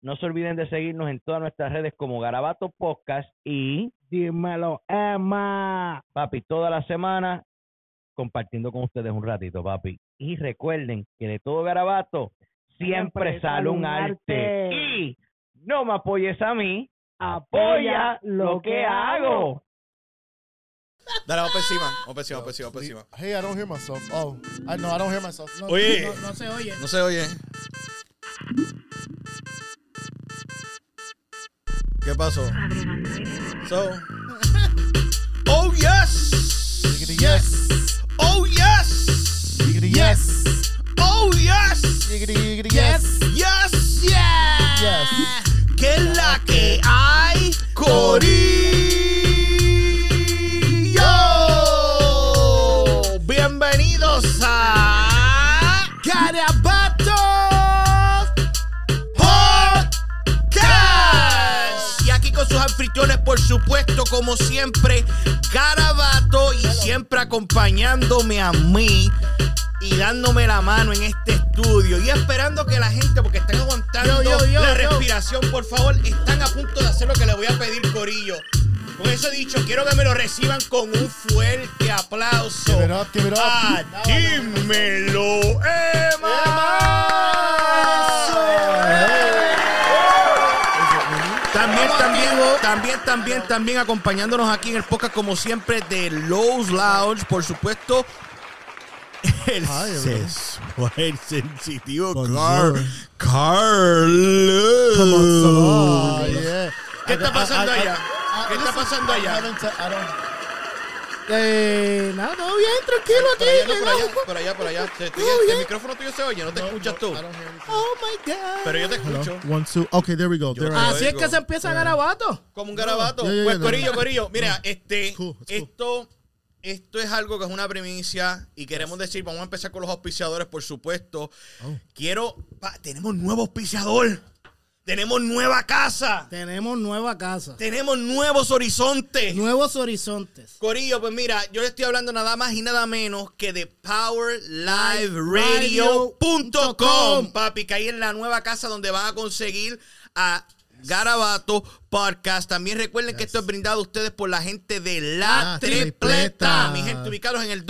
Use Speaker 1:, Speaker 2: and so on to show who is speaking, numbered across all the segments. Speaker 1: no se olviden de seguirnos en todas nuestras redes como Garabato Podcast y,
Speaker 2: Dímelo, Emma.
Speaker 1: papi, toda la semana compartiendo con ustedes un ratito, papi. Y recuerden que de todo Garabato siempre,
Speaker 2: Siempre
Speaker 1: sale un arte.
Speaker 2: arte.
Speaker 1: Y no me apoyes a mí, apoya lo que hago.
Speaker 3: Dale, vamos por encima, vamos por encima, vamos por encima, vamos por encima.
Speaker 4: Hey, I don't hear myself. Oh, I, no, I don't hear myself. No,
Speaker 3: Oye.
Speaker 4: no, no se oye.
Speaker 3: No se oye. ¿Qué pasó? So. Oh yes.
Speaker 4: Giggity yes.
Speaker 3: Oh yes.
Speaker 4: Giggity yes.
Speaker 3: Oh yes.
Speaker 4: Giggity giggity yes.
Speaker 3: Yes. Yeah.
Speaker 4: Yes.
Speaker 3: Que la que hay, Corillo. Bienvenidos a Carabato Podcast. Y aquí con sus anfitriones, por supuesto, como siempre, Carabato y siempre acompañándome a mí. Y dándome la mano en este estudio y esperando que la gente, porque están aguantando
Speaker 4: Yo, yo, yo,
Speaker 3: la
Speaker 4: yo.
Speaker 3: respiración, por favor, están a punto de hacer lo que le voy a pedir, Corillo. Con eso dicho, quiero que me lo reciban con un fuerte aplauso.
Speaker 4: Give it up, give it up.
Speaker 3: Ah, dímelo, Emma. También, también, también, también, también acompañándonos aquí en el podcast, como siempre, de Lowe's Lounge, por supuesto. El
Speaker 4: Ay, bro.
Speaker 3: sexual sensitivo
Speaker 4: Bonjour.
Speaker 3: Carl. Carl.
Speaker 4: Oh, yeah.
Speaker 3: ¿Qué está pasando
Speaker 4: I- I-
Speaker 3: allá?
Speaker 4: I-
Speaker 3: ¿Qué está
Speaker 4: listen,
Speaker 3: pasando
Speaker 4: I
Speaker 3: allá?
Speaker 4: haven't- I don't-
Speaker 2: Eh, nada, todo bien, tranquilo
Speaker 3: Por allá, no,
Speaker 2: aquí.
Speaker 3: por allá, por allá, por allá. Te- te-
Speaker 2: Oh, yeah.
Speaker 3: El micrófono tuyo se oye, no te
Speaker 4: no,
Speaker 3: escuchas
Speaker 4: no,
Speaker 3: tú.
Speaker 4: I don't hear anything.
Speaker 2: Oh my God.
Speaker 3: Pero yo te escucho.
Speaker 4: Hello? One, two. Okay, there we go.
Speaker 3: Yo-
Speaker 4: There I
Speaker 3: Ah,
Speaker 4: go.
Speaker 2: Así es que se empieza Garabato.
Speaker 3: Como un garabato.
Speaker 4: Yeah, yeah,
Speaker 3: pues
Speaker 4: yeah,
Speaker 3: Corillo,
Speaker 4: no.
Speaker 3: Corillo. Mira, este,
Speaker 4: It's cool, it's cool.
Speaker 3: esto, esto es algo que es una primicia y queremos decir, vamos a empezar con los auspiciadores, por supuesto.
Speaker 4: Oh.
Speaker 3: Quiero, pa- tenemos nuevo auspiciador. Tenemos nueva casa.
Speaker 2: Tenemos nueva casa,
Speaker 3: Tenemos nuevos horizontes.
Speaker 2: nuevos horizontes.
Speaker 3: Corillo, pues mira, yo le estoy hablando nada más y nada menos que de PowerLiveRadio.com, papi, que ahí en la nueva casa donde van a conseguir a Garabato Podcast. También recuerden que esto es brindado a ustedes por la gente de La
Speaker 4: La
Speaker 3: Tripleta,
Speaker 4: Tripleta.
Speaker 3: mi gente, ubicados en el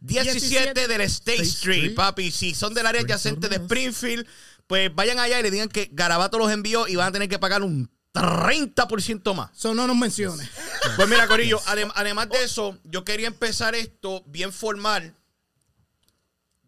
Speaker 3: 1217 del State
Speaker 4: State
Speaker 3: Street,
Speaker 4: Street.
Speaker 3: papi. Si son del área
Speaker 4: Spring
Speaker 3: adyacente de
Speaker 4: Terminal.
Speaker 3: Springfield, pues vayan allá y le digan que Garabato los envió y van a tener que pagar un 30% más.
Speaker 2: Eso no nos menciones.
Speaker 3: Pues mira, Corillo, adem- además de eso, yo quería empezar esto bien formal.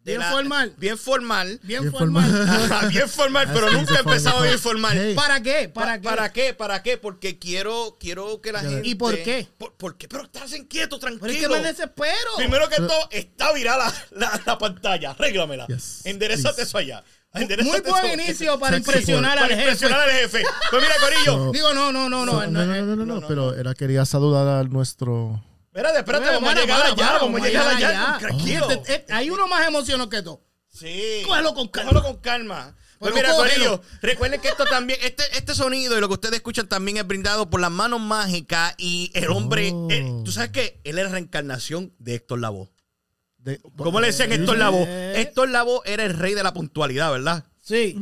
Speaker 3: De
Speaker 2: Bien formal.
Speaker 3: Bien formal.
Speaker 2: Bien,
Speaker 4: Bien
Speaker 2: formal.
Speaker 4: formal.
Speaker 3: bien formal, pero
Speaker 4: Eso
Speaker 3: nunca
Speaker 4: es
Speaker 3: empezaba
Speaker 4: formal.
Speaker 3: bien formal.
Speaker 4: Hey.
Speaker 3: Pa-
Speaker 2: ¿Para qué?
Speaker 3: ¿Para,
Speaker 2: ¿Para qué?
Speaker 3: ¿Para qué? ¿Para qué? Porque quiero, quiero que la
Speaker 4: Ya.
Speaker 3: gente.
Speaker 2: ¿Y por qué?
Speaker 3: ¿Por, por qué? Pero estás inquieto, tranquilo.
Speaker 2: Pero es que me desespero.
Speaker 3: Primero que todo, está virada la, la, la pantalla. Arréglamela.
Speaker 4: Yes,
Speaker 3: Enderezate
Speaker 4: please.
Speaker 3: eso allá.
Speaker 2: Muy
Speaker 3: Enderezate
Speaker 2: buen
Speaker 3: eso.
Speaker 2: inicio para
Speaker 4: Sexy
Speaker 2: impresionar al
Speaker 3: Para
Speaker 2: jefe.
Speaker 3: impresionar al jefe. Pues mira, Corillo.
Speaker 4: No.
Speaker 2: Digo, no, no, no, no.
Speaker 4: No, no, no, no, no,
Speaker 3: no, no.
Speaker 4: pero era quería saludar a nuestro.
Speaker 3: Espérate, espérate,
Speaker 2: Bueno,
Speaker 3: vamos a
Speaker 2: bueno,
Speaker 3: llegar
Speaker 2: bueno,
Speaker 3: allá.
Speaker 2: bueno,
Speaker 3: vamos a llegar allá.
Speaker 4: Oh,
Speaker 3: Tranquilo.
Speaker 2: Este, este, hay uno más emocionado que tú.
Speaker 3: Sí.
Speaker 2: Cógelo con calma.
Speaker 3: Cógelo con calma. Pues
Speaker 2: Pero
Speaker 3: mira,
Speaker 2: cógelo.
Speaker 3: Corillo, recuerden que esto también, este, este sonido y lo que ustedes escuchan también es brindado por las manos mágicas y el hombre,
Speaker 4: Oh.
Speaker 3: él- tú sabes que él es la reencarnación de Héctor Lavoe.
Speaker 4: de-
Speaker 3: ¿Cómo le decían Héctor
Speaker 2: Eh.
Speaker 3: Lavoe? Héctor Lavoe era el rey de la puntualidad, ¿verdad?
Speaker 2: Sí.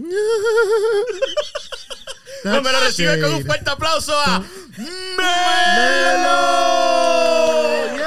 Speaker 3: No me lo reciben con un
Speaker 4: shade.
Speaker 3: fuerte aplauso a Melo.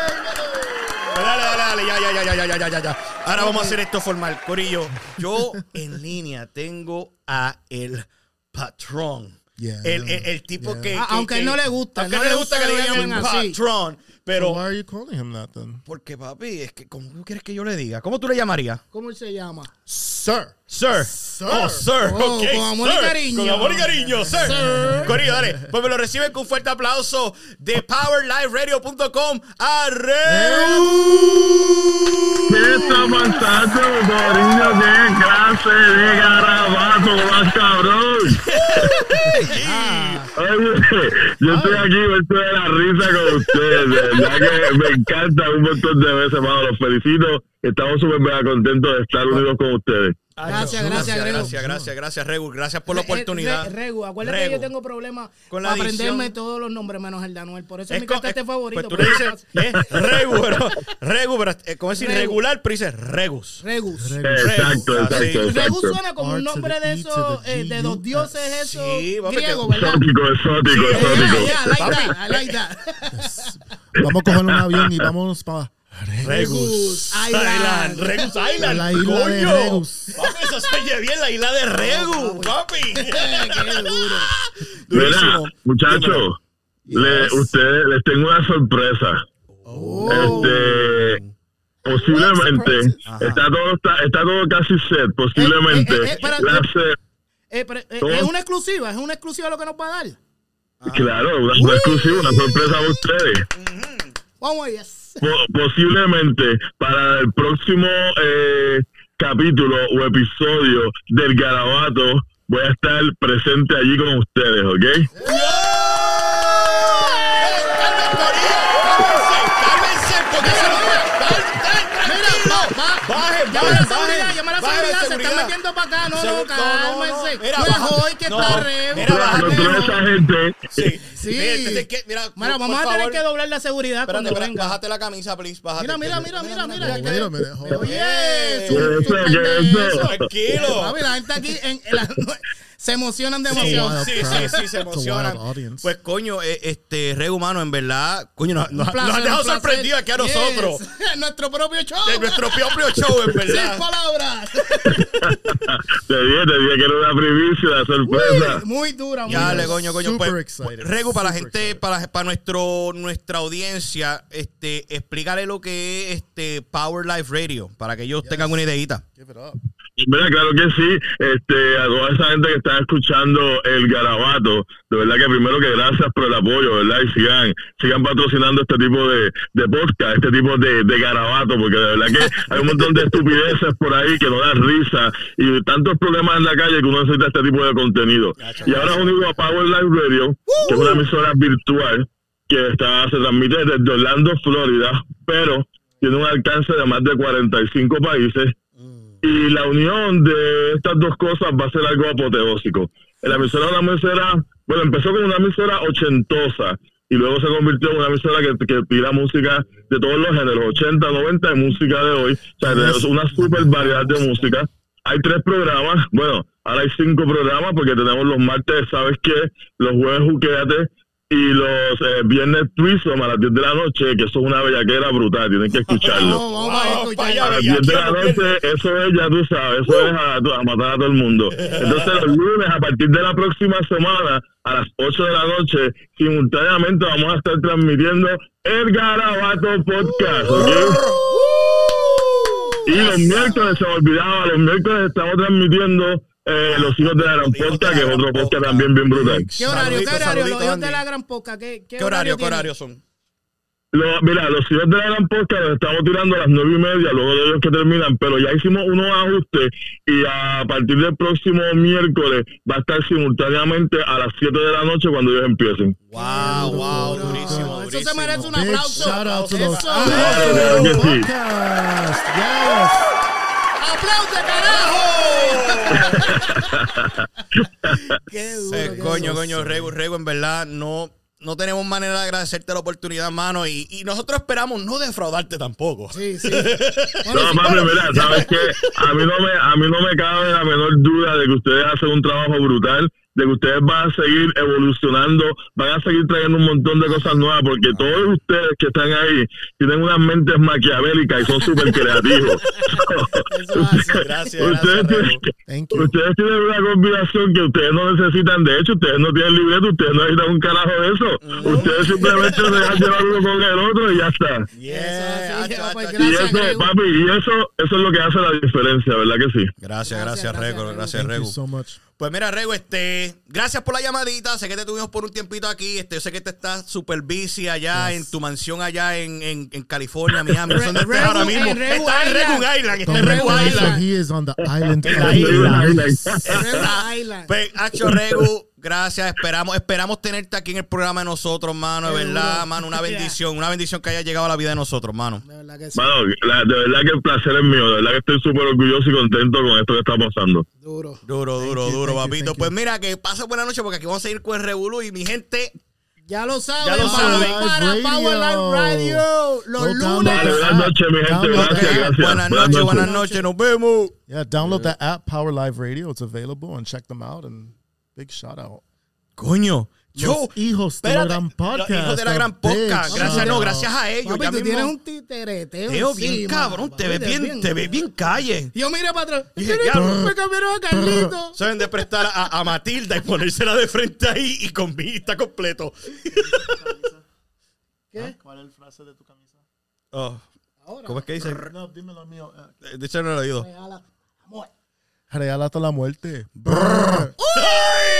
Speaker 3: Dale, dale, dale, ya, ya, ya, ya, ya, ya, ya, ya, ya. Ahora vamos a hacer esto formal, Corillo. Yo en línea tengo a el patrón
Speaker 4: Yeah,
Speaker 3: El,
Speaker 4: yeah.
Speaker 3: el- el tipo
Speaker 4: Yeah.
Speaker 3: que,
Speaker 5: Ah,
Speaker 3: que-
Speaker 5: aunque
Speaker 3: que-
Speaker 5: no le gusta,
Speaker 3: aunque
Speaker 5: no
Speaker 3: no
Speaker 5: le
Speaker 3: le gusta que
Speaker 5: gusta
Speaker 3: le
Speaker 5: que lo
Speaker 3: llamen
Speaker 5: llamen así.
Speaker 3: patrón.
Speaker 4: So
Speaker 3: Pero,
Speaker 4: why are you calling him that then?
Speaker 3: porque papi, es que, ¿cómo tú quieres que yo le diga? ¿Cómo tú le llamarías?
Speaker 5: ¿Cómo él se llama?
Speaker 4: Sir.
Speaker 3: Sir.
Speaker 4: Sir.
Speaker 3: Oh, sir.
Speaker 5: Oh,
Speaker 3: ok,
Speaker 5: con amor y
Speaker 3: sir.
Speaker 5: cariño.
Speaker 3: Con amor y cariño, sir. Corillo, dale. Pues me lo reciben con un fuerte aplauso de PowerLiveRadio.com. ¡Arreu!
Speaker 6: ¿Qué está pasando, Corillo? ¿Qué clase de garabato más cabrón? Oye, yo estoy aquí muerto de la risa con ustedes. De verdad que me encanta un montón de veces, mano. Los felicito. Estamos súper mega contentos de estar unidos con ustedes.
Speaker 5: Gracias, gracias,
Speaker 3: Gracias,
Speaker 5: Grego.
Speaker 3: gracias, gracias, gracias, Regu. Gracias por la
Speaker 5: Re- re-
Speaker 3: oportunidad.
Speaker 5: Regu, acuérdate
Speaker 3: Regu.
Speaker 5: que yo tengo problemas
Speaker 3: Con
Speaker 5: con
Speaker 3: la
Speaker 5: aprenderme
Speaker 3: adicción.
Speaker 5: todos los nombres menos el de Anuel. Por eso es
Speaker 3: Es
Speaker 5: mi
Speaker 3: co-
Speaker 5: cantante
Speaker 3: es-
Speaker 5: favorito.
Speaker 3: Pues tú le
Speaker 5: porque-
Speaker 3: dices, eh, Regu, pero, Regu, pero, eh, ¿cómo decir?
Speaker 5: Regu.
Speaker 3: Regular, pero dices Regus.
Speaker 5: Regus.
Speaker 6: Exacto,
Speaker 3: Regu, así.
Speaker 6: exacto,
Speaker 5: Regus
Speaker 6: exacto.
Speaker 5: suena como
Speaker 4: R
Speaker 5: un
Speaker 4: to the
Speaker 5: nombre de
Speaker 4: E to
Speaker 5: esos,
Speaker 4: the
Speaker 5: eh,
Speaker 4: G,
Speaker 5: de los
Speaker 4: U,
Speaker 5: dioses
Speaker 4: S.
Speaker 5: esos
Speaker 3: Sí, papi,
Speaker 5: griegos,
Speaker 3: que-
Speaker 5: ¿verdad? Eh,
Speaker 6: Exótico, exótico,
Speaker 5: Yeah,
Speaker 6: exótico.
Speaker 5: yeah, I like that, I like that.
Speaker 4: Vamos a coger un avión y vamos para
Speaker 3: Regus Island.
Speaker 5: Island.
Speaker 3: Regus Island.
Speaker 4: La isla
Speaker 3: coño.
Speaker 4: de Regus.
Speaker 3: Papi, eso se oye bien, la isla de Regu, papi.
Speaker 5: Qué duro.
Speaker 6: Mira,
Speaker 3: Durísimo.
Speaker 6: muchachos, le- ustedes- les tengo una sorpresa. Este, posiblemente, está todo, está, está todo casi set, posiblemente.
Speaker 5: Eh, eh, eh, espérate.
Speaker 6: la se-
Speaker 5: Eh, pero, eh,
Speaker 6: ¿Cómo?
Speaker 5: es una exclusiva, es una exclusiva lo que nos va a dar.
Speaker 6: Claro, una, una exclusiva, una sorpresa para ustedes.
Speaker 5: Vamos allá. Yes.
Speaker 6: Po- posiblemente para el próximo eh, capítulo o episodio del Garabato voy a estar presente allí con ustedes, ¿ok?
Speaker 3: Cálmense, porque se lo
Speaker 5: Mira, va, va.
Speaker 3: Bajen,
Speaker 5: Llama a
Speaker 3: bajen,
Speaker 5: la seguridad,
Speaker 3: bajen.
Speaker 5: llama a la
Speaker 3: Bajen
Speaker 5: seguridad, se
Speaker 3: seguridad.
Speaker 5: están metiendo para acá. No,
Speaker 3: Se-
Speaker 5: no,
Speaker 3: no, no, no.
Speaker 5: cálmense.
Speaker 3: Mira,
Speaker 5: No es
Speaker 3: baja.
Speaker 5: hoy que
Speaker 3: No.
Speaker 5: está re.
Speaker 3: Mira,
Speaker 6: Claro,
Speaker 3: baja,
Speaker 6: con toda esa gente.
Speaker 3: Sí,
Speaker 5: Sí.
Speaker 3: Mira, este, que- mira,
Speaker 5: Mira,
Speaker 3: por
Speaker 5: vamos a tener
Speaker 3: favor,
Speaker 5: que doblar la seguridad
Speaker 3: Espérate,
Speaker 5: cuando
Speaker 3: espérate,
Speaker 5: venga.
Speaker 3: bájate la camisa, please. Bájate.
Speaker 5: Mira, mira, mira, mira, mira. ya que-
Speaker 4: Wait a minute,
Speaker 5: Oye,
Speaker 6: ¿Qué
Speaker 5: su-
Speaker 6: es
Speaker 5: su
Speaker 6: eso? ¿Qué es eso?
Speaker 5: pendejo.
Speaker 3: Tranquilo.
Speaker 5: Papi, la gente aquí en- en la- se emocionan
Speaker 3: Sí,
Speaker 5: demasiado.
Speaker 4: wild
Speaker 3: sí, sí,
Speaker 4: crowd.
Speaker 3: sí, se
Speaker 4: It's a wild
Speaker 3: emocionan.
Speaker 4: audience.
Speaker 3: Pues coño, eh, este Regu Humano, en verdad, coño, nos, nos-
Speaker 5: Un placer,
Speaker 3: nos han dejado
Speaker 5: un placer.
Speaker 3: sorprendidos aquí a
Speaker 5: Yes.
Speaker 3: nosotros.
Speaker 5: Nuestro propio show.
Speaker 3: De nuestro propio show, en
Speaker 5: Sin
Speaker 3: verdad.
Speaker 5: palabras.
Speaker 6: Te dije, te dije que era una primicia, una sorpresa.
Speaker 5: Muy dura, muy
Speaker 3: Ya
Speaker 5: dura.
Speaker 3: le coño, coño.
Speaker 4: Super
Speaker 3: Pues,
Speaker 4: excited,
Speaker 3: Regu, para la
Speaker 4: super
Speaker 3: gente,
Speaker 4: excited.
Speaker 3: para, la- para nuestro, nuestra audiencia, este, explícale lo que es este Power Life Radio, para que ellos tengan una ideita.
Speaker 4: Give it up.
Speaker 6: Mira, claro que sí. Este, a toda esa gente que está escuchando el garabato, de verdad que primero que gracias por el apoyo, ¿verdad? Y sigan, sigan patrocinando este tipo de, de podcast, este tipo de, de garabato, porque de verdad que hay un montón de estupideces por ahí que no dan risa y tantos problemas en la calle que uno necesita este tipo de contenido. Y ahora unido a Power Live Radio, que es una emisora virtual que está, se transmite desde Orlando, Florida, pero tiene un alcance de más de 45 países y la unión de estas dos cosas va a ser algo apoteósico. La emisora de una emisora, bueno, empezó con una emisora ochentosa y luego se convirtió en una emisora que, que tira música de todos los géneros, 80, 90 y música de hoy. O sea, tenemos una super variedad de música. Hay tres programas, bueno, ahora hay cinco programas porque tenemos los martes, ¿sabes qué? Los jueves juqueate y los eh, viernes Threesome a las 10 de la noche, que eso es una bellaquera brutal, tienen que escucharlo.
Speaker 5: No, vamos a
Speaker 3: Vamos
Speaker 5: escuchar.
Speaker 3: para allá,
Speaker 6: A las
Speaker 3: Bellaquera,
Speaker 6: 10 de la
Speaker 3: ¿no?
Speaker 6: noche, eso es, ya tú sabes, eso es a, a matar a todo el mundo. Entonces, los lunes, a partir de la próxima semana, a las 8 de la noche, simultáneamente vamos a estar transmitiendo el Garabato Podcast. ¿ok?
Speaker 5: Uh.
Speaker 6: Y los miércoles se me olvidaba, los miércoles estamos transmitiendo eh, Los Hijos de la Gran
Speaker 3: Los Hijos de
Speaker 6: Podcast,
Speaker 3: la
Speaker 6: que es
Speaker 3: Gran
Speaker 6: otro podcast
Speaker 3: Podcast.
Speaker 6: también bien brutal.
Speaker 5: ¿Qué horario? ¿Qué
Speaker 3: Saludito,
Speaker 5: horario?
Speaker 3: saludito,
Speaker 5: Los hijos
Speaker 3: Andy.
Speaker 5: de la gran poca. ¿Qué, qué,
Speaker 3: ¿Qué horario, qué
Speaker 5: tienen?
Speaker 3: horario son?
Speaker 6: Lo- mira, los hijos de la gran podcast los estamos tirando a las nueve y media, luego de ellos que terminan, pero ya hicimos unos ajustes y a partir del próximo miércoles va a estar simultáneamente a las 7 de la noche cuando ellos empiecen.
Speaker 3: Wow, wow, durísimo,
Speaker 5: Eso
Speaker 3: durísimo.
Speaker 5: se merece un
Speaker 4: Big
Speaker 5: aplauso.
Speaker 4: shout out to
Speaker 5: Eso.
Speaker 4: those-
Speaker 6: Claro que sí.
Speaker 4: Podcast. Yes.
Speaker 5: ¡Aplaude, carajo! qué duro.
Speaker 3: Eh,
Speaker 5: qué
Speaker 3: coño, coño, Regu, Regu, en verdad, no, no tenemos manera de agradecerte la oportunidad, mano. Y, y nosotros esperamos no defraudarte tampoco.
Speaker 5: Sí, sí.
Speaker 6: No,
Speaker 5: Bueno, sí,
Speaker 6: papi,
Speaker 5: bueno,
Speaker 6: mira, sabes que a mí no me a mí no me cabe la menor duda de que ustedes hacen un trabajo brutal de que ustedes van a seguir evolucionando, van a seguir trayendo un montón de cosas nuevas, porque todos ustedes que están ahí tienen unas mentes maquiavélicas y son súper creativos.
Speaker 3: Eso hace. Gracias, gracias. Raúl.
Speaker 6: ustedes, tienen,
Speaker 4: Thank you.
Speaker 6: ustedes tienen una combinación que ustedes no necesitan, de hecho, ustedes no tienen libreto, ustedes no necesitan un carajo de eso. Ustedes simplemente se dejan llevar uno con el otro y ya está.
Speaker 5: Eso
Speaker 3: Yeah,
Speaker 5: así,
Speaker 3: hacho,
Speaker 5: pues,
Speaker 3: hacho,
Speaker 6: Y
Speaker 5: Gracias,
Speaker 6: eso,
Speaker 5: Regu.
Speaker 6: papi, y eso, eso es lo que hace la diferencia, ¿verdad que sí?
Speaker 3: Gracias, gracias,
Speaker 5: Gracias, gracias,
Speaker 3: Rego.
Speaker 5: Rego.
Speaker 3: Gracias,
Speaker 4: Thank you
Speaker 3: Rego.
Speaker 4: so much.
Speaker 3: Pues mira, Rego, este, gracias por la llamadita. Sé que te tuvimos por un tiempito aquí. Este, yo sé que te estás super busy allá en tu mansión allá en, en, en California, Miami. No sé dónde
Speaker 5: Regu
Speaker 3: estás ahora
Speaker 5: en
Speaker 3: mismo.
Speaker 5: Regu
Speaker 3: Está en Regu
Speaker 5: Island.
Speaker 3: Island. Está en Regu
Speaker 4: Don
Speaker 5: Regu
Speaker 4: Rego dice
Speaker 3: Island.
Speaker 4: he is on the island.
Speaker 3: En
Speaker 4: of
Speaker 3: la
Speaker 4: the
Speaker 3: isla.
Speaker 4: Islands.
Speaker 3: Está-
Speaker 5: Island.
Speaker 3: Pues, Hacho Regu, gracias. Esperamos, esperamos tenerte aquí en el programa de nosotros, mano. De
Speaker 5: Seguro.
Speaker 3: verdad, mano. Una bendición. Una bendición que haya llegado a la vida de nosotros, mano.
Speaker 5: De verdad que sí.
Speaker 6: Mano, la- de verdad que el placer es mío, de verdad que estoy súper orgulloso y contento con esto que está pasando.
Speaker 5: Duro.
Speaker 3: Duro, duro,
Speaker 4: you,
Speaker 3: duro,
Speaker 4: thank you,
Speaker 3: papito.
Speaker 4: thank you.
Speaker 3: pues mira, que pase buena noche porque aquí vamos a seguir con el Revolu y mi gente.
Speaker 5: Ya lo saben.
Speaker 3: Ya lo
Speaker 5: vamos
Speaker 3: saben.
Speaker 5: Para
Speaker 4: Live
Speaker 5: Power Live
Speaker 4: Radio.
Speaker 5: Radio. Los
Speaker 4: Go down
Speaker 5: lunes.
Speaker 4: the-
Speaker 6: Dale, buenas noches, mi gente.
Speaker 4: Download
Speaker 6: Gracias,
Speaker 4: the
Speaker 6: gracias.
Speaker 3: ah,
Speaker 4: app.
Speaker 3: eh, Buenas noches, buenas noches. Nos vemos.
Speaker 4: Yeah, download the app Power Live Radio. It's available and check them out. And big shout out.
Speaker 3: Coño, yo.
Speaker 4: Los hijos de la
Speaker 3: espérate,
Speaker 4: gran podcast.
Speaker 3: Los hijos de la gran
Speaker 4: los big
Speaker 3: podcast. Gracias,
Speaker 4: shout
Speaker 3: no,
Speaker 4: out.
Speaker 3: gracias a ellos.
Speaker 5: Papi,
Speaker 3: ya
Speaker 5: tú
Speaker 3: mismo-
Speaker 5: tienes un titereteo.
Speaker 3: Teo, bien
Speaker 5: encima,
Speaker 3: cabrón. te
Speaker 5: papi,
Speaker 3: ves bien, te ves bien calle.
Speaker 5: Yo miré para atrás.
Speaker 3: Y
Speaker 5: Mira,
Speaker 3: dije, diablo.
Speaker 5: me cambiaron a Carlito.
Speaker 3: Saben de prestar a, a Matilda y ponérsela de frente ahí y con mi está completo.
Speaker 5: ¿Qué?
Speaker 4: ¿Cuál es el frase de tu camisa?
Speaker 3: Oh,
Speaker 5: Ahora.
Speaker 3: ¿Cómo es que dice?
Speaker 4: No, dímelo mío. eh,
Speaker 3: De hecho, no lo he oído.
Speaker 5: Regala. Amor.
Speaker 4: Real hasta la muerte.
Speaker 3: ¡Ay!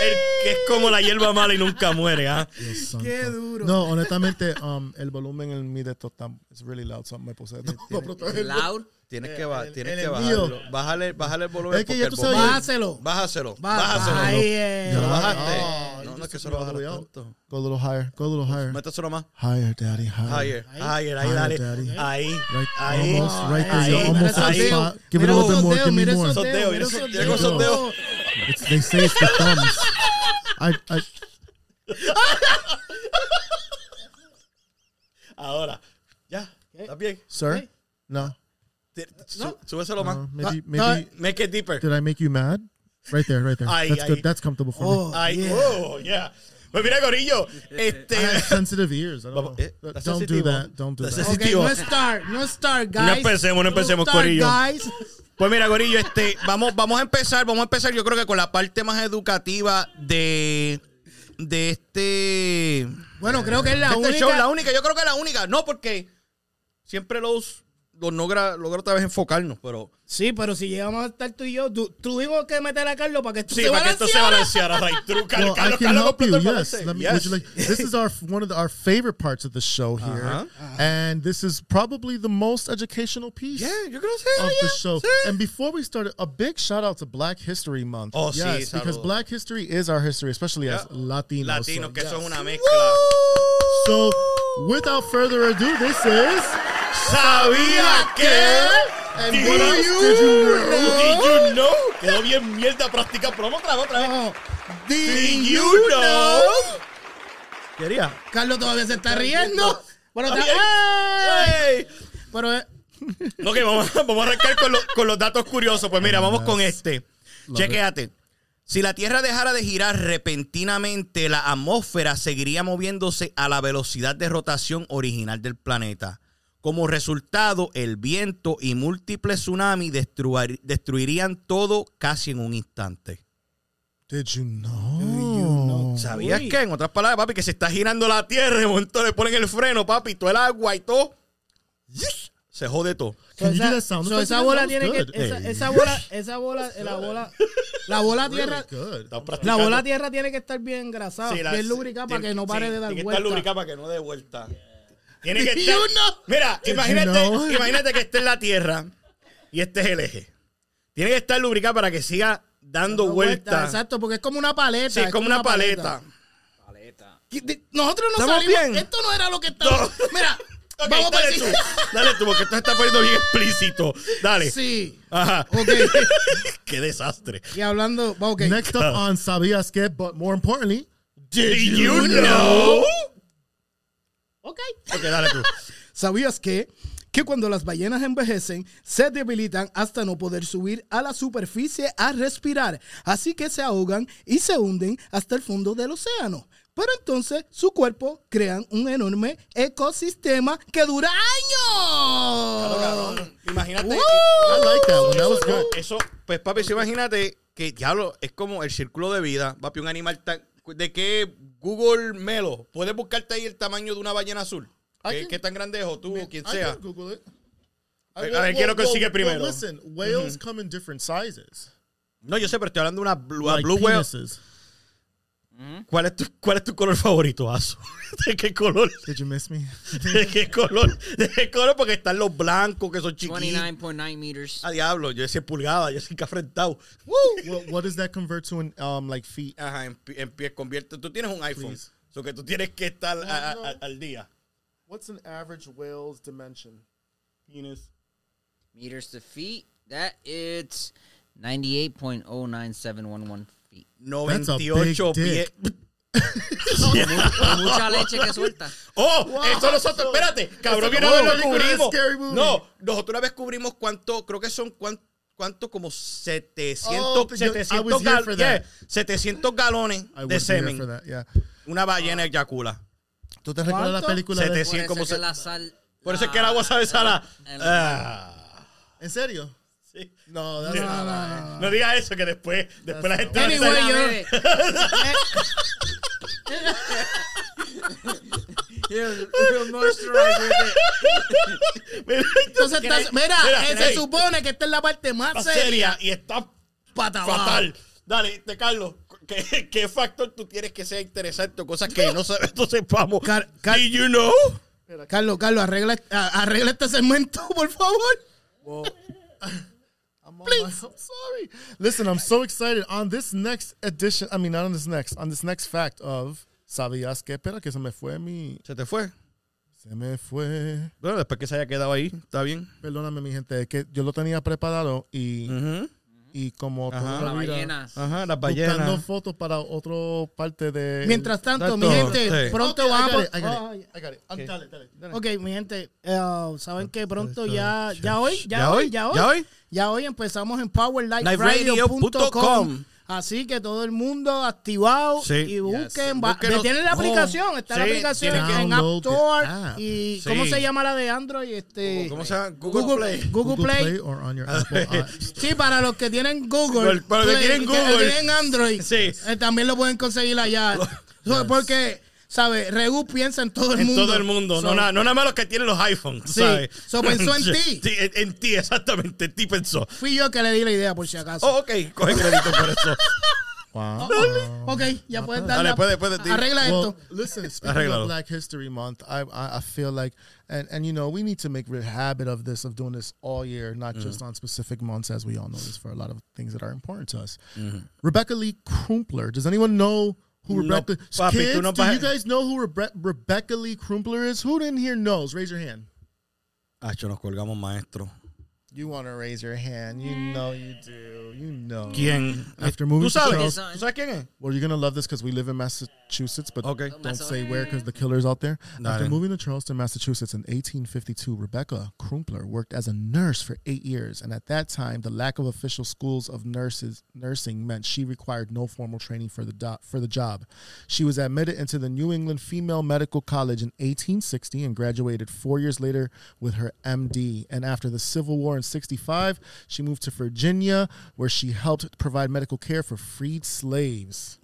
Speaker 3: El que es como la hierba mala y nunca muere, ¿ah?
Speaker 4: Dios santo.
Speaker 5: Qué duro.
Speaker 4: No, honestamente, um, el volumen en mí de esto está it's really loud, so me puse. para protegerlo.
Speaker 3: Loud. Tienes que, ba- tienes
Speaker 4: el
Speaker 3: que
Speaker 4: envío.
Speaker 3: bajarlo. Bájale, bájale el volumen.
Speaker 4: Es que
Speaker 3: porque
Speaker 4: ya
Speaker 3: el
Speaker 4: tú
Speaker 3: volumen-
Speaker 4: sabes-
Speaker 5: Bájaselo.
Speaker 3: Bájaselo.
Speaker 5: Baja-
Speaker 3: Bájaselo.
Speaker 5: Ahí,
Speaker 3: Ahí,
Speaker 5: eh.
Speaker 3: Lo
Speaker 4: Ya.
Speaker 3: bajaste.
Speaker 4: Ah,
Speaker 3: no, no es que
Speaker 4: yo
Speaker 3: se lo bajaras
Speaker 4: voy a-
Speaker 3: tanto.
Speaker 4: Go a little higher. Go a little higher.
Speaker 3: Métaselo más.
Speaker 4: Higher, daddy. Higher.
Speaker 3: Higher. Higher. Ahí,
Speaker 4: Higher,
Speaker 3: dale.
Speaker 4: daddy.
Speaker 3: Ahí.
Speaker 4: Right,
Speaker 3: Ahí.
Speaker 4: almost right there.
Speaker 3: Ahí.
Speaker 4: You're
Speaker 3: Mira
Speaker 4: almost on
Speaker 3: esos
Speaker 4: spot.
Speaker 5: dedos.
Speaker 4: Give it a
Speaker 3: Mira
Speaker 4: little bit
Speaker 5: esos
Speaker 4: more.
Speaker 5: dedos,
Speaker 4: Give me
Speaker 5: mira
Speaker 4: more.
Speaker 5: esos
Speaker 3: Soteo, mira
Speaker 5: dedos, mira
Speaker 3: ese-
Speaker 5: esos
Speaker 3: mira con soteo.
Speaker 5: dedos.
Speaker 4: It's, they say it's the thumbs. I, I,
Speaker 3: Ahora. Ya. ¿Está bien?
Speaker 4: sir? No.
Speaker 3: Te- su- Súbeselo más.
Speaker 4: Uh, maybe,
Speaker 3: Ah,
Speaker 4: maybe.
Speaker 3: Make it deeper.
Speaker 4: Did I make you mad? Right there, right there.
Speaker 3: Ay,
Speaker 4: That's
Speaker 3: ay.
Speaker 4: good. That's comfortable for me.
Speaker 3: Ahí. Oh, yeah. Pues mira, Gorillo. Este.
Speaker 4: I have sensitive ears. I
Speaker 3: Vamos,
Speaker 4: don't,
Speaker 3: eh,
Speaker 4: know.
Speaker 3: that's
Speaker 4: don't do
Speaker 3: sensitive.
Speaker 4: that. Don't do
Speaker 3: That's
Speaker 4: that.
Speaker 5: Ok,
Speaker 3: Positivo.
Speaker 5: no start, no start, guys.
Speaker 3: No empecemos, no empecemos,
Speaker 5: start,
Speaker 3: corillo.
Speaker 5: guys.
Speaker 3: Pues mira, Gorillo, este, vamos, vamos a empezar, vamos a empezar yo creo que con la parte más educativa de, de este,
Speaker 5: Bueno, creo que es la
Speaker 3: de este
Speaker 5: única.
Speaker 3: show, la única, yo creo que la única, no porque siempre los, los logra, logra otra vez enfocarnos, pero
Speaker 5: Sí, pero si llegamos a estar tú y yo, tú- tuvimos que meter a Carlos para que esto
Speaker 3: sí,
Speaker 5: se
Speaker 3: para que esto se
Speaker 5: balanceara.
Speaker 3: balanceara, right, true, Car-
Speaker 4: Well, I
Speaker 3: Carlos,
Speaker 4: can
Speaker 3: Carlos
Speaker 4: help
Speaker 3: completó
Speaker 4: you.
Speaker 3: el
Speaker 4: Yes.
Speaker 3: balance.
Speaker 4: Let me,
Speaker 3: Yes. Uh-huh.
Speaker 4: Would you like, this is our one of the, our favorite parts of the show here, and this is probably the most educational piece.
Speaker 3: Yeah, yo creo que sí,
Speaker 4: Of
Speaker 3: yeah,
Speaker 4: the show,
Speaker 3: sí.
Speaker 4: and before we started, a big shout out to Black History Month.
Speaker 3: Oh, sí,
Speaker 4: yes, because
Speaker 3: saludos.
Speaker 4: Black history is our history, especially as
Speaker 3: Yeah.
Speaker 4: Latinos.
Speaker 3: Latinos,
Speaker 4: so,
Speaker 3: que son
Speaker 4: yes.
Speaker 3: una mezcla.
Speaker 4: So, without further ado, this is.
Speaker 3: ¿Sabía que?
Speaker 4: And
Speaker 3: Do
Speaker 4: what else
Speaker 3: you
Speaker 4: did you know?
Speaker 3: Did you know? Quedó bien mierda práctica, pero vamos otra vez, otra vez. Did you know? Quería.
Speaker 5: Carlos todavía se está riendo. Bueno, está-
Speaker 3: Ay.
Speaker 5: ¡Ay! Pero eh,
Speaker 3: Ok, vamos, vamos a arrancar con, lo- con los datos curiosos. Pues mira, vamos con este. Chequéate. Si la Tierra dejara de girar repentinamente, la atmósfera seguiría moviéndose a la velocidad de rotación original del planeta. Como resultado, el viento y múltiples tsunamis destruar- destruirían todo casi en un instante.
Speaker 4: Did you know?
Speaker 3: ¿Sabías que? En otras palabras, papi, que se está girando la Tierra, de momento le ponen el freno, papi, todo el agua y todo. ¡Yish! Se jode todo.
Speaker 4: Can you
Speaker 5: esa,
Speaker 4: do that sound
Speaker 5: so
Speaker 4: effect
Speaker 5: esa
Speaker 4: again?
Speaker 5: bola
Speaker 4: That was
Speaker 5: tiene que.
Speaker 4: good.
Speaker 5: Esa,
Speaker 4: Hey,
Speaker 5: esa bola, esa bola, eh, la bola, la bola tierra,
Speaker 4: Good.
Speaker 3: Están
Speaker 5: la
Speaker 3: practicando.
Speaker 5: bola tierra tiene que estar bien engrasada,
Speaker 3: Sí, la-
Speaker 5: Ah, bien lubricada para
Speaker 3: tiene-
Speaker 5: que no pare
Speaker 3: sí,
Speaker 5: de dar
Speaker 3: tiene
Speaker 5: vuelta.
Speaker 3: que estar lubricada para que no dé vuelta. Tiene que
Speaker 5: You
Speaker 3: estar.
Speaker 5: know.
Speaker 3: Mira, imagínate,
Speaker 4: you know?
Speaker 3: imagínate que esté en la tierra y este es el eje. Tiene que estar lubricada para que siga dando
Speaker 5: No,
Speaker 3: vuelta.
Speaker 5: Exacto, porque es como una paleta.
Speaker 3: Sí, es como una paleta.
Speaker 5: Que- de- Nosotros no
Speaker 3: ¿Estamos
Speaker 5: salimos.
Speaker 3: bien?
Speaker 5: Esto no era lo que estaba.
Speaker 3: No.
Speaker 5: Mira,
Speaker 3: Ok,
Speaker 5: vamos para
Speaker 3: dale
Speaker 5: el
Speaker 3: tú.
Speaker 5: siguiente.
Speaker 3: Dale tú, porque esto se está poniendo bien explícito. Dale.
Speaker 5: Sí.
Speaker 3: Ajá.
Speaker 5: Ok.
Speaker 3: Qué desastre.
Speaker 5: Y hablando, va, ok.
Speaker 4: Next up on Sabias Que, but more importantly,
Speaker 3: Did you know?
Speaker 5: Ok.
Speaker 3: Ok, dale tú.
Speaker 5: ¿Sabías que que cuando las ballenas envejecen, se debilitan hasta no poder subir a la superficie a respirar. Así que se ahogan y se hunden hasta el fondo del océano. Pero entonces su cuerpo crean un enorme ecosistema que dura años.
Speaker 3: Imagínate.
Speaker 4: I like that one. That was
Speaker 3: No,
Speaker 4: good.
Speaker 3: eso, pues papi, sí, imagínate que diablo, es como el círculo de vida, papi, un animal tan. ¿De qué Google Melo? ¿Puedes buscarte ahí el tamaño de una ballena azul?
Speaker 4: I
Speaker 3: ¿Qué,
Speaker 4: can-
Speaker 3: qué tan grande es? O tú, o quien
Speaker 4: I
Speaker 3: sea.
Speaker 4: can Google it. I-
Speaker 3: A ver, quiero que sigue primero.
Speaker 4: listen, whales come in different sizes.
Speaker 3: No, yo sé, pero estoy hablando de una blue,
Speaker 4: Like
Speaker 3: blue whale.
Speaker 4: penises.
Speaker 3: ¿Cuál es, tu, ¿Cuál es tu color favorito, Azul? ¿De qué color?
Speaker 4: Did you miss me?
Speaker 3: ¿De qué color? ¿De qué color? Porque están los blancos que son chiquitos.
Speaker 7: 29.9 meters.
Speaker 3: A diablo, yo decía pulgada, yo soy cafrentado.
Speaker 4: what, what does that convert to in um like feet?
Speaker 3: Ajá, en, pi- en pie convierte. Tú tienes un iPhone.
Speaker 4: Please.
Speaker 3: O so que tú tienes que estar a- a-
Speaker 4: no.
Speaker 3: a- al día.
Speaker 4: What's an average whale's dimension?
Speaker 3: Penis.
Speaker 7: Meters to feet. That it's 98.09711 feet.
Speaker 3: 98
Speaker 4: That's a big
Speaker 3: pies.
Speaker 7: Mucha leche que suelta.
Speaker 3: ¡Oh! Eso nosotros, espérate, cabrón, que una vez
Speaker 4: como
Speaker 3: lo
Speaker 4: una película de
Speaker 3: cubrimos.
Speaker 4: Scary Movie.
Speaker 3: No, nosotros una vez cubrimos cuánto, creo que son cuánto, cuánto como 700,
Speaker 4: Oh, yo- I
Speaker 3: 700,
Speaker 4: was here
Speaker 3: gal-
Speaker 4: for
Speaker 3: yeah,
Speaker 4: that.
Speaker 3: 700 galones
Speaker 4: I
Speaker 3: de
Speaker 4: was here for
Speaker 3: semen.
Speaker 4: that. Yeah.
Speaker 3: Una ballena eyacula.
Speaker 4: ¿Tú te recuerdas la película de-
Speaker 3: 700
Speaker 7: Por eso
Speaker 3: como
Speaker 7: es que
Speaker 3: se-
Speaker 7: la sal...
Speaker 3: Por eso es
Speaker 7: la-
Speaker 3: que el agua sabe salada.
Speaker 7: El-
Speaker 3: Ah.
Speaker 4: ¿En serio?
Speaker 3: Sí.
Speaker 4: No, that's not a lie.
Speaker 3: No, digas eso que después, después la gente
Speaker 7: Anyway,
Speaker 3: va a estar-
Speaker 7: yo- Yeah, real moisturizer with it.
Speaker 3: Mira,
Speaker 5: Entonces,
Speaker 3: mira,
Speaker 5: estás- mira,
Speaker 3: mira, hey,
Speaker 5: eh, se supone que esta es la parte más
Speaker 3: está
Speaker 5: seria.
Speaker 3: seria y está
Speaker 5: Pata abajo.
Speaker 3: fatal. Dale, te Carlos, ¿qué, qué factor tú tienes que sea interesante o cosas que no sabes, no sepamos?
Speaker 5: Car- car-
Speaker 3: Did you know?
Speaker 5: Carlos, Carlos, arregla, a- arregla este segmento, por favor.
Speaker 4: I'm on my- I'm sorry. Listen, I'm so excited on this next edition. I mean, not on this next, on this next fact of Sabías que espera que se me fue mi,
Speaker 3: Se te fue.
Speaker 4: se me fue.
Speaker 3: Bueno, después que se haya quedado ahí, está bien.
Speaker 4: Perdóname, mi gente, que yo lo tenía preparado y, y como toda la
Speaker 7: La
Speaker 4: vida,
Speaker 7: ballena.
Speaker 3: Ajá, las
Speaker 4: buscando fotos para otro parte de.
Speaker 5: Mientras tanto, mi
Speaker 3: Exacto,
Speaker 5: gente,
Speaker 3: sí.
Speaker 5: pronto
Speaker 4: Okay, I got
Speaker 5: vamos.
Speaker 4: it, I got it.
Speaker 5: Ay,
Speaker 4: I got it. Um, dale, dale.
Speaker 5: Ok, mi gente, eh, saben que pronto ya, ya hoy, ya, hoy, ya hoy,
Speaker 3: ¿Ya
Speaker 5: ya
Speaker 3: hoy?
Speaker 5: hoy, empezamos en powerlightradio.com.
Speaker 3: LiveRadio.com.
Speaker 5: Así que todo el mundo activado
Speaker 3: Sí.
Speaker 5: y busquen, va-
Speaker 3: Búsquenos.
Speaker 5: tienen la
Speaker 3: Oh,
Speaker 5: aplicación, está la
Speaker 3: sí,
Speaker 5: aplicación
Speaker 4: tienen que-
Speaker 5: en App
Speaker 4: Download the
Speaker 5: Store
Speaker 4: app.
Speaker 5: y
Speaker 3: Ah, Sí.
Speaker 5: ¿cómo se llama la de Android? Este,
Speaker 3: ¿Cómo se llama? Google,
Speaker 5: Google,
Speaker 3: Play.
Speaker 5: Google Play.
Speaker 4: or on your Apple. uh,
Speaker 5: Sí, para los que tienen
Speaker 3: Google,
Speaker 5: Google,
Speaker 3: para los que tienen
Speaker 5: Pues, que
Speaker 3: Google.
Speaker 5: tienen Android,
Speaker 3: Sí.
Speaker 5: eh, también lo pueden conseguir allá. So, Porque, ¿sabes? Regu piensa en todo el
Speaker 3: En
Speaker 5: mundo.
Speaker 3: todo el mundo,
Speaker 5: So,
Speaker 3: no, nada, no nada más los que tienen los iPhones,
Speaker 5: Sí.
Speaker 3: ¿sabes?
Speaker 5: So, pensó en ti.
Speaker 3: Sí, en, en ti, exactamente, en ti pensó.
Speaker 5: Fui yo que le di la idea, por si acaso.
Speaker 3: Oh, ok, coge crédito por eso.
Speaker 4: wow.
Speaker 5: Ah. ok, ya puedes dar
Speaker 3: Ah, Dale,
Speaker 5: la-
Speaker 3: puede, puede. di-
Speaker 5: Arregla
Speaker 4: Well,
Speaker 5: esto.
Speaker 4: listen, speaking
Speaker 3: Arreglado.
Speaker 4: of Black History Month, I, I I feel like, and and you know, we need to make a habit of this, of doing this all year, not just
Speaker 3: Mm-hmm.
Speaker 4: on specific months, as we all know this for a lot of things that are important to us.
Speaker 3: Mm-hmm.
Speaker 4: Rebecca Lee Crumpler. Does anyone know who
Speaker 3: No,
Speaker 4: Rebecca?
Speaker 3: papi, tú
Speaker 4: Kids,
Speaker 3: no
Speaker 4: do
Speaker 3: vas-
Speaker 4: you guys know who Rebe- Rebecca Lee Crumpler is? Who in here knows? Raise your hand.
Speaker 3: Acho, nos colgamos, maestro.
Speaker 4: You want to raise your hand? You know you do. You know.
Speaker 3: ¿Quién?
Speaker 4: After moving
Speaker 3: Eh, ¿Tú
Speaker 4: to
Speaker 3: sabes?
Speaker 4: Charles-
Speaker 3: Ah, ¿Tú sabes quién es?
Speaker 4: Well, you're gonna love this because we live in Massachusetts, but
Speaker 3: Okay.
Speaker 4: don't say where because the killer's out there.
Speaker 3: Nah,
Speaker 4: After
Speaker 3: then.
Speaker 4: moving to Charleston, Massachusetts in 1852, Rebecca Crumpler worked as a nurse for eight years, and at that time, the lack of official schools of nurses nursing meant she required no formal training for the do- for the job. She was admitted into the New England Female Medical College in 1860 and graduated four years later with her MD. And after the Civil War in 65, she moved to Virginia, where she helped provide medical care for freed slaves.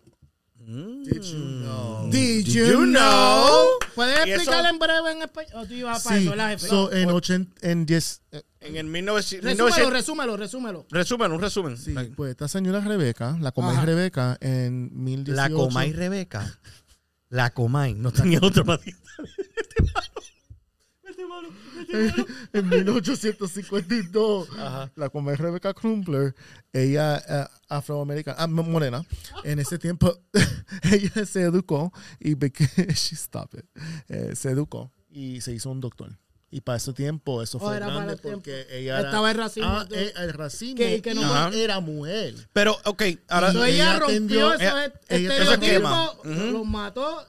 Speaker 4: Did you know?
Speaker 5: Did
Speaker 3: you know?
Speaker 5: ¿Puedes
Speaker 3: Y eso-
Speaker 5: explicarlo en breve en español? ¿O tú ibas para
Speaker 4: Sí,
Speaker 5: eso, la jefe?
Speaker 4: so en 80, en 10, eh,
Speaker 3: En el 1900.
Speaker 5: resúmelo,
Speaker 3: 1900
Speaker 5: resúmelo, resúmelo.
Speaker 3: resumen, un resumen.
Speaker 4: sí, pues esta señora Rebeca, la Comay
Speaker 5: Ajá.
Speaker 4: Rebeca, en 1018.
Speaker 3: La Comay Rebeca. La Comay. No tenía otro matiz.
Speaker 4: en 1852, la Comay Rebeca Crumpler, ella eh, afroamericana, ah, morena, en ese tiempo ella se educó y beca- she stopped it. Eh, se educó y se hizo un doctor. Y para ese tiempo, eso fue
Speaker 5: Oh, era para
Speaker 4: grande
Speaker 5: el tiempo.
Speaker 4: porque ella era-
Speaker 5: Estaba el racismo,
Speaker 4: Ah,
Speaker 5: tú.
Speaker 4: eh, el racismo.
Speaker 5: Que- que no-
Speaker 4: y
Speaker 3: Ajá.
Speaker 4: era mujer.
Speaker 3: Pero, ok, ahora.
Speaker 5: So,
Speaker 4: ella
Speaker 5: ella rompió
Speaker 4: atendió-
Speaker 5: esos
Speaker 3: ella-
Speaker 5: est-
Speaker 4: ella- eso
Speaker 5: estereotipos,
Speaker 3: quema. Ujú.
Speaker 5: los mató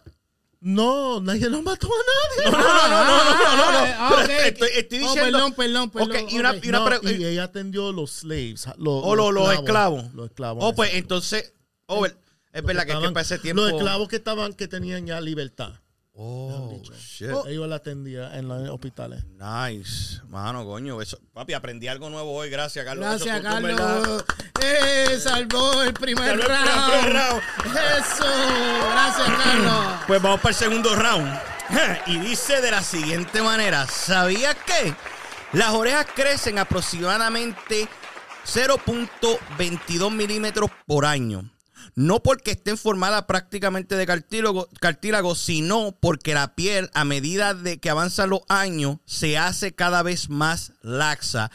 Speaker 4: No, nadie lo mató a nadie.
Speaker 3: No, no, no, no, no, no, no.
Speaker 5: Ah,
Speaker 3: Pero
Speaker 5: ok.
Speaker 3: Estoy, estoy
Speaker 5: Oh,
Speaker 3: diciendo.
Speaker 5: perdón, perdón, perdón.
Speaker 3: Ok, y una-
Speaker 5: ok.
Speaker 3: y una-
Speaker 4: No,
Speaker 3: pre-
Speaker 4: y ella atendió los slaves. ah, Los,
Speaker 3: O los, los esclavos.
Speaker 4: Los esclavos.
Speaker 3: Oh, pues
Speaker 4: exacto.
Speaker 3: entonces. Oh, ver- es
Speaker 4: Los
Speaker 3: verdad que, es que
Speaker 4: estaban-
Speaker 3: para ese tiempo.
Speaker 4: Los esclavos que estaban, que tenían ya libertad.
Speaker 3: Oh, shit.
Speaker 4: Ellos la atendían en los hospitales.
Speaker 3: Nice. Mano, coño. Eso, papi, aprendí algo nuevo hoy. Gracias, Carlos.
Speaker 5: Gracias,
Speaker 3: Eso fue tú, ¿verdad?
Speaker 5: Carlos. Eh, salvó el primer
Speaker 3: Salvó el
Speaker 5: round.
Speaker 3: primer round.
Speaker 5: Eso. Gracias, Carlos.
Speaker 3: Pues vamos para el segundo round. Y dice de la siguiente manera: ¿Sabías que las orejas crecen aproximadamente 0.22 milímetros por año? No porque estén formadas prácticamente de cartílago, cartílago, sino porque la piel, a medida de que avanzan los años, se hace cada vez más laxa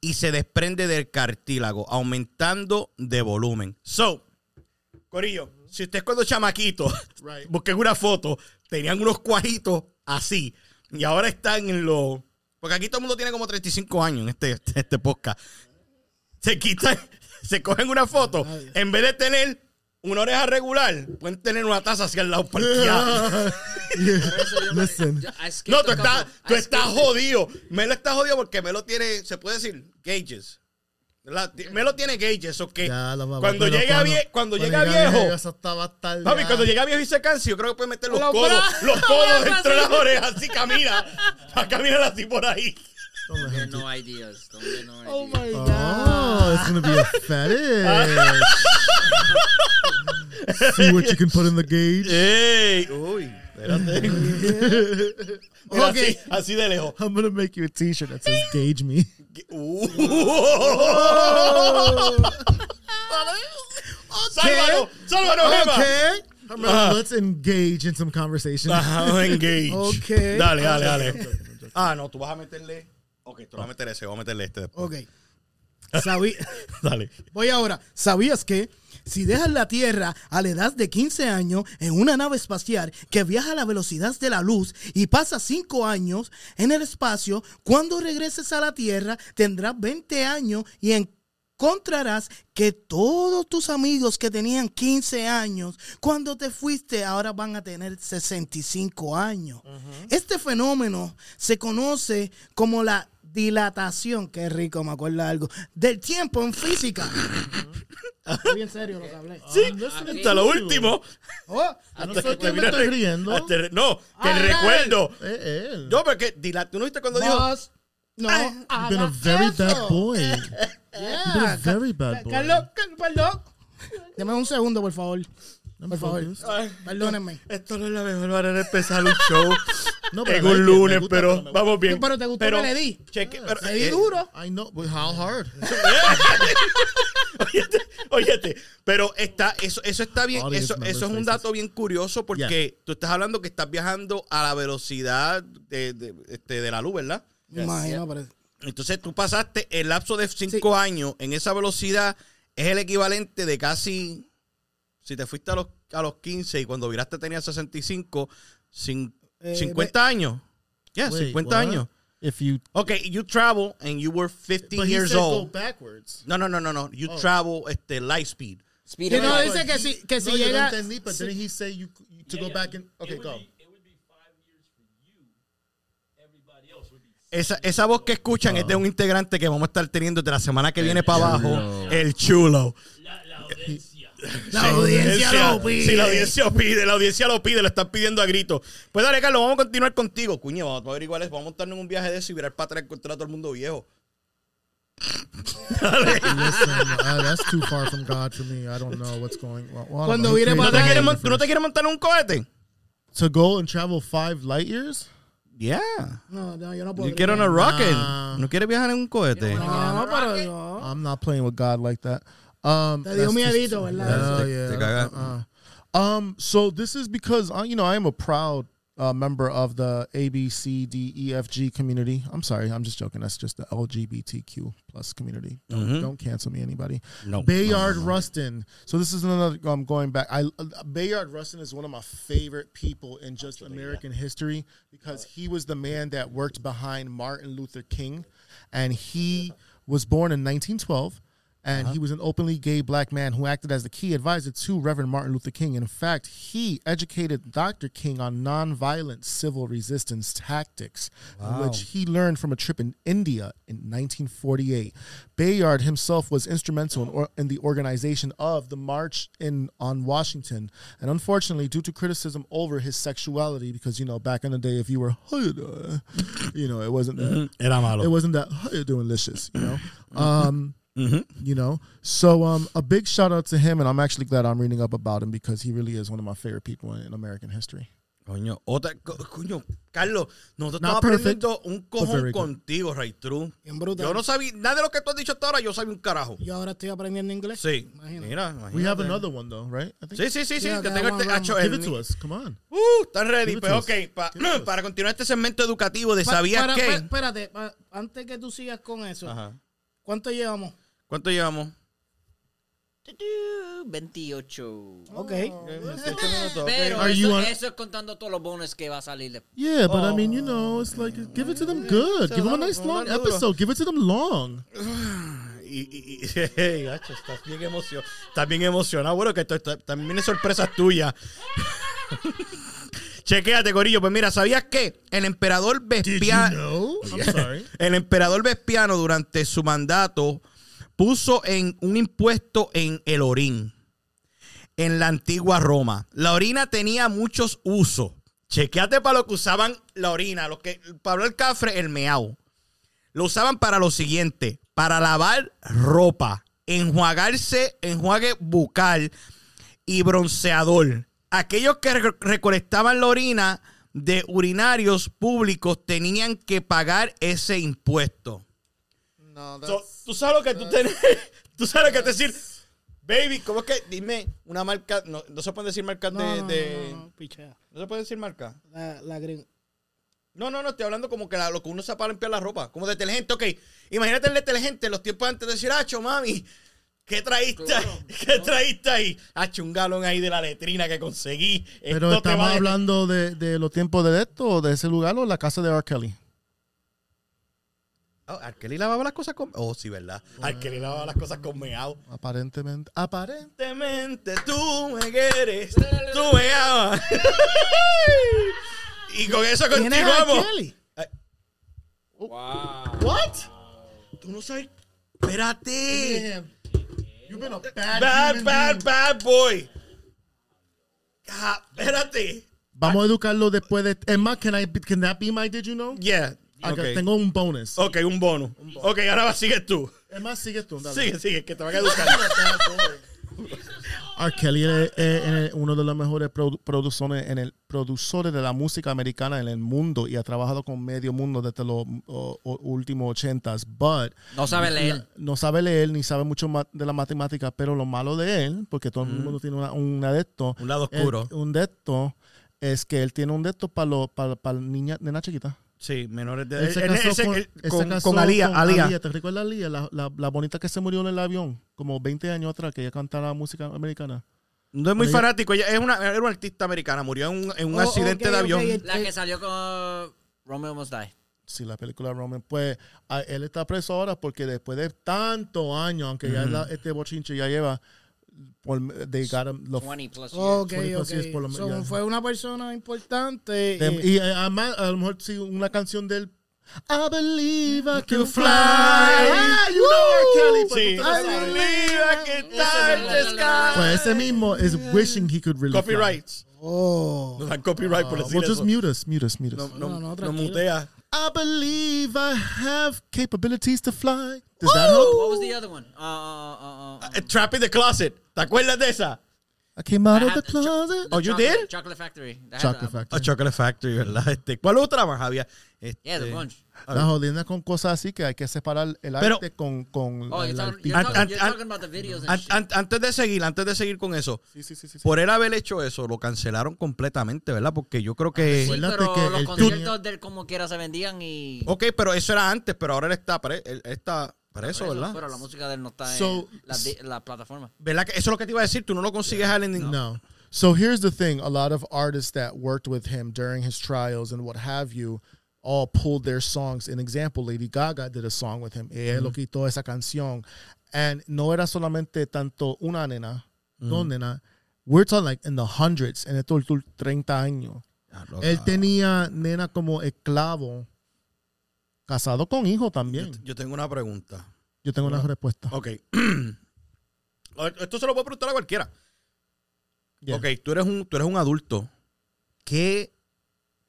Speaker 3: y se desprende del cartílago, aumentando de volumen. So, Corillo, si usted es cuando chamaquito,
Speaker 4: Right.
Speaker 3: busquen una foto, tenían unos cuajitos así y ahora están en los... Porque aquí todo el mundo tiene como 35 años en este, este, este podcast. Se quitan, se cogen una foto. En vez de tener una oreja regular, pueden tener una taza hacia el lado parqueada.
Speaker 7: Por eso yo me-
Speaker 4: Listen.
Speaker 7: yo- I skipped
Speaker 3: No,
Speaker 7: a
Speaker 3: tú estás,
Speaker 7: couple.
Speaker 3: tú
Speaker 7: I
Speaker 3: estás
Speaker 7: skipped it.
Speaker 3: jodido. Melo está jodido porque Melo tiene, se puede decir, gauges. ¿verdad? Ti- Melo tiene gauges, o que
Speaker 4: Ya, la mamá,
Speaker 3: eh, cuando
Speaker 4: pero
Speaker 3: llega, vie- cuando llega viejo,
Speaker 4: eso estaba tarde.
Speaker 3: Papi, cuando llega viejo y se cansa, yo creo que puede meter los
Speaker 5: Los
Speaker 3: codos,
Speaker 5: brazos,
Speaker 3: los codos
Speaker 5: brazos
Speaker 3: dentro de las
Speaker 5: así.
Speaker 3: orejas, así camina. Va, Camina así por ahí.
Speaker 7: Don't get no ideas. Don't get no
Speaker 5: Oh,
Speaker 7: ideas.
Speaker 5: my God.
Speaker 4: Oh, it's gonna be a fetish. See what you can put in the gauge.
Speaker 3: ¡Ey! Uy, espérate. Mira,
Speaker 4: Ok.
Speaker 3: así, así de lejos.
Speaker 4: I'm gonna make you a T-shirt that says "Gauge me."
Speaker 3: Uh. ¡Sálvalo! ¡Sálvalo, Gemma!
Speaker 4: Okay. I'm gonna-
Speaker 3: Ah.
Speaker 4: let's engage in some conversation.
Speaker 3: Ajá, engage.
Speaker 5: Ok.
Speaker 3: Dale, dale, dale. Ah, no, tú vas a meterle. Ok, tú vas a meter ese, voy a meterle este después.
Speaker 5: Ok. Sabí-
Speaker 3: Dale.
Speaker 5: Voy ahora. ¿Sabías que? Si dejas la Tierra a la edad de 15 años en una nave espacial que viaja a la velocidad de la luz y pasa 5 años en el espacio, cuando regreses a la Tierra tendrás 20 años y encontrarás que todos tus amigos que tenían 15 años cuando te fuiste ahora van a tener 65 años. Este fenómeno se conoce como la dilatación, qué rico, me acuerdo de algo, del tiempo en física. Estoy bien serio lo que hablé.
Speaker 3: Sí,
Speaker 7: listening
Speaker 3: hasta lo último.
Speaker 5: Oh,
Speaker 4: No
Speaker 3: Hasta
Speaker 4: sé
Speaker 3: que
Speaker 4: qué me
Speaker 3: termina
Speaker 4: estoy
Speaker 3: re-
Speaker 4: riendo.
Speaker 3: hasta re- No, que
Speaker 5: Ah,
Speaker 3: el
Speaker 5: era
Speaker 3: recuerdo.
Speaker 4: Eh, él.
Speaker 3: No, porque dila- tú no viste cuando dijo.
Speaker 5: Vos no
Speaker 4: You've been a
Speaker 5: hagas
Speaker 4: very
Speaker 5: eso.
Speaker 4: bad boy. You've been a
Speaker 5: Ah, Yeah.
Speaker 4: very bad boy.
Speaker 5: Carlos, Car- perdón. Deme un segundo, por favor.
Speaker 4: I'm
Speaker 5: Por favor.
Speaker 4: focused.
Speaker 3: "Ay,
Speaker 5: Perdónenme.
Speaker 3: Esto no es la mejor manera de empezar un show.
Speaker 4: No,
Speaker 3: en
Speaker 4: I like it.
Speaker 3: un
Speaker 4: Me
Speaker 3: lunes,
Speaker 4: gusta,
Speaker 3: pero
Speaker 4: me gusta.
Speaker 3: vamos bien.
Speaker 5: Pero te gustó
Speaker 3: Pero-
Speaker 5: que le di.
Speaker 3: Cheque, pero,
Speaker 5: Le di
Speaker 3: eh,
Speaker 5: duro.
Speaker 4: I know, but how hard?
Speaker 3: óyete, óyete, pero está, eso, eso está bien,
Speaker 4: Audience
Speaker 3: eso,
Speaker 4: members
Speaker 3: eso es un
Speaker 4: faces.
Speaker 3: dato bien curioso porque tú estás hablando que estás viajando a la velocidad de, de- este, de la luz, ¿verdad?
Speaker 5: Me imagino, pero...
Speaker 3: Entonces tú pasaste el lapso de cinco años en esa velocidad, es el equivalente de casi, si te fuiste a los, a los 15 y cuando viraste tenías 65, cin-
Speaker 5: Eh,
Speaker 3: 50 años. Ya,
Speaker 4: Wait,
Speaker 3: 50
Speaker 4: what?
Speaker 3: años.
Speaker 4: If you
Speaker 3: Ok, you travel and you were 15
Speaker 4: but he
Speaker 3: years
Speaker 4: said go Oh.
Speaker 3: old.
Speaker 4: backwards.
Speaker 3: No, no, no, no, no. You travel este, light speed.
Speaker 7: Speed
Speaker 5: Que
Speaker 7: of
Speaker 5: no
Speaker 7: light.
Speaker 5: dice que si, que si
Speaker 4: no, yo
Speaker 5: llega...
Speaker 4: no entendí, but didn't he say you, you to go back and okay go?
Speaker 3: Esa, esa voz que escuchan es de
Speaker 5: Ah.
Speaker 3: un integrante que vamos a estar teniendo de la semana que viene para abajo, el chulo.
Speaker 5: La audiencia lo pide.
Speaker 3: Sí, la audiencia lo pide, la audiencia lo pide, lo están pidiendo a gritos. Pues dale, Carlos, vamos a continuar contigo. Cuño, vamos a averiguar eso, vamos a montarnos en un viaje de eso y virar para atrás y encontrar a todo el mundo viejo.
Speaker 4: Listen, uh, that's too far from God for me. I don't know what's going on. Well,
Speaker 5: Cuando
Speaker 4: I'm
Speaker 5: vire
Speaker 4: crazy.
Speaker 5: para
Speaker 3: ¿No te
Speaker 5: Ay,
Speaker 3: quieres mon- ¿Tú no te quieres montar en un cohete?
Speaker 4: to go and travel five light years?
Speaker 3: Yeah.
Speaker 5: No, no, yo no puedo.
Speaker 3: You get on a rocket. ¿No quieres viajar en un cohete?
Speaker 5: Ah, No, pero no.
Speaker 4: I'm not playing with God like that. Um,
Speaker 5: Oh. Te dio
Speaker 4: that's just-
Speaker 5: miedito, ¿verdad?
Speaker 4: Oh,
Speaker 3: Te-
Speaker 4: yeah.
Speaker 3: te
Speaker 5: Ah,
Speaker 3: caga.
Speaker 4: Uh-uh. Um, so this is because uh, you know I am a proud uh, member of the A B C D E F G community. I'm sorry, I'm just joking. That's just the LGBTQ plus community. Don't, don't cancel me, anybody.
Speaker 3: No,
Speaker 4: Bayard Rustin. So this is another. um, going back. I uh, Bayard Rustin is one of my favorite people in just American history because he was the man that worked behind Martin Luther King, and he was born in 1912 And he was an openly gay black man who acted as the key advisor to Reverend Martin Luther King. And in fact, he educated Dr. King on nonviolent civil resistance tactics, which he learned from a trip in India in 1948. Bayard himself was instrumental in, or, in the organization of the March in on Washington. And unfortunately, due to criticism over his sexuality, because, you know, back in the day, if you were, you know, it wasn't that
Speaker 3: Mm-hmm. Era
Speaker 4: it
Speaker 3: malo.
Speaker 4: wasn't that "Huh, you're doing delicious, you know. Um, You know, so um, a big shout out to him, and I'm actually glad I'm reading up about him because he really is one of my favorite people in, in American history.
Speaker 3: Coño, otra, co- coño, Carlos, nosotros
Speaker 4: Not
Speaker 3: estamos
Speaker 4: perfect,
Speaker 3: aprendiendo un
Speaker 4: very
Speaker 3: cojón
Speaker 4: good.
Speaker 3: contigo, Ray True.
Speaker 5: Bien brutal.
Speaker 3: Yo no sabía, nada de lo que tú has dicho hasta ahora, yo sabía un carajo.
Speaker 5: Yo ahora estoy aprendiendo inglés.
Speaker 3: Sí,
Speaker 5: Imagínate.
Speaker 3: mira, imagínate.
Speaker 4: We have another one though, right? I think.
Speaker 3: Sí, sí, sí, sí,
Speaker 5: Yeah,
Speaker 3: que
Speaker 5: that
Speaker 3: tengo
Speaker 5: one,
Speaker 3: este
Speaker 5: that
Speaker 3: hacho.
Speaker 5: one.
Speaker 4: Give
Speaker 3: el-
Speaker 4: it to us. Come on.
Speaker 3: Uh, están ready.
Speaker 4: Give it
Speaker 3: Pues
Speaker 4: to us.
Speaker 3: ok, pa-
Speaker 4: Give it to us.
Speaker 3: para continuar este segmento educativo de
Speaker 5: Pa-
Speaker 3: ¿Sabías
Speaker 5: para-
Speaker 3: qué?
Speaker 5: pa- espérate, pa- antes que tú sigas con eso,
Speaker 3: Ajá.
Speaker 5: ¿cuánto llevamos?
Speaker 3: ¿Cuánto llevamos?
Speaker 7: 28.
Speaker 5: Ok. Este
Speaker 7: Pero
Speaker 4: Are you
Speaker 7: eso,
Speaker 4: on-
Speaker 7: eso es contando todos los bonus que va a salir de
Speaker 4: Yeah, but I mean, you know, it's like give it to them good. Give them a nice long
Speaker 3: dale duro.
Speaker 4: episode. Give it to them long.
Speaker 3: Y, y- y- hey, gacho, estás bien emocionado. Estás bien emocionado. Bueno, que esto, esto- también es sorpresa tuya. Chequéate, Corillo. Pues mira, ¿sabías qué? El emperador Vespiano.
Speaker 4: No, Oh, I'm sorry.
Speaker 3: El emperador Vespiano durante su mandato puso en un impuesto en el orín. En la antigua Roma. La orina tenía muchos usos. Chequéate para lo que usaban la orina. Lo que, para hablar cafre, el meao. Lo usaban para lo siguiente: para lavar ropa, enjuagarse, enjuague bucal y bronceador. Aquellos que reco- recolectaban la orina de urinarios públicos tenían que pagar ese impuesto.
Speaker 8: No,
Speaker 3: So,
Speaker 8: that's-
Speaker 3: tú sabes lo que tú tenés. Tú sabes lo que es decir. Baby, ¿cómo es que? Dime una marca. No, no se pueden decir marcas
Speaker 5: No,
Speaker 3: de.
Speaker 5: no,
Speaker 3: de-
Speaker 5: no, no, pichea.
Speaker 3: no se puede decir marca.
Speaker 5: La, la green.
Speaker 3: No, no, no, estoy hablando como que la- lo que uno usa para limpiar la ropa, como detergente, ok. Imagínate el detergente en los tiempos antes de decir, Acho, mami, ¿qué traíste, ahí? ¿Qué traíste ahí? Acho, un galón ahí de la letrina que conseguí.
Speaker 4: Pero
Speaker 3: Esto te
Speaker 4: estamos
Speaker 3: va a-
Speaker 4: hablando de, de los tiempos de esto, o de ese lugar o la casa de R. Kelly.
Speaker 3: Oh, Arkeli lavaba las cosas con... Oh, sí, ¿verdad? Arkeli lavaba las cosas con meao.
Speaker 4: Aparentemente, aparentemente.
Speaker 3: Aparentemente tú me quieres, tú me amas. y con eso
Speaker 5: ¿Quién es R.
Speaker 3: continuamos.
Speaker 5: Kelly?
Speaker 3: What? Tú no sabes... Espérate.
Speaker 4: You've been a bad,
Speaker 3: Bad, bad, bad boy. Ah, espérate.
Speaker 4: Vamos a educarlo después de. Es más, can, I, can that be my did you know?
Speaker 3: Yeah.
Speaker 4: I got-
Speaker 3: Okay.
Speaker 4: Ah, Tengo un bonus.
Speaker 3: ok, un bonus. Ok, ahora vas, sigues tú.
Speaker 4: Es más, sigue tú. Dale.
Speaker 3: Sigue, sigue, que te van a educar.
Speaker 4: R. Kelly es, es- es uno de los mejores produ- productores, en el, productores de la música americana en el mundo y ha trabajado con medio mundo desde los o- o- últimos ochentas. But
Speaker 7: No sabe leer.
Speaker 4: no sabe leer ni sabe mucho ma- de la matemática, pero lo malo de él, porque todo el mundo tiene una, un adepto.
Speaker 3: Mm. Un lado oscuro.
Speaker 4: un adepto es que él tiene un adepto para para, para niña, nena chiquita.
Speaker 3: Sí, menores de Eh,
Speaker 4: Él se
Speaker 3: él-
Speaker 4: casó
Speaker 3: él se-
Speaker 4: con,
Speaker 3: él-
Speaker 4: él se
Speaker 3: con-
Speaker 4: casó
Speaker 3: con Alía,
Speaker 4: con
Speaker 3: Alía.
Speaker 4: Alía. ¿Te recuerdas a Alía? La, la, la bonita que se murió en el avión, como 20 años atrás, que ella cantaba música americana.
Speaker 3: No es muy
Speaker 4: Alía.
Speaker 3: fanático, ella es una, era una artista americana, murió en un, en un
Speaker 5: Oh,
Speaker 3: accidente
Speaker 5: ok,
Speaker 3: de
Speaker 5: ok,
Speaker 3: avión.
Speaker 5: el-
Speaker 7: La que salió con Romeo Must Die.
Speaker 4: Sí, la película Roman. Pues a- él está preso ahora porque después de tantos años, aunque ya la- este bochinche ya lleva, por, they got him- lo-
Speaker 7: 20 plus years.
Speaker 5: Ok,
Speaker 4: Forty
Speaker 5: ok.
Speaker 4: plus years por lo
Speaker 5: So,
Speaker 4: menos.
Speaker 5: fue una persona importante.
Speaker 4: de-
Speaker 5: eh,
Speaker 4: y eh, además, a lo mejor sí, una canción del I believe I can fly.
Speaker 3: Ah,
Speaker 4: you know R. Kelly.
Speaker 3: Sí.
Speaker 4: Pues, tú
Speaker 3: I
Speaker 4: sabes.
Speaker 3: believe I can touch the sky.
Speaker 4: Pues ese mismo es wishing he could really fly.
Speaker 3: Copyrights.
Speaker 5: oh.
Speaker 3: No dan copyright por
Speaker 4: Uh,
Speaker 3: decir
Speaker 4: well, just
Speaker 3: eso.
Speaker 4: mute us, mute us, mute us.
Speaker 3: No, no,
Speaker 5: No, no,
Speaker 3: no,
Speaker 5: tranquilo.
Speaker 3: mutea.
Speaker 4: I believe I have capabilities to fly. Does that help?
Speaker 7: What was the other one? Uh, uh, uh, uh, uh,
Speaker 3: A Eh, Trap in the Closet. ¿Te acuerdas de esa?
Speaker 4: I came out
Speaker 7: I
Speaker 4: of
Speaker 7: had
Speaker 4: the
Speaker 7: the cho-
Speaker 4: closet.
Speaker 7: the
Speaker 3: Ah, Oh, ah, you
Speaker 7: chocolate-
Speaker 3: did?
Speaker 7: Chocolate Factory. That had
Speaker 4: Chocolate
Speaker 7: the-
Speaker 4: Factory.
Speaker 3: Chocolate Factory, ¿verdad? Este, ¿Cuál otra más había? Este,
Speaker 7: Yeah, the Oh, bunch.
Speaker 4: La jodienda con cosas así que hay que separar el
Speaker 3: Pero-
Speaker 4: arte con, con
Speaker 7: Oh, you're
Speaker 4: el
Speaker 7: talking,
Speaker 4: artista.
Speaker 7: you're talking,
Speaker 3: and-
Speaker 7: you're
Speaker 3: and-
Speaker 7: talking about the videos and
Speaker 3: An-
Speaker 7: shit.
Speaker 3: an- antes de seguir, antes de seguir con eso, por él haber hecho eso, lo cancelaron completamente, ¿verdad? Porque yo creo que. Oh,
Speaker 7: Sí,
Speaker 4: Acuérdate
Speaker 7: pero
Speaker 4: que
Speaker 7: los
Speaker 4: él
Speaker 7: conciertos del como quiera se vendían y...
Speaker 3: Ok, pero eso era antes, pero ahora él está, pre- él está preso,
Speaker 7: Eso,
Speaker 3: ¿verdad?
Speaker 7: Pero la música de él no está
Speaker 4: So-
Speaker 7: en la, di- la plataforma.
Speaker 3: ¿Verdad? que Eso es lo que te iba a decir, tú no lo consigues al ending.
Speaker 4: No. So here's the thing: a lot of artists that worked with him during his trials and what have you, "Eh, all pulled their songs. An example: Lady Gaga did a song with him. Ella lo quitó esa canción. And no era solamente tanto una nena, dos nenas. We're talking like in the hundreds, en estos últimos 30 años.
Speaker 3: Ah, Oh,
Speaker 4: Él tenía nena como esclavo, casado con hijo también.
Speaker 3: Yo tengo una pregunta.
Speaker 4: Yo tengo una respuesta.
Speaker 3: Ok. Esto se lo puedo preguntar a cualquiera.
Speaker 4: Yeah.
Speaker 3: Ok, tú eres, un, tú eres un adulto. ¿Qué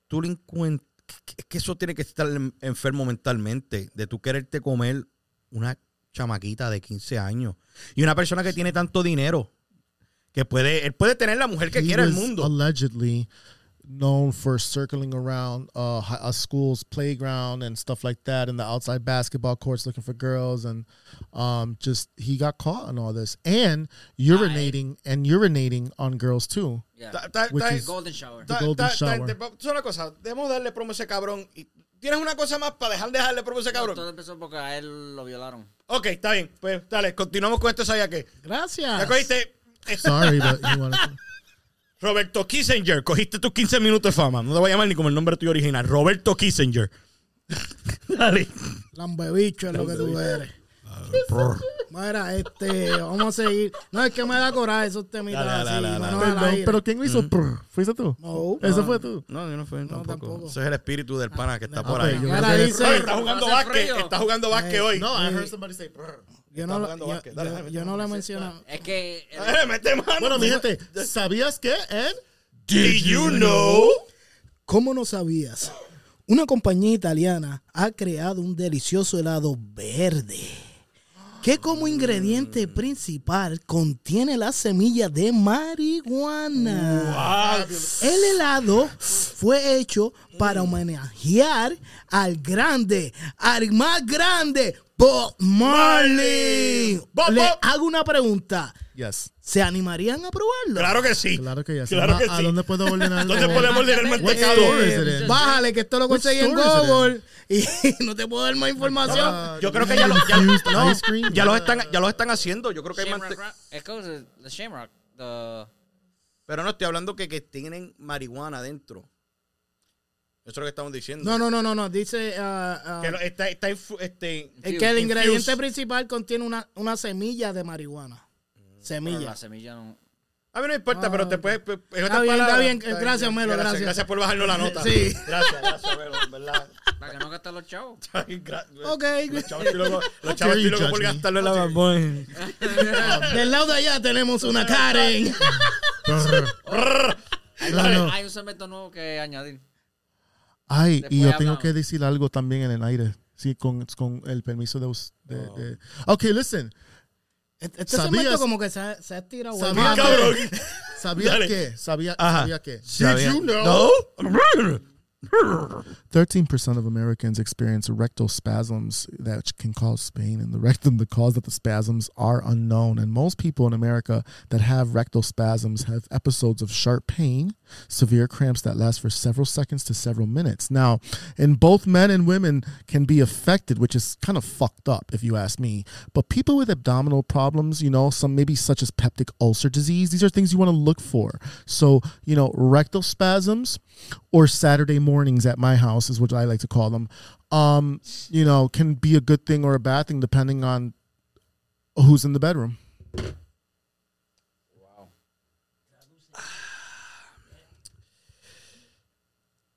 Speaker 3: tú le encuen- que- Es que eso tiene que estar en- enfermo mentalmente de tú quererte comer una chamaquita de 15 años y una persona que tiene tanto dinero que puede, él puede tener la mujer que
Speaker 4: He
Speaker 3: quiera el
Speaker 4: was
Speaker 3: mundo.
Speaker 4: Allegedly known for circling around uh, hi- a school's playground and stuff like that, and the outside basketball courts looking for girls, and um, just he got caught on all this, and urinating and urinating on girls too.
Speaker 7: Yeah.
Speaker 3: Ta- ta-
Speaker 4: Which
Speaker 3: ta-
Speaker 4: is-
Speaker 7: Golden shower.
Speaker 3: Ta-
Speaker 4: golden
Speaker 3: ta- ta-
Speaker 4: shower.
Speaker 3: te- pa- Es una cosa, debemos darle promo a ese cabrón. Y- ¿Tienes una cosa más para dejar de darle promo a ese
Speaker 7: Todo
Speaker 3: cabrón?
Speaker 7: empezó porque a él lo violaron.
Speaker 3: Ok, está bien. Pues dale, continuamos con esto, ¿sabía qué? ¿Ya
Speaker 5: Gracias.
Speaker 3: cogiste? eh,
Speaker 4: Sorry, but you wanted to.
Speaker 3: Roberto Kissinger, cogiste tus 15 minutos de fama. No te voy a llamar ni como el nombre tuyo original. Roberto Kissinger. Dale.
Speaker 5: Lambebicho es lo que tú eres. Mira, este, vamos a seguir. No, es que me da coraje esos temitas
Speaker 3: Dale, dale, dale,
Speaker 5: así. manos
Speaker 3: dale.
Speaker 5: al
Speaker 4: Perdón,
Speaker 5: aire.
Speaker 4: pero ¿quién lo hizo? Prr, ¿Fuiste tú?
Speaker 5: No.
Speaker 4: Eso fue tú.
Speaker 3: No, yo no fui tampoco.
Speaker 5: tampoco.
Speaker 3: Ese es el espíritu del pana que está por
Speaker 4: Ah, Ok,
Speaker 3: ahí.
Speaker 4: yo-
Speaker 5: Ahora
Speaker 3: Oye,
Speaker 5: dice,
Speaker 3: está jugando
Speaker 7: Hace
Speaker 3: básquet.
Speaker 7: frío.
Speaker 3: Está jugando básquet hoy. No,
Speaker 4: I heard somebody say.
Speaker 5: yo no,
Speaker 3: jugando
Speaker 5: yo-
Speaker 3: básquet. Dale,
Speaker 5: yo-
Speaker 3: dale,
Speaker 5: yo no le he mencionado.
Speaker 7: Es que él-
Speaker 3: Eh, mete mano.
Speaker 4: Bueno, mi gente, ¿sabías qué? And
Speaker 3: Did you know?
Speaker 5: ¿Cómo no sabías? Una compañía italiana ha creado un delicioso helado verde que como ingrediente
Speaker 3: Mm.
Speaker 5: principal contiene las semillas de marihuana. El helado fue hecho para homenajear al grande, al más grande, Bob Marley.
Speaker 3: Bob,
Speaker 5: Le
Speaker 3: Bob.
Speaker 5: hago una pregunta.
Speaker 4: yes.
Speaker 5: ¿Se animarían a probarlo?
Speaker 3: Claro que sí.
Speaker 4: Claro que yes.
Speaker 3: Claro
Speaker 4: ¿A-
Speaker 3: que
Speaker 4: ¿A
Speaker 3: sí.
Speaker 4: dónde puedo ordenar?
Speaker 3: ¿Dónde podemos leer el
Speaker 4: What
Speaker 3: mantecado?
Speaker 4: store is it in?
Speaker 5: Bájale, que esto lo
Speaker 4: Which
Speaker 5: conseguí en
Speaker 3: Pues
Speaker 4: store is it in?
Speaker 5: Google y no te puedo dar más información.
Speaker 4: Ah,
Speaker 3: Yo creo que ya, lo, ya,
Speaker 4: infused
Speaker 3: no,
Speaker 4: ice cream.
Speaker 3: ya los están, ya los están haciendo. Yo creo que hay
Speaker 7: Shamrock
Speaker 3: mante-
Speaker 7: Rock. Es cosa, the Shamrock. The,
Speaker 3: Pero no estoy hablando que, que tienen marihuana dentro. Eso es lo que estamos diciendo.
Speaker 5: No, no, no, no, no. Dice ah, ah,
Speaker 3: Que lo- está, está infu- este,
Speaker 5: es que el
Speaker 7: Infused.
Speaker 5: ingrediente principal contiene una, una semilla de marihuana.
Speaker 7: bueno, la
Speaker 5: Semilla.
Speaker 7: semilla no.
Speaker 3: A mí no me importa,
Speaker 5: Ah,
Speaker 3: pero te puedes. pues, en otras
Speaker 5: Está bien,
Speaker 3: palabras-
Speaker 5: está bien. Gracias, Melo, gracias.
Speaker 3: Gracias por bajarnos la nota.
Speaker 5: Sí.
Speaker 3: Gracias, gracias, Melo, en verdad.
Speaker 7: Para que no gasten los chavos.
Speaker 3: Ay, gra-
Speaker 5: Ok.
Speaker 3: Los chavos estoy loco, los
Speaker 4: dare
Speaker 3: chavos estoy
Speaker 4: you
Speaker 3: loco
Speaker 4: judge
Speaker 3: por
Speaker 4: me?
Speaker 3: gastarlo en la bambón.
Speaker 5: Del lado de allá tenemos una Karen.
Speaker 4: Claro.
Speaker 7: Hay un cemento nuevo que añadir.
Speaker 4: Ay, y
Speaker 7: Después
Speaker 4: yo tengo
Speaker 7: hablamos.
Speaker 4: que decir algo también en el aire. Sí, con, con el permiso de, us- de,
Speaker 7: Oh.
Speaker 4: de- Ok, listen. E-,
Speaker 5: Este este
Speaker 4: ¿Sabías?
Speaker 5: segmento como que se, ha- se ha tirado.
Speaker 4: ¿Sabías?
Speaker 5: hermano.
Speaker 3: Cabrón.
Speaker 4: ¿Sabías
Speaker 3: Dale.
Speaker 4: qué? ¿Sabía,
Speaker 3: Ajá.
Speaker 4: ¿Sabía qué?
Speaker 3: Sabía-
Speaker 4: Did you know?
Speaker 3: No.
Speaker 4: 13% of Americans experience rectal spasms that can cause pain in the rectum. The cause of the spasms are unknown, and most people in America that have rectal spasms have episodes of sharp pain, severe cramps that last for several seconds to several minutes. Now, in both men and women can be affected, which is kind of fucked up if you ask me. But people with abdominal problems, you know, some maybe such as peptic ulcer disease, these are things you want to look for. So, you know, rectal spasms or Saturday mornings at my house is what I like to call them. Um, you know, can be a good thing or a bad thing depending on who's in the bedroom.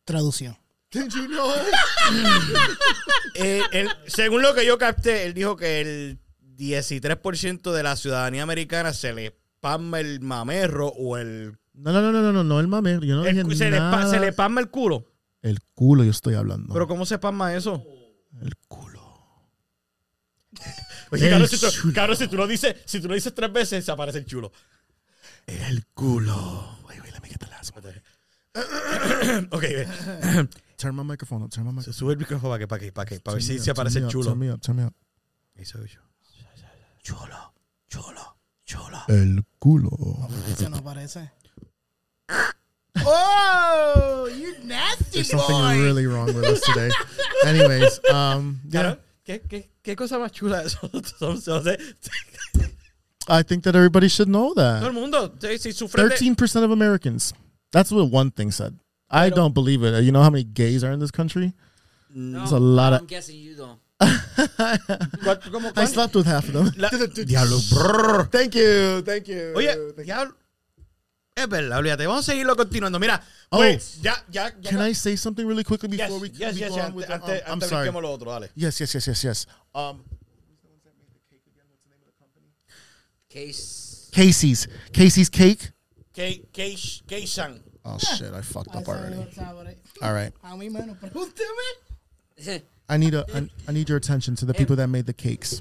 Speaker 5: Traducción.
Speaker 3: Eh, él- según lo que yo capté, él dijo que el 13% de la ciudadanía americana se le pasma el mamerro o el.
Speaker 4: No, no, no, no, no, no, no el mame. Yo no
Speaker 3: el
Speaker 4: dije
Speaker 3: cu- se, le pa-
Speaker 4: nada.
Speaker 3: se le pasma el culo.
Speaker 4: El culo yo estoy hablando.
Speaker 3: Pero ¿cómo se pasma eso?
Speaker 4: el culo.
Speaker 3: Oye,
Speaker 4: Pues El
Speaker 3: claro, si tú,
Speaker 4: chulo.
Speaker 3: claro, si tú lo dices, si tú lo dices tres veces, se aparece el chulo.
Speaker 4: El culo. Wait, wait, let me get the last one.
Speaker 3: Ok, ve.
Speaker 4: Turn my microphone up. Turn my microphone.
Speaker 3: Se sube el micrófono para que, para que, para que, para ver
Speaker 4: Turn
Speaker 3: si
Speaker 4: me
Speaker 3: se
Speaker 4: up, turn
Speaker 3: aparece
Speaker 4: me
Speaker 3: el
Speaker 4: up,
Speaker 3: chulo.
Speaker 4: Turn me up, turn me up.
Speaker 3: Ahí se oye yo.
Speaker 5: Chulo, chulo, chulo.
Speaker 4: El culo.
Speaker 5: ¿Se nos parece? ¡Oh! ¡You nasty
Speaker 4: There's something really wrong with us today. Anyways, um, yeah,
Speaker 3: Claro, ¿Qué, qué, ¿Qué cosa más chula eso? Son- son- son-
Speaker 4: I think that everybody should know that.
Speaker 3: Todo el mundo, si- si sufre de-
Speaker 4: Thirteen percent of Americans. That's what one thing said. I don't believe it. You know how many gays are in this country?
Speaker 7: No,
Speaker 4: There's a lot
Speaker 7: I'm
Speaker 4: of-
Speaker 7: guessing you don't.
Speaker 5: ¿Cuánto- cómo-
Speaker 4: I
Speaker 5: cuánto?
Speaker 4: slept with half of them.
Speaker 3: La- diablo, brrr.
Speaker 4: Thank you, thank you.
Speaker 3: Oye, diablo. Es verdad, olvídate. Vamos a seguirlo continuando. Mira, pues, ya, ya, ya.
Speaker 4: Oh. can I say something really quickly before
Speaker 3: Yes,
Speaker 4: we,
Speaker 3: yes,
Speaker 4: we
Speaker 3: yes,
Speaker 4: go
Speaker 3: yes,
Speaker 4: on with
Speaker 3: antes,
Speaker 4: the, um,
Speaker 3: antes,
Speaker 4: I'm
Speaker 3: antes
Speaker 4: sorry.
Speaker 3: brinquemos lo otro, dale.
Speaker 4: Yes, yes, yes, yes, yes. Um,
Speaker 7: Case.
Speaker 4: Casey's, Casey's cake.
Speaker 3: Kei- Kei- Kei-san.
Speaker 4: Oh shit, I fucked up already. All right,
Speaker 5: A mí menos, pregúnteme.
Speaker 4: I need a I, I need your attention to the people that made the cakes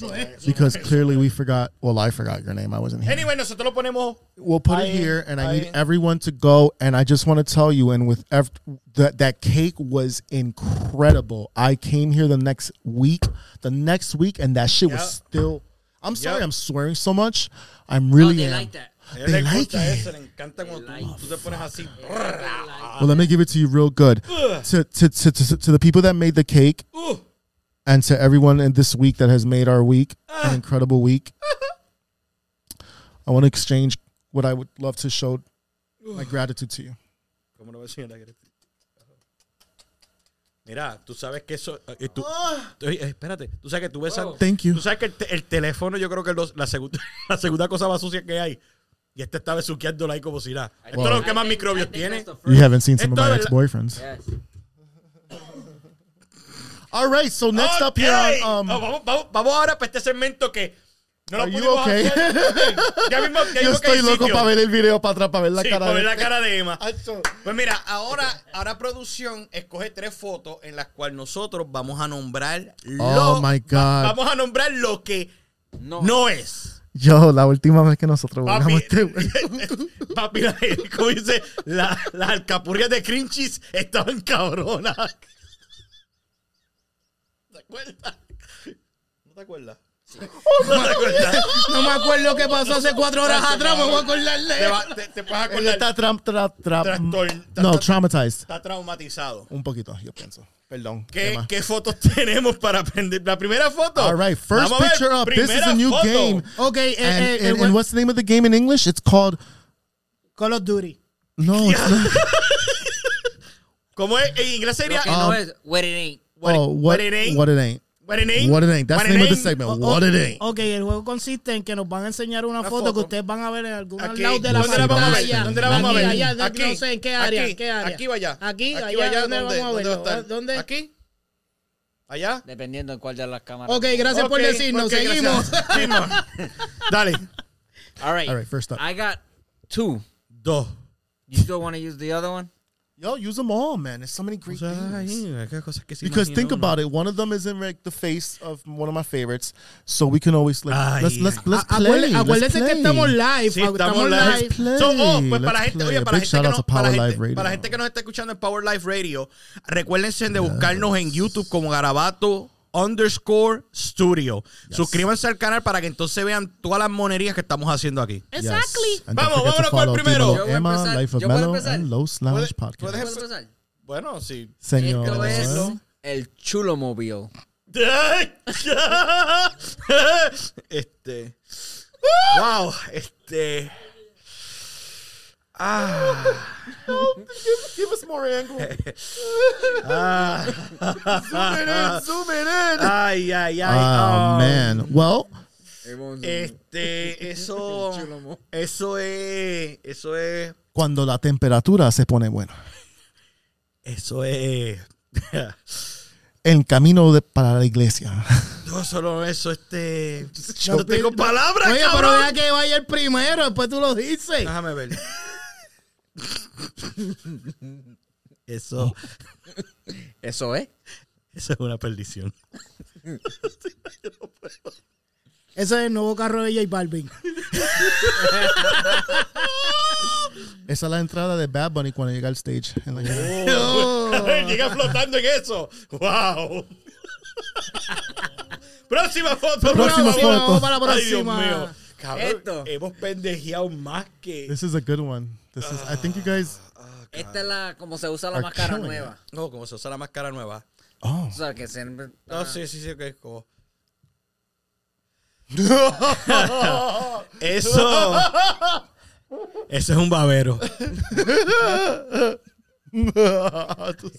Speaker 5: No es.
Speaker 4: because clearly we forgot. Well, I forgot your name. I wasn't here.
Speaker 3: Anyway, nosotros lo ponemos.
Speaker 4: We'll put
Speaker 3: I-
Speaker 4: it here, and I, need
Speaker 3: I-
Speaker 4: everyone to go. And I just want to tell you, and with ev- that that cake was incredible. I came here the next week, the next week, and that shit
Speaker 3: Yep.
Speaker 4: was still. I'm sorry,
Speaker 3: Yep.
Speaker 4: I'm swearing so much. I'm really.
Speaker 7: Oh,
Speaker 4: am.
Speaker 7: they like that.
Speaker 3: A ella
Speaker 4: They
Speaker 3: le
Speaker 4: like
Speaker 3: gusta
Speaker 4: it.
Speaker 3: eso, le encanta cuando tú, tú te pones así.
Speaker 4: Well, let me give it to you real good. To, to, to, to, to the people that made the cake
Speaker 3: Uh.
Speaker 4: and to everyone in this week that has made our week
Speaker 3: Ah.
Speaker 4: an incredible week. I want to exchange what I would love to show my gratitude to you.
Speaker 3: ¿Cómo no va a enseñar la cara? Mira, tú sabes que eso. eh, tú- Oye, espérate, tú sabes que tú ves. algo-
Speaker 4: Ah. Thank you.
Speaker 3: Tú sabes que el, te- el teléfono, yo creo que los- la, segunda, la segunda cosa más sucia que hay. Y este estaba besuqueándola ahí como si nada. Esto es lo que más microbios tiene.
Speaker 4: You haven't seen some of
Speaker 3: Esto
Speaker 4: my
Speaker 3: es
Speaker 4: ex
Speaker 3: la-
Speaker 4: boyfriends. All right, so next up here
Speaker 3: Ok.
Speaker 4: on.
Speaker 3: Oh,
Speaker 4: Um,
Speaker 3: vamos, vamos, vamos ahora para este segmento que. No lo
Speaker 4: Are you
Speaker 3: pudimos
Speaker 4: okay?
Speaker 3: hacer. Ya mismo, ya
Speaker 4: yo
Speaker 3: mismo que hay
Speaker 4: estoy loco
Speaker 3: sitio.
Speaker 4: para ver el video para atrás, para ver la
Speaker 3: Sí,
Speaker 4: cara.
Speaker 3: para ver
Speaker 4: de- Ah,
Speaker 3: la cara de Emma.
Speaker 4: Acho.
Speaker 3: Pues mira, ahora, ahora producción escoge tres fotos en las cuales nosotros vamos a nombrar
Speaker 4: Oh
Speaker 3: lo,
Speaker 4: my God.
Speaker 3: vamos a nombrar lo que
Speaker 7: No.
Speaker 3: no es.
Speaker 4: Yo, la última vez que nosotros
Speaker 3: Papi,
Speaker 4: volvamos
Speaker 5: este
Speaker 4: a
Speaker 3: papi la- como dice, la- las alcapurrias de Crinchis estaban cabronas. ¿Te acuerdas? ¿No te acuerdas? No te acuerdas.
Speaker 5: Oh, No me acuerdo qué pasó hace cuatro horas atrás, me voy a acordar de
Speaker 3: Te, va- te- te vas a
Speaker 4: Él
Speaker 3: acordar.
Speaker 4: está tra- tra- tra-
Speaker 3: Trastorn-
Speaker 4: no,
Speaker 3: tra-
Speaker 4: traumatized.
Speaker 3: Está traumatizado.
Speaker 4: Un poquito, yo pienso. Perdón.
Speaker 3: ¿Qué,
Speaker 4: Emma.
Speaker 3: qué fotos tenemos para aprender? La primera foto.
Speaker 4: All right, first
Speaker 3: Vamos a ver,
Speaker 4: picture up. This is
Speaker 3: primera
Speaker 4: a new
Speaker 3: foto.
Speaker 4: game.
Speaker 5: Ok, eh,
Speaker 4: And,
Speaker 5: eh,
Speaker 4: and-
Speaker 5: eh,
Speaker 4: and what's the name of the game in English? It's called.
Speaker 5: Call of Duty.
Speaker 4: No, it's not.
Speaker 3: ¿Cómo es? En inglés sería.
Speaker 7: Lo que no es what it ain't.
Speaker 3: what,
Speaker 4: Uh, oh, what,
Speaker 3: it ain't.
Speaker 4: What it ain't.
Speaker 3: what it ain't.
Speaker 4: What it ain't. That's
Speaker 3: What
Speaker 4: the name of the
Speaker 3: ain't. Oh,
Speaker 4: segment.
Speaker 5: O-
Speaker 4: What
Speaker 5: o-
Speaker 4: it ain't.
Speaker 5: Ok, el juego consiste en que nos van a enseñar una, foto,
Speaker 3: foto.
Speaker 5: que ustedes van a ver en algún
Speaker 3: Aquí.
Speaker 5: lado de la
Speaker 3: ¿Dónde la vamos a ver?
Speaker 5: pantalla.
Speaker 3: ¿Dónde la vamos a ver?
Speaker 5: Aquí, allá,
Speaker 3: Aquí.
Speaker 5: no sé, ¿en qué área?
Speaker 3: Aquí.
Speaker 5: ¿Qué área?
Speaker 3: Aquí o allá.
Speaker 5: Aquí,
Speaker 3: Aquí o
Speaker 5: allá,
Speaker 3: allá,
Speaker 5: ¿dónde,
Speaker 3: ¿dónde?
Speaker 5: vamos a
Speaker 3: ¿Dónde
Speaker 5: verlo?
Speaker 3: va a estar?
Speaker 5: ¿Dónde?
Speaker 3: Aquí. Allá.
Speaker 7: Dependiendo en cuál de las cámaras.
Speaker 5: Ok, gracias por
Speaker 3: Ok,
Speaker 5: decirnos,
Speaker 3: ok,
Speaker 5: seguimos.
Speaker 3: gracias. Seguimos. Dale.
Speaker 7: All right.
Speaker 4: All right, first up.
Speaker 7: I got two.
Speaker 3: Dos.
Speaker 7: You still want to use the other one?
Speaker 4: Yo, use them all, man. There's so many great things.
Speaker 3: cosas que se
Speaker 4: Because think about it, one of them is in like the face of one of my favorites, so we can always like
Speaker 3: Ay,
Speaker 4: let's let's let's
Speaker 5: Acuérdense-
Speaker 4: play. let's
Speaker 5: Acuérdense Ah, que
Speaker 4: play.
Speaker 5: estamos live.
Speaker 3: Sí,
Speaker 5: estamos
Speaker 3: estamos live.
Speaker 5: live.
Speaker 4: Play.
Speaker 3: So, oh, pues para la
Speaker 4: Let's
Speaker 3: gente,
Speaker 4: play.
Speaker 3: oye, para la
Speaker 4: Big
Speaker 3: gente, que
Speaker 4: shout out
Speaker 3: no,
Speaker 4: to
Speaker 3: para, la
Speaker 4: Power
Speaker 3: gente,
Speaker 4: Live Radio.
Speaker 3: para la gente que nos está escuchando en Power Live Radio, recuérdense de buscarnos en YouTube como Garabato underscore studio. Suscríbanse al canal para que entonces vean todas las monerías que estamos haciendo aquí.
Speaker 4: Yes. And don't
Speaker 3: Vamos, vámonos
Speaker 4: forget to
Speaker 3: con el
Speaker 4: follow
Speaker 3: primero.
Speaker 4: Dímelo
Speaker 7: Yo voy a
Speaker 4: Emma,
Speaker 7: empezar,
Speaker 4: Life of
Speaker 7: yo voy a
Speaker 4: Mellow,
Speaker 7: empezar.
Speaker 4: and Lows Lounge
Speaker 3: Puede- puede-
Speaker 4: Podcast.
Speaker 7: ¿Puedes empezar?
Speaker 3: Bueno, sí.
Speaker 4: Señor.
Speaker 7: Esto es el chulo móvil.
Speaker 3: Este. Wow, este.
Speaker 4: Give us more angle.
Speaker 3: Ah. Ay, ay, ay. ah.
Speaker 4: Oh, man. Well,
Speaker 3: Eh. Este, eso. Eso es. Eso es.
Speaker 4: cuando la temperatura se pone buena.
Speaker 3: Eso es.
Speaker 4: El camino de- para la iglesia.
Speaker 3: No solo eso, este. No tengo palabras,
Speaker 5: Oye, pero
Speaker 3: cabrón.
Speaker 5: deja que vaya el primero, después tú lo dices.
Speaker 3: Déjame ver. Eso,
Speaker 7: Eso eh. es.
Speaker 3: eso es una perdición.
Speaker 5: Ese es el nuevo carro de J Balvin.
Speaker 4: Esa es la entrada de Bad Bunny cuando llega al stage. En la-
Speaker 3: Llega flotando en eso. ¡Wow! Próxima foto. por
Speaker 4: Próxima
Speaker 5: Bueno,
Speaker 3: favor.
Speaker 4: foto.
Speaker 5: vamos para la
Speaker 3: Ay, Dios
Speaker 5: próxima.
Speaker 3: mío. Cabrón,
Speaker 7: Esto.
Speaker 3: hemos pendejeado más que.
Speaker 4: This is a good one. This is, I think you guys.
Speaker 7: Esta es la como se usa la
Speaker 4: Are
Speaker 7: máscara
Speaker 4: killing
Speaker 7: nueva.
Speaker 3: No, como se usa la máscara nueva.
Speaker 4: Oh.
Speaker 7: O sea, que se no
Speaker 3: No, Ah, sí, sí, sí, que es como. Eso. Eso es un babero.
Speaker 4: Tú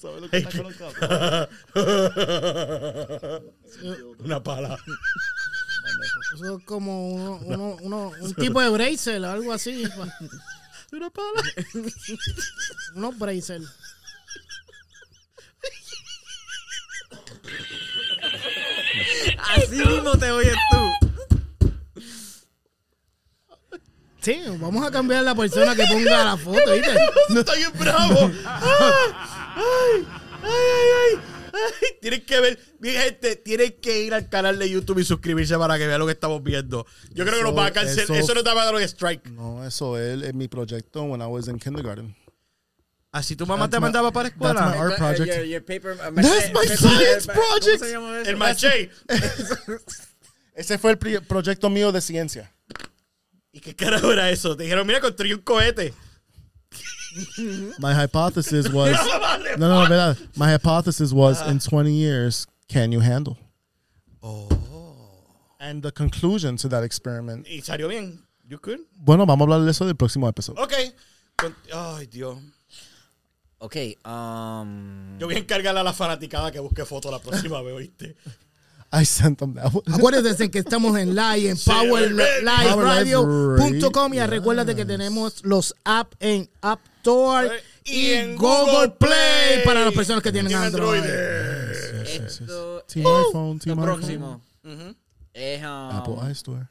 Speaker 4: sabes lo que está con los cabrones.
Speaker 8: Una pala.
Speaker 5: Eso es como uno, uno- uno- un tipo de bracer o algo así. pa-
Speaker 4: Una pala.
Speaker 5: Unos bracer.
Speaker 7: Así mismo te oyes tú.
Speaker 5: Sí, vamos a cambiar la persona que ponga la foto, ¿viste?
Speaker 3: No está bien bravo. Ah, ay, ay, ay, ay. Tienen que ver, mi gente, tienen que ir al canal de YouTube y suscribirse para que vean lo que estamos viendo. Yo creo que nos
Speaker 4: Eso-
Speaker 3: va a cancelar.
Speaker 4: eso-
Speaker 3: Eso, no te va a dar un strike.
Speaker 4: No, eso es, es mi proyecto when I was in kindergarten.
Speaker 3: Así tu mamá te
Speaker 4: my-
Speaker 3: mandaba para la
Speaker 4: that's
Speaker 3: escuela.
Speaker 7: eh,
Speaker 4: my Art project.
Speaker 7: Your, your paper, uh,
Speaker 4: That's my
Speaker 7: paper-
Speaker 4: science
Speaker 7: paper-
Speaker 4: project.
Speaker 7: ¿cómo se llama eso?
Speaker 3: El maché.
Speaker 4: Ese fue el pri- proyecto mío de ciencia.
Speaker 3: ¿Y qué carajo era eso? Te dijeron, mira, construí un cohete.
Speaker 4: My hypothesis was no, no, no, verdad. My hypothesis was in 20 years, can you handle? Oh. And the conclusion to that experiment.
Speaker 3: Y salió bien. You could.
Speaker 4: Bueno, vamos a hablar de eso del próximo episodio.
Speaker 3: Ok. Con- Ay, Dios.
Speaker 7: Okay, um.
Speaker 3: Yo voy a encargarle a la fanaticada que busque foto la próxima vez, ¿oíste?
Speaker 4: I sent them that one.
Speaker 5: Acuérdense que estamos en live, en powerliveradio.com y recuérdate que tenemos los apps en App Store Eh, y, en Google Play para las personas que tienen
Speaker 3: Tiene
Speaker 5: Android.
Speaker 7: Esto
Speaker 4: Team iPhone, Team
Speaker 7: Lo
Speaker 4: iPhone, Ah, pues,
Speaker 7: próximo es um,
Speaker 4: Apple iStore.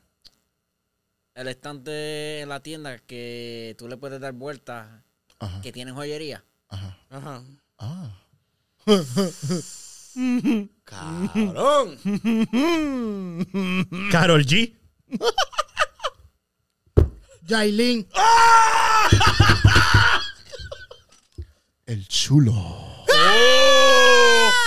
Speaker 7: el estante en la tienda que tú le puedes dar vueltas
Speaker 4: Ajá.
Speaker 7: que tienen joyería.
Speaker 3: Ajá.
Speaker 4: Ah.
Speaker 3: Cabrón. Carol G.
Speaker 5: Jailin,
Speaker 4: El chulo.
Speaker 3: No,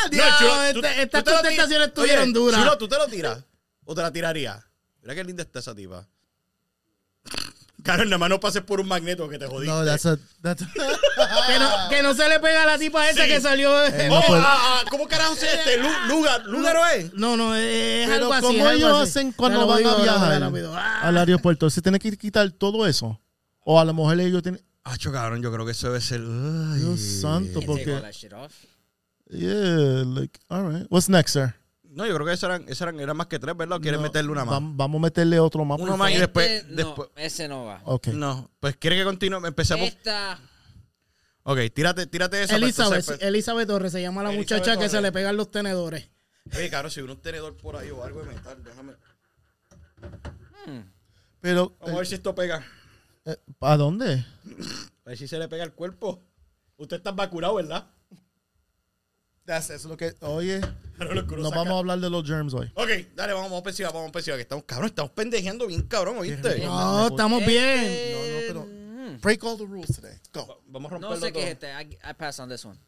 Speaker 3: el chulo,
Speaker 5: este-
Speaker 3: tú- tú
Speaker 5: estas
Speaker 3: te lo
Speaker 5: contestaciones
Speaker 3: tiras. Oye,
Speaker 5: estuvieron duras.
Speaker 3: Chulo, ¿tú te lo tiras? ¿O te la tirarías? Mira qué linda está esa tipa. Carol, nada más no pases por un magneto que te jodiste.
Speaker 4: No, that's a that's
Speaker 5: que no, que no se le pega a la tipa esa
Speaker 3: Sí.
Speaker 5: que salió.
Speaker 3: Oh,
Speaker 4: puede-
Speaker 3: ah, ah, ¿Cómo carajo se este? Lu- Lugar, Lugaro es.
Speaker 5: No, no, es
Speaker 4: pues, Pero
Speaker 5: algo así.
Speaker 4: ¿cómo
Speaker 5: es algo
Speaker 4: ellos
Speaker 5: así.
Speaker 4: hacen
Speaker 5: Te
Speaker 4: cuando
Speaker 5: lo
Speaker 4: van a
Speaker 5: digo,
Speaker 4: viajar
Speaker 5: te lo digo. Ah,
Speaker 4: al aeropuerto? ¿Se tiene que quitar todo eso? O a lo mejor ellos tienen...
Speaker 3: Acho, cabrón, yo creo que eso debe ser. ay.
Speaker 4: Dios santo,
Speaker 7: Can't take all
Speaker 4: porque...
Speaker 7: that shit off.
Speaker 4: Yeah, like, all right. What's next, sir?
Speaker 3: No, yo creo que eso eran, eso eran, eran más que tres, ¿verdad? ¿O quieres
Speaker 4: No,
Speaker 3: meterle una más?
Speaker 4: vam- Vamos a meterle otro más. por
Speaker 3: Uno
Speaker 4: favor.
Speaker 3: más Ah, y después.
Speaker 7: Este, no,
Speaker 3: después.
Speaker 7: ese no va.
Speaker 4: Ok.
Speaker 3: No, pues quiere que continúe. Empecemos.
Speaker 7: Esta,
Speaker 3: Ok, tírate, tírate esa. para
Speaker 5: Elizabeth,
Speaker 3: entonces-
Speaker 5: Elizabeth Torres se llama la
Speaker 3: Elizabeth
Speaker 5: muchacha que se
Speaker 3: Torres.
Speaker 5: le pegan los tenedores.
Speaker 3: Oye, cabrón, si hubiera un tenedor por ahí o algo de metal, déjame.
Speaker 4: Pero,
Speaker 3: Vamos a ver si esto pega.
Speaker 4: eh, ¿a dónde?
Speaker 3: A ver si se le pega el cuerpo. Usted está vacunado, ¿verdad?
Speaker 4: That's, eso es lo que... Oye,
Speaker 3: Claro, lo que uno
Speaker 4: nos
Speaker 3: saca.
Speaker 4: vamos a hablar de los germs hoy.
Speaker 3: Ok, dale, vamos, vamos pensiva, vamos pensiva, que estamos, cabrón, estamos pendejeando bien, cabrón, ¿oíste?
Speaker 4: No,
Speaker 5: No, estamos bien.
Speaker 7: eh,
Speaker 4: pero-
Speaker 7: mm,
Speaker 4: Break all the rules today. Go.
Speaker 3: Vamos a romperlo
Speaker 7: no sé qué es
Speaker 3: todo.
Speaker 7: este. I, I pass on this one.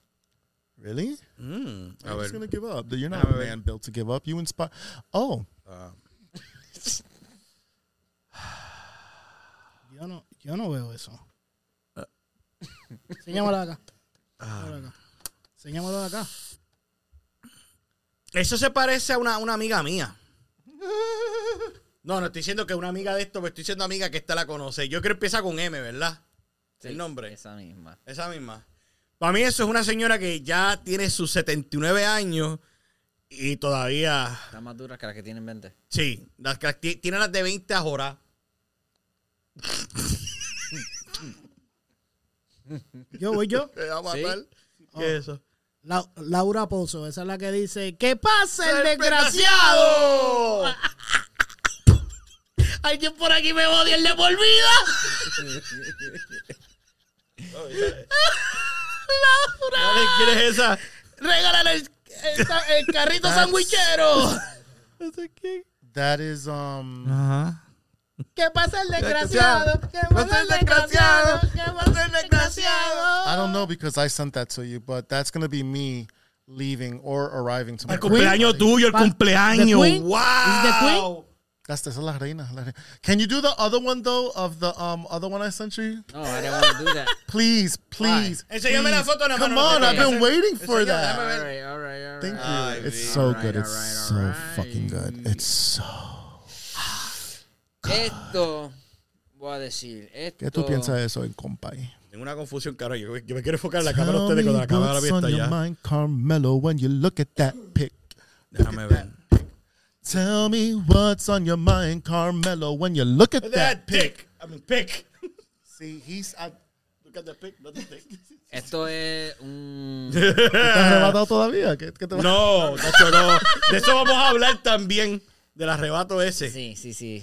Speaker 4: Really?
Speaker 3: Mm, a
Speaker 4: I'm
Speaker 3: ver.
Speaker 4: just gonna give up. You're not a man built to give up. You inspire... Oh.
Speaker 5: Yo no, yo no veo eso. Señámalo acá. Señámalo acá. Señámalo acá.
Speaker 3: Eso se parece a una, una amiga mía. No, no estoy diciendo que una amiga de esto, pero estoy diciendo amiga que esta la conoce. Yo creo que empieza con M, ¿verdad? el nombre.
Speaker 7: Esa misma.
Speaker 3: Esa misma. Para mí eso es una señora que ya tiene sus 79 años y todavía...
Speaker 7: Está más dura que la que tiene en mente.
Speaker 3: Sí, las que ti- tiene las de 20 ahora.
Speaker 5: Yo voy yo.
Speaker 7: Sí.
Speaker 5: Ah.
Speaker 3: ¿Qué es eso?
Speaker 5: La- Laura Pozo, esa es la que dice, ¿qué pasa el desgraciado? Alguien por aquí me odia, él le por vida.
Speaker 3: Dale, ¿Quién es esa?
Speaker 5: Regálale el, el, el carrito sandwichero.
Speaker 4: That is, um...
Speaker 5: ¿Qué pasa el desgraciado? ¿Qué pasa el desgraciado? ¿Qué pasa el desgraciado?
Speaker 4: I don't know because I sent that to you, but that's gonna be me leaving or arriving
Speaker 3: El
Speaker 4: tomorrow.
Speaker 3: cumpleaños tuyo, el
Speaker 5: Pa-
Speaker 3: cumpleaños.
Speaker 5: The Queen?
Speaker 3: ¡Wow!
Speaker 5: Is the Queen?
Speaker 4: That's the la reina, la reina. Can you do the other one though of the um other one I sent you?
Speaker 7: No, I don't want to do that.
Speaker 4: Please, please.
Speaker 3: Enséñame la foto, nada más, no
Speaker 4: Come
Speaker 3: me
Speaker 4: on, I've
Speaker 3: enseñes.
Speaker 4: been waiting for
Speaker 3: Enseñame, dame
Speaker 4: that.
Speaker 7: All right, all right, all right.
Speaker 4: Thank you.
Speaker 3: Ay,
Speaker 4: it's
Speaker 3: bien.
Speaker 4: so
Speaker 7: Alright,
Speaker 4: good. It's so
Speaker 7: alright,
Speaker 4: fucking good. It's so.
Speaker 7: Esto, voy a decir, esto.
Speaker 4: ¿Qué tú piensas de eso, en compa?
Speaker 3: Tengo una confusión, caro. Yo, yo me quiero enfocar en la cámara de ustedes con la cámara
Speaker 4: what's on
Speaker 3: abierta
Speaker 4: your
Speaker 3: ya.
Speaker 4: mind, Carmelo, when you look at that pic.
Speaker 3: Déjame ver.
Speaker 4: Tell me what's on your mind, Carmelo, when you look at that.
Speaker 3: That pick. I mean, pick.
Speaker 4: See, he's at
Speaker 8: Look at the pic, not the pic.
Speaker 7: Esto es un.
Speaker 4: arrebatado todavía. ¿Qué, qué te va-
Speaker 3: No, Nacho, no. De eso vamos a hablar también. Del arrebato ese. Ah.
Speaker 7: Sí, sí, sí.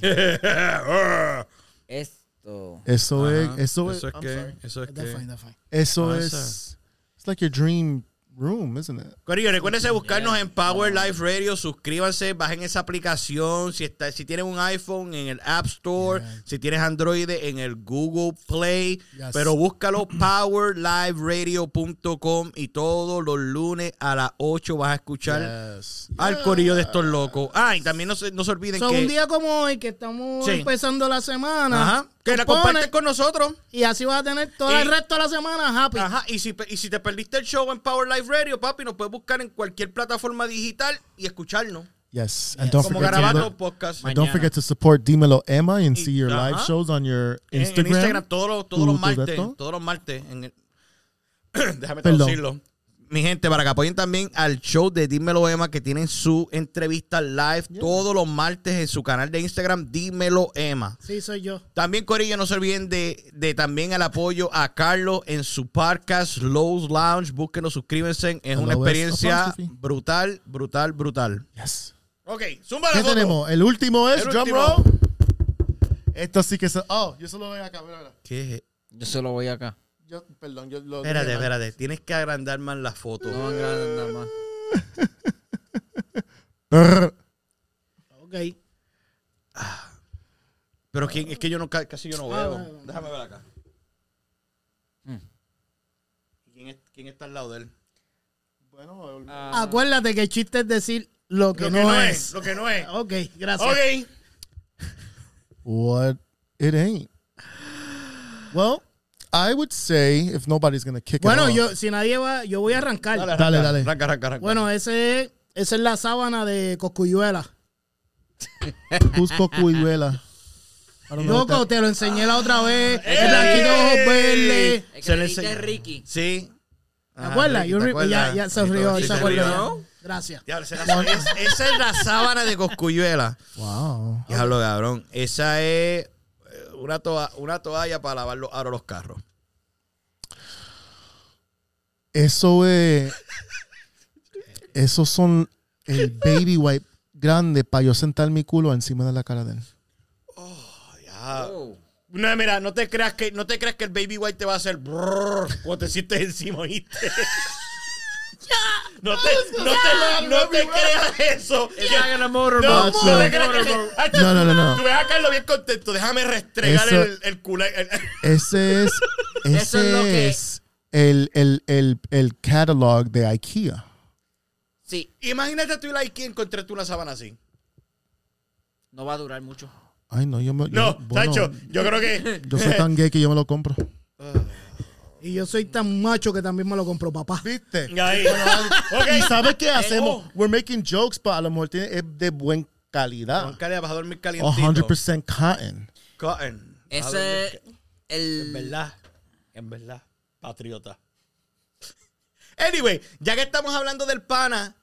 Speaker 7: Esto.
Speaker 4: Eso
Speaker 3: Ajá.
Speaker 4: es, eso es,
Speaker 3: eso es
Speaker 4: I'm
Speaker 3: que,
Speaker 4: sorry.
Speaker 3: eso es
Speaker 5: That's fine,
Speaker 3: que.
Speaker 5: that's fine.
Speaker 4: eso
Speaker 3: Ah,
Speaker 4: es, it's like your dream room, isn't it?
Speaker 3: Corillo, recuérdense buscarnos en Power Life Radio, suscríbanse, bajen esa aplicación, si está, si tienen un iPhone en el App Store, si tienes Android en el Google Play,
Speaker 4: Yes.
Speaker 3: pero búscalo powerliveradio.com y todos los lunes a las 8 vas a escuchar
Speaker 4: Yes.
Speaker 3: al corillo de estos locos. Ah, y también no se, no se olviden
Speaker 5: So,
Speaker 3: que
Speaker 5: un día como hoy, que estamos
Speaker 3: Sí.
Speaker 5: empezando la semana,
Speaker 3: Ajá, que la
Speaker 5: compone
Speaker 3: comparten con nosotros.
Speaker 5: y Ah. así vas a tener todo
Speaker 3: Y-
Speaker 5: el resto de la semana happy.
Speaker 3: Ajá, y si, pe- y si te perdiste el show en Power Life Radio, papi, nos puedes buscar en cualquier plataforma digital y escucharnos.
Speaker 4: Yes. And don't
Speaker 3: Como
Speaker 4: forget to
Speaker 3: Garabato
Speaker 4: look-
Speaker 3: Podcast.
Speaker 4: and don't forget to support Dimelo Emma and see your
Speaker 3: Ajá.
Speaker 4: live shows on your
Speaker 3: En-
Speaker 4: Instagram.
Speaker 3: En Instagram todos los, todos
Speaker 4: ¿Tú-
Speaker 3: los
Speaker 4: tú de
Speaker 3: martes.
Speaker 4: esto?
Speaker 3: Todos los martes. en el- Déjame
Speaker 4: Perdón.
Speaker 3: traducirlo. Mi gente, para que apoyen también al show de Dímelo Emma, que tienen su entrevista live todos los martes en su canal de Instagram, Dímelo Emma.
Speaker 5: Sí, soy yo.
Speaker 3: También, Corillo, no se olviden de, de también el apoyo a Carlos en su podcast Lowe's Lounge. Búsquenlo, suscríbanse. Es una
Speaker 4: Lowe's
Speaker 3: experiencia
Speaker 4: Apostrophe.
Speaker 3: brutal, brutal, brutal.
Speaker 4: Yes.
Speaker 3: Ok, zumba la
Speaker 4: ¿Qué
Speaker 3: foto.
Speaker 4: tenemos? El último es
Speaker 3: El
Speaker 4: drum
Speaker 3: último.
Speaker 4: roll. Esto sí que se. Oh, yo solo voy acá, mira, mira.
Speaker 3: ¿Qué es?
Speaker 7: Yo solo voy acá.
Speaker 4: Yo, perdón, yo lo.
Speaker 3: Espérate, espérate. Tienes que agrandar más la foto.
Speaker 7: No van a grabar nada más.
Speaker 4: Brr.
Speaker 5: Ok.
Speaker 3: Pero ¿quién? es que yo no, ca- casi yo no veo. Déjame ver acá.
Speaker 7: Mm.
Speaker 3: ¿Quién, es- quién está al lado de él?
Speaker 4: Bueno,
Speaker 7: Ah,
Speaker 5: Acuérdate que el chiste es decir lo que,
Speaker 3: Lo
Speaker 5: no, es.
Speaker 3: Lo que no es.
Speaker 5: Ok, gracias.
Speaker 3: Ok.
Speaker 4: what? It ain't. Well, I would say if nobody's gonna kick
Speaker 5: Bueno,
Speaker 4: it off.
Speaker 5: yo, si nadie va, yo voy a arrancar.
Speaker 4: Dale, dale.
Speaker 3: Arranca, arranca, arranca.
Speaker 5: Bueno, ese, es- esa es la sábana de Coscuyuela.
Speaker 4: Cusco Cuyuela. I don't know what
Speaker 5: Loco,
Speaker 4: that-
Speaker 5: te lo enseñé la otra vez. El blanquito de ojos verdes.
Speaker 7: es
Speaker 3: Se
Speaker 7: que
Speaker 3: le
Speaker 7: le diste
Speaker 3: enseña.
Speaker 7: Ricky.
Speaker 3: Sí.
Speaker 5: Ah, ¿Te acuerdas? Yo re- ya, ya se rió,
Speaker 3: Sí,
Speaker 5: se
Speaker 3: se
Speaker 5: acordó.
Speaker 3: rió.
Speaker 5: Gracias.
Speaker 3: Diablo, esa, es la- es- esa es la sábana de Coscuyuela.
Speaker 4: Wow.
Speaker 3: Diablo, cabrón. Esa es eh, una, toa- una toalla para lavar los aros de los carros.
Speaker 4: Eso es. Esos son el baby wipe grande para yo sentar mi culo encima de la cara de él.
Speaker 7: Oh.
Speaker 3: No, mira, no te creas que, no te creas que el baby white te va a hacer brrr cuando te sientes encima, ¿oíste? No te, no te, no te creas eso. Que- No,
Speaker 4: boat.
Speaker 3: no te creas que- Ay,
Speaker 4: No, no, no, no.
Speaker 3: Tú ves a Carlos bien contento. Déjame restregar
Speaker 4: Eso-
Speaker 3: el, el culo. el- el-
Speaker 4: Ese es,
Speaker 7: Eso es lo
Speaker 4: ese
Speaker 7: que-
Speaker 4: es el, el, el, el catalog de IKEA.
Speaker 7: Sí,
Speaker 3: Imagínate tú y la Ikea encontrarte una sábana así.
Speaker 7: no va a durar mucho.
Speaker 4: Ay, no, yo me.
Speaker 3: No,
Speaker 4: yo, bueno,
Speaker 3: Sancho, yo creo que.
Speaker 4: Yo soy tan gay que yo me lo compro.
Speaker 5: Y yo soy tan macho que también me lo compró papá.
Speaker 4: ¿Viste?
Speaker 3: Ahí.
Speaker 4: ¿Y
Speaker 3: Ok.
Speaker 4: sabes qué
Speaker 3: hacemos?
Speaker 4: hacemos? We're making jokes, pero a lo mejor tiene, es de buena calidad.
Speaker 3: Juanca, vas a dormir calientito.
Speaker 4: 100% cotton.
Speaker 3: Cotton. Vas a
Speaker 7: Ese
Speaker 3: dormir
Speaker 7: es el.
Speaker 3: En verdad, en verdad, patriota. Anyway, ya que estamos hablando del pana,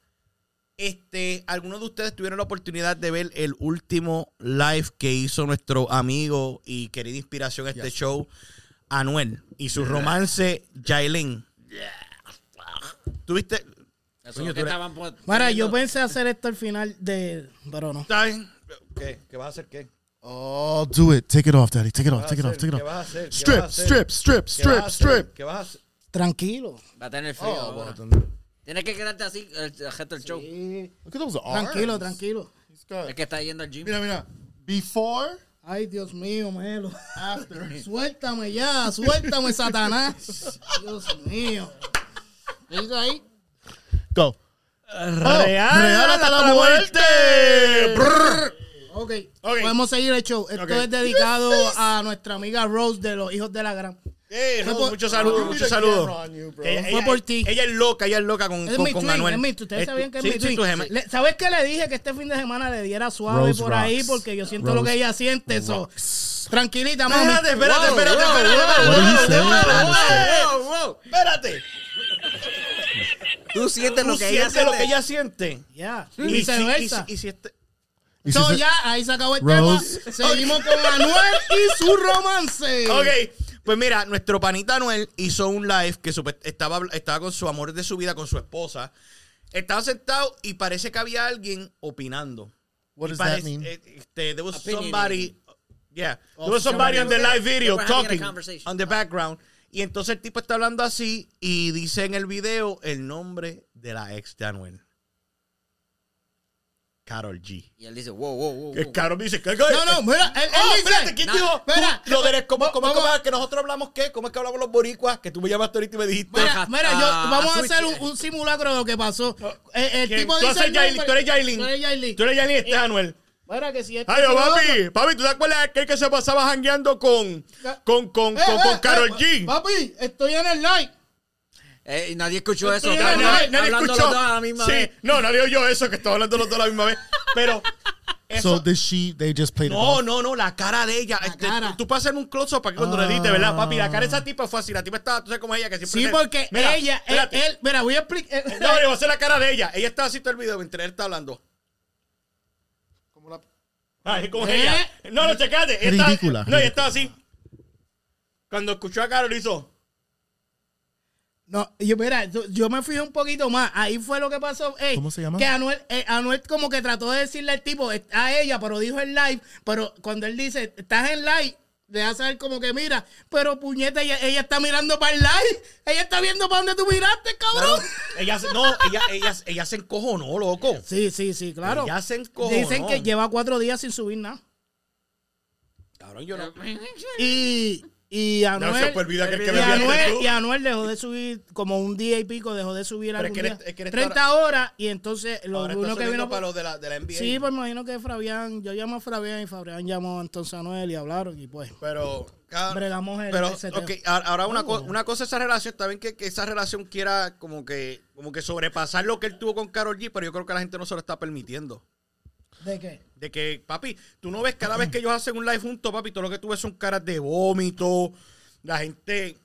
Speaker 3: este, algunos de ustedes tuvieron la oportunidad de ver el último live que hizo nuestro amigo y querida inspiración a este show, Anuel, y su romance, Jailin. ¿Tuviste?
Speaker 7: Eso es
Speaker 3: Coño,
Speaker 7: lo que
Speaker 3: tú eres-
Speaker 7: estaban pon-
Speaker 5: Mira, yo
Speaker 7: poniendo.
Speaker 5: pensé hacer esto al final de. Pero no.
Speaker 3: ¿Está bien? ¿Qué? ¿Qué vas a hacer? ¿Qué?
Speaker 4: Oh, do it. Take it off, daddy. Take it off,
Speaker 3: ¿Qué vas a
Speaker 4: take it off,
Speaker 3: hacer?
Speaker 4: take it
Speaker 3: ¿Qué vas a
Speaker 4: off.
Speaker 3: hacer? ¿Qué vas a
Speaker 4: Strip,
Speaker 3: hacer?
Speaker 4: strip, strip,
Speaker 3: ¿Qué vas a
Speaker 4: strip,
Speaker 3: hacer?
Speaker 4: strip.
Speaker 3: ¿Qué vas a hacer?
Speaker 5: Tranquilo.
Speaker 7: Va a
Speaker 3: Oh,
Speaker 7: tener frío. ahora. Tienes que quedarte así el, el resto del show.
Speaker 4: Look at those arms.
Speaker 5: Tranquilo, tranquilo.
Speaker 4: He's got-
Speaker 7: Es que está yendo al gym.
Speaker 4: Mira, mira. Before.
Speaker 5: Ay, Dios mío, Melo. After. Suéltame ya, suéltame, Satanás. Dios mío. ¿Viste ahí?
Speaker 4: Go. Oh, real hasta la
Speaker 3: muerte.
Speaker 5: Ok.
Speaker 3: Ok.
Speaker 5: Podemos seguir el show. Esto
Speaker 3: Ok.
Speaker 5: es dedicado a nuestra amiga Rose de los hijos de la gran.
Speaker 3: Hey,
Speaker 5: Fue
Speaker 3: Rose,
Speaker 5: por-
Speaker 3: Eh, muchos saludos,
Speaker 4: You need
Speaker 3: muchos
Speaker 4: a
Speaker 3: saludos.
Speaker 4: camera on you, bro.
Speaker 3: Ella,
Speaker 5: Fue
Speaker 3: ella-
Speaker 5: por ti.
Speaker 3: Ella es loca, ella es loca con,
Speaker 5: Es
Speaker 3: con,
Speaker 5: mi
Speaker 3: con
Speaker 5: twin,
Speaker 3: Anuel.
Speaker 5: es mi twin. Ustedes
Speaker 3: Es tu-
Speaker 5: sabían que es
Speaker 3: sí,
Speaker 5: mi
Speaker 3: sí,
Speaker 5: twin.
Speaker 3: tu gema-
Speaker 5: Le- ¿Sabes qué le dije? Que este fin de semana le diera suave
Speaker 4: Rose
Speaker 5: por ahí
Speaker 4: rocks.
Speaker 5: porque yo siento lo
Speaker 4: Rose
Speaker 5: que ella siente. so, Tranquilita, mami.
Speaker 3: Espérate, espérate, espérate, espérate, espérate,
Speaker 4: What did he
Speaker 3: espérate,
Speaker 4: say?
Speaker 3: espérate, wow, wow! Espérate.
Speaker 7: Tú sientes
Speaker 3: Tú
Speaker 7: lo que ella
Speaker 3: sientes lo que
Speaker 7: siente.
Speaker 3: ella siente.
Speaker 5: Ya.
Speaker 3: Y
Speaker 5: Y viceversa.
Speaker 3: si- y si- y si este-
Speaker 4: Y si
Speaker 5: So,
Speaker 4: se-
Speaker 5: ya, ahí se acabó el
Speaker 4: Rose.
Speaker 5: tema. Seguimos con Manuel y su romance.
Speaker 3: Ok, pues mira, nuestro panita Anuel hizo un live que supe- estaba, habl- estaba con su amor de su vida, con su esposa. Estaba sentado y parece que había alguien opinando.
Speaker 4: What does
Speaker 3: Parece-
Speaker 4: that mean?
Speaker 3: eh, este, there was
Speaker 7: Opinioning.
Speaker 3: somebody, yeah,
Speaker 7: Oh,
Speaker 3: there was somebody on the live video
Speaker 7: They were having a
Speaker 3: talking
Speaker 7: conversation. Ah.
Speaker 3: on the background. Y entonces el tipo está hablando así y dice en el video el nombre de la ex de Anuel. Carol G.
Speaker 7: Y él dice, wow, wow, wow.
Speaker 3: Que
Speaker 7: wow.
Speaker 3: Carol dice, ¿qué,
Speaker 5: No, no, mira, él, él
Speaker 3: Ah,
Speaker 5: dice-
Speaker 3: espérate, ¿quién
Speaker 7: No,
Speaker 3: dijo?
Speaker 5: espera.
Speaker 3: Tú, lo de ¿cómo, cómo,
Speaker 5: Vamos.
Speaker 3: cómo es que nosotros hablamos qué? ¿Cómo es que hablamos los boricuas? Que tú me llamaste ahorita y me dijiste.
Speaker 5: Mira, mira, yo,
Speaker 7: Ah,
Speaker 5: vamos a
Speaker 7: switch.
Speaker 5: hacer un, un simulacro de lo que pasó. Eh, El,
Speaker 3: Oh, ¿Quién?
Speaker 5: tipo
Speaker 3: tú,
Speaker 5: dice.
Speaker 3: haces
Speaker 5: el
Speaker 3: Yailin,
Speaker 5: nombre.
Speaker 3: tú eres Yailin.
Speaker 5: Tú eres Yailin. Eh,
Speaker 3: Tú eres Yailin, este es Anuel.
Speaker 5: Mira que si este
Speaker 3: Ay, yo,
Speaker 5: se va-
Speaker 3: papi, papi, ¿tú te acuerdas de aquel que se pasaba jangueando con, con, con,
Speaker 5: Eh,
Speaker 3: con,
Speaker 5: eh,
Speaker 3: con Karol
Speaker 5: eh,
Speaker 3: G?
Speaker 5: Papi, estoy en el live.
Speaker 7: Eh, y nadie escuchó eso.
Speaker 5: Estoy
Speaker 3: Nadie-
Speaker 7: cabrón.
Speaker 3: nadie, nadie
Speaker 7: Hablando los
Speaker 3: escuchó.
Speaker 7: dos a la misma
Speaker 3: sí,
Speaker 7: vez.
Speaker 3: no, nadie oyó eso, que estaba hablando los dos a la misma vez. Pero eso,
Speaker 4: So did she? They just played it
Speaker 3: No,
Speaker 4: off.
Speaker 3: no, no, la cara de ella. Este,
Speaker 5: cara. Ah.
Speaker 3: Tú, tú pasas en un close-up para que cuando le diste, ¿verdad, papi? La cara de esa tipa fue así. La tipa estaba, tú sabes cómo es ella que siempre.
Speaker 5: Sí,
Speaker 3: le-
Speaker 5: porque
Speaker 3: Mira,
Speaker 5: ella, eh, él,
Speaker 3: espérate.
Speaker 5: él- mira, voy a explicar.
Speaker 3: No, le voy a hacer la cara de ella. Ella estaba así todo el video mientras él está hablando. Ay, con
Speaker 5: ¿Eh?
Speaker 3: ella. No, no, checate. Ella estaba-
Speaker 4: Ridícula,
Speaker 3: No,
Speaker 4: ridícula.
Speaker 3: ella estaba así. Cuando escuchó a Carol hizo.
Speaker 5: No, yo, mira, yo, yo me fijé un poquito más. Ahí fue lo que pasó. ey,
Speaker 4: ¿Cómo se llama?
Speaker 5: Que Anuel, eh, Anuel como que trató de decirle al tipo, eh, a ella, pero dijo en live. Pero cuando él dice, estás en live, le hace saber como que mira. Pero puñeta, ella, ella está mirando para el live. Ella está viendo para donde tú miraste, cabrón.
Speaker 3: Ella se, no, ella, ella, ella se encojonó, loco.
Speaker 5: Sí, sí, sí, claro.
Speaker 3: Ella se encojonó.
Speaker 5: Dicen que lleva cuatro días sin subir nada.
Speaker 3: Cabrón, yo no.
Speaker 5: Y, y Anuel...
Speaker 3: No se puede olvidar que el que
Speaker 5: Y
Speaker 3: me enviaste
Speaker 5: Anuel,
Speaker 3: tú.
Speaker 5: y Anuel dejó de subir como un día y pico, dejó de subir
Speaker 3: Pero es
Speaker 5: algún
Speaker 3: que él
Speaker 5: día.
Speaker 3: es- es que él está
Speaker 5: 30 horas y entonces lo
Speaker 3: Ahora
Speaker 5: uno
Speaker 3: está
Speaker 5: que
Speaker 3: subiendo
Speaker 5: vino
Speaker 3: para los de la, de la NBA.
Speaker 5: Sí, pues me imagino que Fabián, yo llamo a Fabián y Fabián llamó a entonces a Anuel y hablaron y pues
Speaker 3: Pero, cabrón,
Speaker 5: bregamos el
Speaker 3: pero
Speaker 5: ese tema.
Speaker 3: ok, a- ahora una, co- una cosa esa relación, también que, que esa relación quiera como que, como que sobrepasar lo que él tuvo con Carol G, pero yo creo que la gente no se lo está permitiendo.
Speaker 5: ¿De qué?
Speaker 3: De que, papi, tú no ves cada vez que ellos hacen un live juntos, papi, todo lo que tú ves son caras de vómito, la gente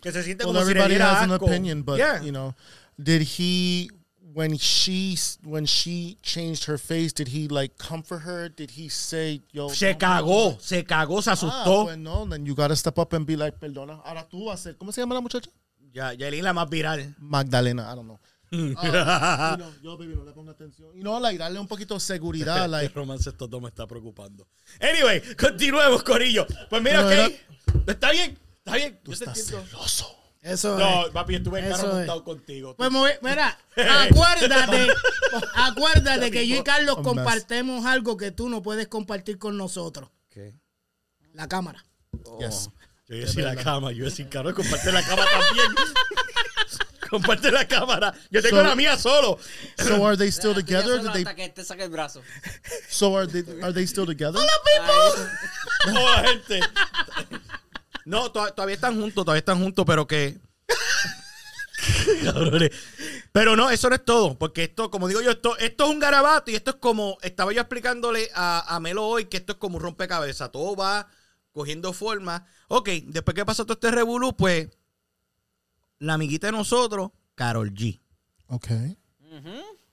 Speaker 3: que se siente
Speaker 4: Well,
Speaker 3: como si le
Speaker 4: everybody
Speaker 3: diera
Speaker 4: has an
Speaker 3: asco.
Speaker 4: opinion, but
Speaker 3: Yeah.
Speaker 4: you know, did he when she when she changed her face? Did he like comfort her? Did he say, "Yo"?
Speaker 3: se
Speaker 4: no,
Speaker 3: cagó, se cagó, se
Speaker 4: ah,
Speaker 3: asustó.
Speaker 4: pues no, then you gotta step up and be like, "Perdona." Ahora tú vas a ser. ¿Cómo se llama la muchacha?
Speaker 3: Ya, Yailin la más viral.
Speaker 4: Magdalena. I don't know. Ah, you know, yo, baby, no le ponga atención. You know, like, darle un poquito de seguridad,
Speaker 3: El
Speaker 4: like.
Speaker 3: Ah, romance estos dos me está preocupando. Anyway, continuemos, Corillo. Pues mira,
Speaker 4: No,
Speaker 3: ok.
Speaker 4: era-
Speaker 3: Está bien, está bien. Yo te
Speaker 4: Está
Speaker 3: entiendo.
Speaker 4: celoso.
Speaker 5: Eso es.
Speaker 3: No, papi, yo estuve en
Speaker 5: Eso
Speaker 3: carro
Speaker 5: es.
Speaker 3: montado contigo.
Speaker 5: Pues me voy- mira, acuérdate, acuérdate que yo y Carlos
Speaker 4: Un mess.
Speaker 5: compartemos algo que tú no puedes compartir con nosotros.
Speaker 3: ¿Qué?
Speaker 5: La cámara.
Speaker 4: Yes.
Speaker 3: Yo iba a decir la cama, yo iba a decir, Carlos, comparte la cama también. comparte la cámara. Yo tengo
Speaker 4: So-
Speaker 3: la mía solo.
Speaker 4: So are they still
Speaker 7: Así ya
Speaker 4: together?
Speaker 7: solo
Speaker 4: Did
Speaker 7: Hasta
Speaker 4: they?
Speaker 7: que este saque el brazo.
Speaker 4: So are they? Are they still together?
Speaker 3: Toda la Oh, gente. No, to- todavía están juntos, todavía están juntos, pero que. Cabrones. Pero no, eso no es todo, porque esto, como digo yo, esto, esto es un garabato y esto es como, estaba yo explicándole a, a Melo hoy que esto es como un rompecabezas, todo va cogiendo forma. Ok, después que pasó todo este revolú, pues la amiguita de nosotros, Carol G.
Speaker 4: Okay.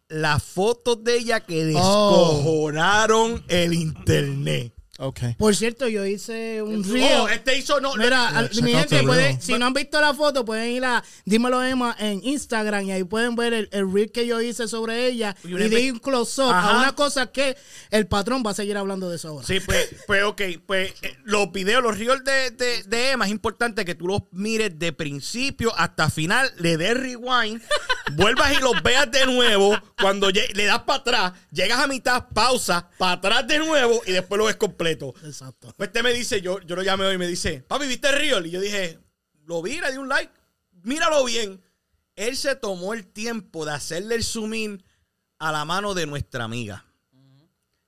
Speaker 3: Las fotos de ella que
Speaker 4: Oh.
Speaker 3: descojonaron el internet.
Speaker 4: Okay.
Speaker 5: Por cierto, yo hice un río.
Speaker 3: Oh, este hizo, no,
Speaker 5: Mira,
Speaker 4: Yeah,
Speaker 5: al-
Speaker 4: check
Speaker 5: mi
Speaker 4: out
Speaker 5: gente,
Speaker 4: the
Speaker 5: pueden-
Speaker 4: reel.
Speaker 5: si no han visto la foto, pueden ir a Dímelo Emma en Instagram y ahí pueden ver el, el reel que yo hice sobre ella
Speaker 3: Y
Speaker 5: y,
Speaker 3: una
Speaker 5: di
Speaker 3: inve-
Speaker 5: un close-up
Speaker 3: Ajá.
Speaker 5: a una cosa que el patrón va a seguir hablando de eso ahora.
Speaker 3: Sí, pues, pues ok, pues eh, los videos, los reels de, de, de Emma, es importante que tú los mires de principio hasta final, le des rewind, vuelvas y los veas de nuevo, cuando lle- le das para atrás, llegas a mitad, pausa, para atrás de nuevo y después lo ves completo.
Speaker 5: Exacto.
Speaker 3: Pues este me dice, yo, yo lo llamé hoy y me dice, papi, ¿viste el reel? Y yo dije, lo vi, le di un like, míralo bien. Él se tomó el tiempo de hacerle el zoom in a la mano de nuestra amiga.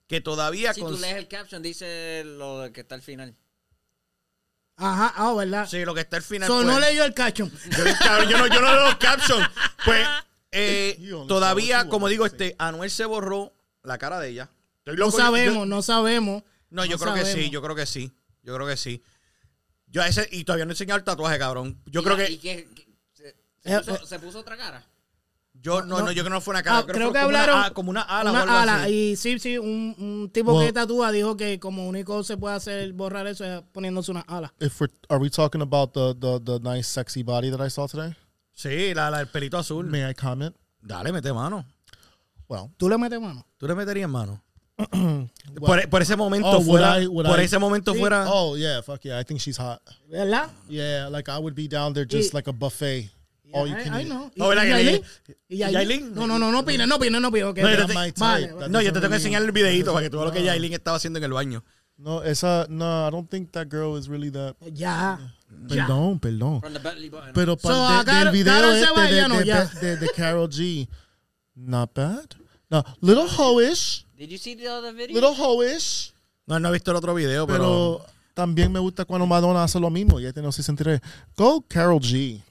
Speaker 3: Que todavía
Speaker 7: Si tú
Speaker 3: cons-
Speaker 7: lees el caption, dice lo que está al final.
Speaker 5: Ajá, ah, ¿verdad?
Speaker 3: Sí, lo que está al final.
Speaker 5: So,
Speaker 3: pues.
Speaker 5: no leyó el cachón.
Speaker 3: yo, cabrón, yo no, yo no leo los captions. Pues eh,
Speaker 4: You only saw
Speaker 3: todavía,
Speaker 4: what you
Speaker 3: como
Speaker 4: wanted
Speaker 3: digo,
Speaker 4: to
Speaker 3: este, Anuel se borró la cara de ella. Estoy
Speaker 5: No
Speaker 3: loco, yo-
Speaker 5: sabemos,
Speaker 3: yo-
Speaker 5: no sabemos.
Speaker 3: no, yo creo que sí,
Speaker 5: sabemos.
Speaker 3: yo creo que sí. Yo creo que sí. Yo a ese, y todavía no he enseñado el tatuaje, cabrón. Yo creo
Speaker 7: ¿Y
Speaker 3: que,
Speaker 7: qué- qué- se, se
Speaker 5: Eh,
Speaker 7: puso, se puso otra cara?
Speaker 3: yo, no,
Speaker 5: no.
Speaker 3: no, yo creo que no fue una cara.
Speaker 5: Ah,
Speaker 3: yo
Speaker 5: creo
Speaker 3: fue
Speaker 5: que
Speaker 3: como una
Speaker 5: hablaron-
Speaker 3: a- como una ala o algo
Speaker 5: Una ala.
Speaker 3: así.
Speaker 5: Y sí, sí, un, un tipo
Speaker 4: Well-
Speaker 5: que tatúa dijo que como único se puede hacer borrar eso es poniéndose una ala.
Speaker 4: If we're are we talking about the the the nice sexy body that I saw today?
Speaker 3: Sí, la, la del perito azul.
Speaker 4: May I comment?
Speaker 3: Dale, mete mano.
Speaker 4: Well,
Speaker 5: ¿Tú le metes mano?
Speaker 3: ¿Tú le meterías mano? por, por ese momento
Speaker 4: Oh, would
Speaker 3: fuera.
Speaker 4: I- would
Speaker 3: por
Speaker 4: I-
Speaker 3: ese momento
Speaker 4: See,
Speaker 3: fuera.
Speaker 4: Oh yeah, fuck yeah! I think she's hot.
Speaker 5: ¿Verdad?
Speaker 4: Yeah, like I would be down there just
Speaker 5: Yeah.
Speaker 4: like a buffet. All you
Speaker 5: Ay,
Speaker 4: can
Speaker 5: ay,
Speaker 4: eat.
Speaker 5: no.
Speaker 3: No, ¿verdad que le-
Speaker 5: Yailin? ¿Y
Speaker 3: Yailin?
Speaker 5: Yailin? No, no, no, no opines, no opines, no opines. ok,
Speaker 4: No,
Speaker 5: ok.
Speaker 4: yo
Speaker 3: te-
Speaker 4: my
Speaker 5: vale,
Speaker 4: type.
Speaker 5: vale.
Speaker 4: That
Speaker 3: no, yo te
Speaker 4: doesn't
Speaker 3: tengo que
Speaker 4: really-
Speaker 3: enseñar el videito para que tú veas lo
Speaker 7: Ah.
Speaker 3: que Yailin estaba haciendo en el baño.
Speaker 4: No, esa no, I don't think that girl is really that.
Speaker 5: Ya.
Speaker 4: Perdón, perdón.
Speaker 7: From the belly button.
Speaker 4: Pero
Speaker 5: So,
Speaker 4: pa-
Speaker 5: a
Speaker 4: de- del
Speaker 5: Karol-
Speaker 4: video
Speaker 5: Karol
Speaker 4: este de,
Speaker 5: Sevallano,
Speaker 4: de,
Speaker 5: ya.
Speaker 4: de- de Carol G, not bad. No, little hoish,
Speaker 7: Did you see the other video?
Speaker 4: little hoish,
Speaker 3: No, no he visto el otro video, pero.
Speaker 4: pero también me gusta cuando Madonna hace lo mismo. Ya tiene 63. Go Carol G.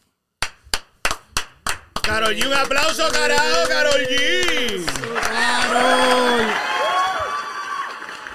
Speaker 3: Carol G, un aplauso, carajo, Carol G.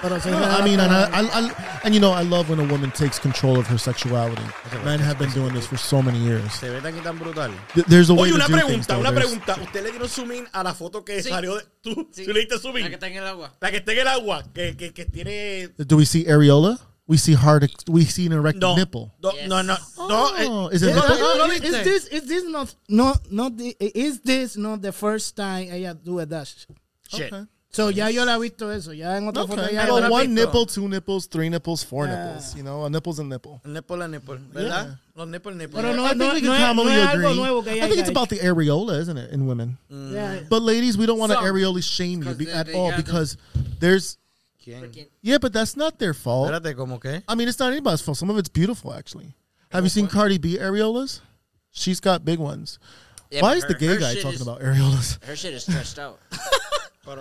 Speaker 5: Pero sí,
Speaker 4: I mean, and I, I, I- and you know, I love when a woman takes control of her sexuality. Men have been doing this for so many years.
Speaker 3: Se ve tan y tan brutal.
Speaker 4: Th- There's a
Speaker 3: Oye,
Speaker 4: way to
Speaker 3: una
Speaker 4: do
Speaker 3: pregunta,
Speaker 4: things, though.
Speaker 3: una
Speaker 4: There's-
Speaker 3: pregunta. ¿Usted le dieron zoom in a la foto que
Speaker 7: Sí.
Speaker 3: salió de. ¿Tú,
Speaker 7: Sí.
Speaker 3: ¿tú le diste zoom
Speaker 7: La que
Speaker 3: in?
Speaker 7: está en el agua.
Speaker 3: La que está en el agua, que, que, que tiene.
Speaker 4: Do we see areola? We see hard. Ex- we see an erect
Speaker 3: No.
Speaker 4: nipple.
Speaker 3: No,
Speaker 7: Yes.
Speaker 3: no, no. no,
Speaker 4: Oh,
Speaker 3: eh,
Speaker 4: is it
Speaker 3: no,
Speaker 4: nipple?
Speaker 3: no, no,
Speaker 5: Is
Speaker 3: ¿viste?
Speaker 5: this, is this not, no, not the, is this not the first time ella do a dash?
Speaker 3: Shit.
Speaker 4: Okay.
Speaker 5: So, ya yo la he visto eso, ya en otra foto
Speaker 4: Okay.
Speaker 5: ya
Speaker 4: Well,
Speaker 5: la-
Speaker 4: one
Speaker 3: rapito.
Speaker 4: nipple, two nipples, three nipples, four
Speaker 5: Yeah.
Speaker 4: nipples. You know, a nipple's a nipple.
Speaker 3: Nipple a nipple, ¿verdad? Los nipple nipple.
Speaker 5: Pero no,
Speaker 4: I
Speaker 5: no,
Speaker 4: think
Speaker 5: no,
Speaker 4: we
Speaker 5: es-
Speaker 4: can
Speaker 5: no es, no
Speaker 4: commonly
Speaker 5: es algo
Speaker 4: agree.
Speaker 5: nuevo que ella
Speaker 4: I think
Speaker 5: haya
Speaker 4: it's about the areola, isn't it, in women?
Speaker 5: hecho. Yeah.
Speaker 4: But ladies, we don't want to
Speaker 7: Some.
Speaker 4: areola shame you
Speaker 7: 'Cause
Speaker 4: be-
Speaker 7: they-
Speaker 4: at
Speaker 7: they
Speaker 4: all
Speaker 7: got them.
Speaker 4: because there's.
Speaker 3: ¿Quién?
Speaker 4: Yeah, but that's not their fault.
Speaker 3: Espérate, ¿cómo qué?
Speaker 4: I mean, it's not anybody's fault. Some of it's beautiful, actually. Have you seen Cardi B areolas? She's got big ones.
Speaker 7: Yeah,
Speaker 4: Why
Speaker 7: but
Speaker 4: is the
Speaker 7: her-
Speaker 4: gay
Speaker 7: her
Speaker 4: guy
Speaker 7: shit
Speaker 4: talking
Speaker 7: is-
Speaker 4: about areolas?
Speaker 7: Her shit is stretched out.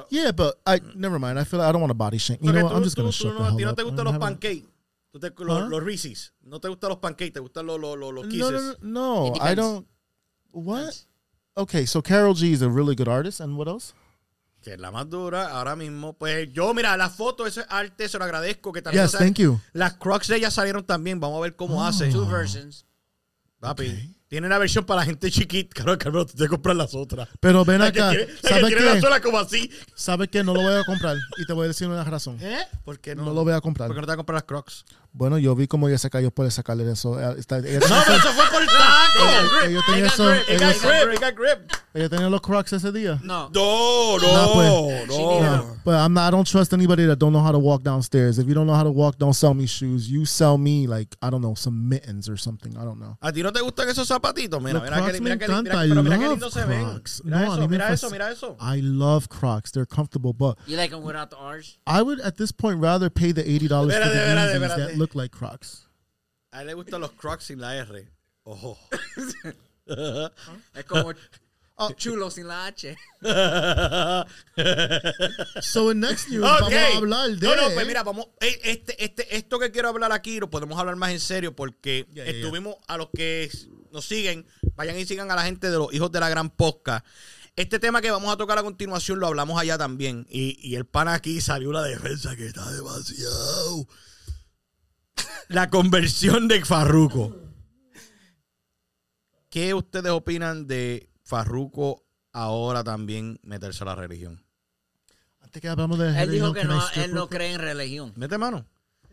Speaker 4: Yeah, but I never mind. I feel I don't want to body shame. You
Speaker 3: Porque
Speaker 4: know what?
Speaker 3: tú-
Speaker 4: I'm just
Speaker 3: tú-
Speaker 4: gonna
Speaker 3: tú
Speaker 4: shut
Speaker 3: no- A
Speaker 4: the
Speaker 3: ti
Speaker 4: hell
Speaker 3: no
Speaker 4: up.
Speaker 3: te
Speaker 4: I
Speaker 3: gustan
Speaker 4: don't
Speaker 3: los
Speaker 4: have a-
Speaker 3: pancakes. Tú te- los,
Speaker 4: Huh?
Speaker 3: los Reese's. No te gustan los pancakes, te gustan los, los, los, los
Speaker 4: No,
Speaker 3: kisses.
Speaker 4: no, no, no
Speaker 7: It
Speaker 4: I
Speaker 7: depends.
Speaker 4: don't. What? Okay, so Carol G is a really good artist, and what else?
Speaker 3: Que es la más dura ahora mismo. Pues yo, mira, la foto, eso es arte, se lo agradezco. Que también
Speaker 4: Yes,
Speaker 3: sale-
Speaker 4: thank you. Ah.
Speaker 3: Las Crocs de ella salieron también. Vamos a ver cómo hace.
Speaker 7: Two versions.
Speaker 3: Papi, tiene una versión para la gente chiquita. Claro, Carmen, tú te compras las otras.
Speaker 4: Pero ven
Speaker 3: La que
Speaker 4: acá,
Speaker 3: tiene, la que
Speaker 4: ¿sabes
Speaker 3: tiene la
Speaker 4: qué?
Speaker 3: sola como así.
Speaker 4: ¿Sabes qué? No lo voy a comprar y te voy a decir una razón.
Speaker 5: ¿Eh?
Speaker 3: ¿Por qué no?
Speaker 4: No lo voy a comprar.
Speaker 3: ¿Por qué no te vas a comprar las Crocs?
Speaker 4: Bueno, yo vi cómo ella se cayó por el escalera. Eso, eh, está- ella,
Speaker 3: No,
Speaker 4: tenía,
Speaker 3: pero eso fue por el taco.
Speaker 4: ella tenía eso-
Speaker 3: It Ah,
Speaker 4: ella-
Speaker 3: got grip, it got grip.
Speaker 4: ella tenía los Crocs ese día.
Speaker 7: No.
Speaker 3: No, no,
Speaker 4: No,
Speaker 3: no.
Speaker 4: But I'm not. I don't trust anybody that don't know how to walk downstairs. If you don't know how to walk, don't sell me shoes. You sell me like I don't know some mittens or something. I don't know.
Speaker 3: ¿A ti no te gustan esos zapatitos? Mira,
Speaker 4: Los
Speaker 3: mira, que,
Speaker 4: Crocs me
Speaker 3: mira, que, mira,
Speaker 4: encanta. I
Speaker 3: pero mira qué
Speaker 4: love
Speaker 3: lindo se ven.
Speaker 4: Crocs.
Speaker 3: Mira
Speaker 4: No, a
Speaker 3: eso,
Speaker 4: mí me
Speaker 3: mira eso,
Speaker 4: fas-
Speaker 3: mira eso.
Speaker 4: I love Crocs. They're comfortable, but
Speaker 7: You like them without the R's?
Speaker 4: I would at this point rather pay the eighty dollars for the
Speaker 3: Espérate, espérate,
Speaker 4: Yeezys
Speaker 3: espérate.
Speaker 4: that look like Crocs.
Speaker 3: A él le gustan los Crocs sin la R. Ojo.
Speaker 7: Es como Oh, chulo sin la H.
Speaker 4: So in next
Speaker 3: Okay.
Speaker 4: news, vamos a hablar de.
Speaker 3: No, no, pues mira, vamos. eh, Este, este, esto que quiero hablar aquí lo podemos hablar más en serio porque
Speaker 4: Ya, ya, ya.
Speaker 3: estuvimos a los que s- nos siguen, vayan y sigan a la gente de los hijos de la gran posca. Este tema que vamos a tocar a continuación lo hablamos allá también. Y, y el pana aquí salió una defensa que está demasiado. La conversión de Farruco. ¿Qué ustedes opinan de Farruco ahora también meterse a la religión?
Speaker 4: Antes que hablamos de
Speaker 7: Él dijo
Speaker 4: religión,
Speaker 7: que
Speaker 4: can I
Speaker 7: no,
Speaker 4: strip
Speaker 7: él no
Speaker 4: real quick?
Speaker 7: cree en religión.
Speaker 3: Mete mano.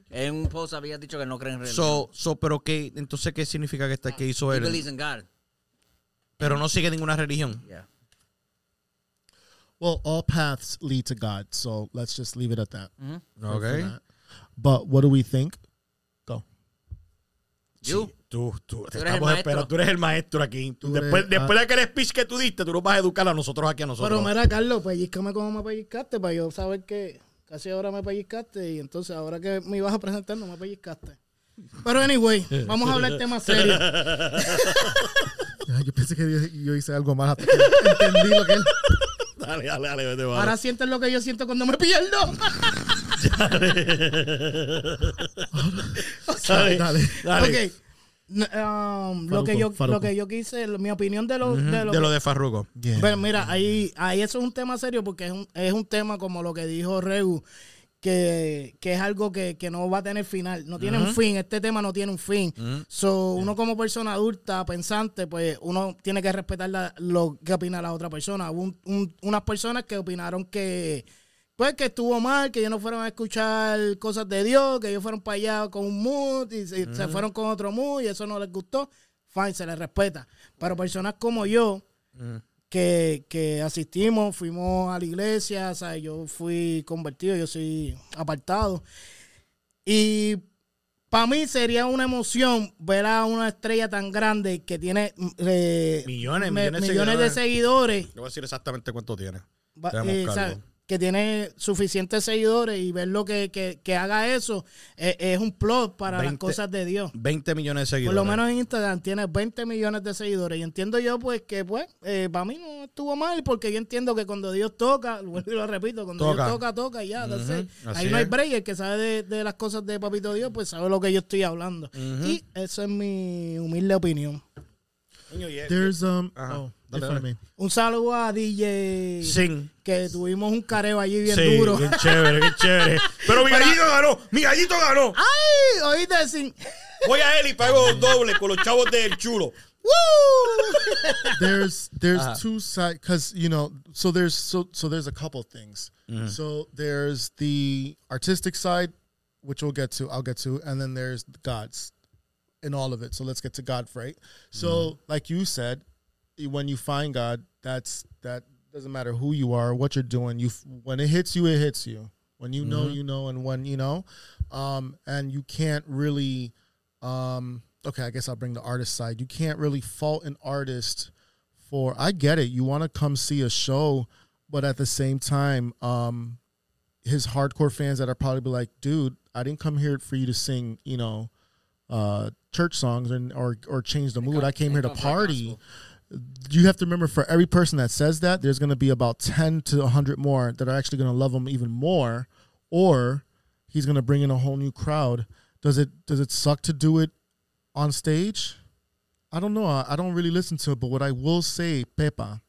Speaker 7: En un post había dicho que no cree en religión.
Speaker 3: So, so, pero qué, entonces qué significa que, está, que hizo
Speaker 7: He
Speaker 3: él,
Speaker 7: believes in God.
Speaker 3: pero no sigue ninguna religión.
Speaker 7: Yeah.
Speaker 4: Well, all paths lead to God, so let's just leave it at that.
Speaker 3: Okay.
Speaker 4: But what do we think? Go.
Speaker 7: You.
Speaker 3: Tú, tú, te
Speaker 7: eres el
Speaker 3: estamos
Speaker 7: maestro.
Speaker 3: esperando. Tú eres el maestro aquí.
Speaker 4: Tú
Speaker 3: después,
Speaker 4: eres-
Speaker 3: después de aquel speech que tú diste, tú nos vas a educar a nosotros aquí a
Speaker 5: Pero
Speaker 3: nosotros.
Speaker 5: mira, Carlos, pellizcame como me pellizcaste para yo saber que casi ahora me pellizcaste y entonces ahora que me ibas a presentar no me pellizcaste. Pero anyway, vamos a hablar tema serio.
Speaker 4: Yo pensé que yo hice algo más. Entendí lo que él.
Speaker 3: dale, dale, dale, vete, vale.
Speaker 5: Ahora sientes lo que yo siento cuando me pierdo.
Speaker 3: dale,
Speaker 4: dale.
Speaker 3: dale.
Speaker 5: Ok. N- um, lo,
Speaker 4: Faruco,
Speaker 5: que yo, lo
Speaker 4: Faruco.
Speaker 5: que yo quise, lo- mi opinión de lo,
Speaker 3: Ujú,
Speaker 5: de lo
Speaker 3: de
Speaker 5: que-
Speaker 3: lo de Farruko.
Speaker 4: Yeah.
Speaker 5: Pero mira, ahí, ahí eso es un tema serio porque es un, es un tema como lo que dijo Reu, que, que es algo que, que no va a tener final, no tiene un fin, este tema no tiene un fin.
Speaker 3: Mm.
Speaker 5: So, uno como persona adulta, pensante, pues uno tiene que respetar la- lo que opina la otra persona. Hubo un- un- unas personas que opinaron que pues que estuvo mal, que ellos no fueron a escuchar cosas de Dios, que ellos fueron para allá con un mood y se, se fueron con otro mood y eso no les gustó. Fine, se les respeta. Pero personas como yo, que, que asistimos, fuimos a la iglesia, o sea, yo fui convertido, yo soy apartado. Y para mí sería una emoción ver a una estrella tan grande que tiene eh,
Speaker 8: Millones,
Speaker 5: me-
Speaker 8: millones de
Speaker 5: de
Speaker 8: seguidores.
Speaker 5: seguidores.
Speaker 8: Yo voy a decir exactamente cuánto tiene.
Speaker 5: Va-
Speaker 8: Tenemos
Speaker 5: eh,
Speaker 8: cargo.
Speaker 5: ¿sabes? que tiene suficientes seguidores y ver lo que, que, que haga eso eh, es un plot para las
Speaker 8: 20
Speaker 5: cosas de Dios.
Speaker 8: 20 millones de
Speaker 5: Por
Speaker 8: seguidores.
Speaker 5: lo menos en Instagram tiene 20 millones de seguidores. Y entiendo yo, pues, que pues, para mí no estuvo mal, porque yo entiendo que cuando Dios toca, vuelvo y lo repito, cuando
Speaker 8: Toca.
Speaker 5: Dios toca, toca y ya. that's it.
Speaker 8: Así
Speaker 5: Ahí no hay
Speaker 8: es.
Speaker 5: break. El que sabe de, de las cosas de Papito Dios, pues sabe lo que yo estoy hablando. Y esa es mi humilde opinión.
Speaker 8: Coño, y es-
Speaker 4: There's um
Speaker 8: Ajá.
Speaker 4: oh,
Speaker 8: Dale,
Speaker 4: if I
Speaker 8: dale.
Speaker 4: may.
Speaker 5: Un saludo a DJ,
Speaker 8: Sin.
Speaker 5: que tuvimos un careo allí bien
Speaker 8: Sí,
Speaker 5: duro.
Speaker 8: bien chévere, bien chévere. Pero mi
Speaker 5: Para-
Speaker 8: gallito ganó, mi gallito ganó.
Speaker 5: ¡Ay! Oíste, sin.
Speaker 3: Voy a él y pago doble con los chavos del chulo.
Speaker 4: there's there's two side because you know so there's so so there's a couple things so there's the artistic side which we'll get to i'll get to and then there's god's in all of it so let's get to god right so like you said i- when you find god that's that doesn't matter who you are what you're doing you f- when it hits you it hits you when you know you know and when you know um and you can't really um okay i guess i'll bring the artist side you can't really fault an artist for i get it you want to come see a show but at the same time um his hardcore fans that are probably be like dude i didn't come here for you to sing you know uh church songs and or or change the mood i came here to party you have to remember for every person that says that there's going to be about 10 to 100 more that are actually going to love him even more or he's going to bring in a whole new crowd does it does it suck to do it on stage i don't know i, I don't really listen to it but what i will say pepa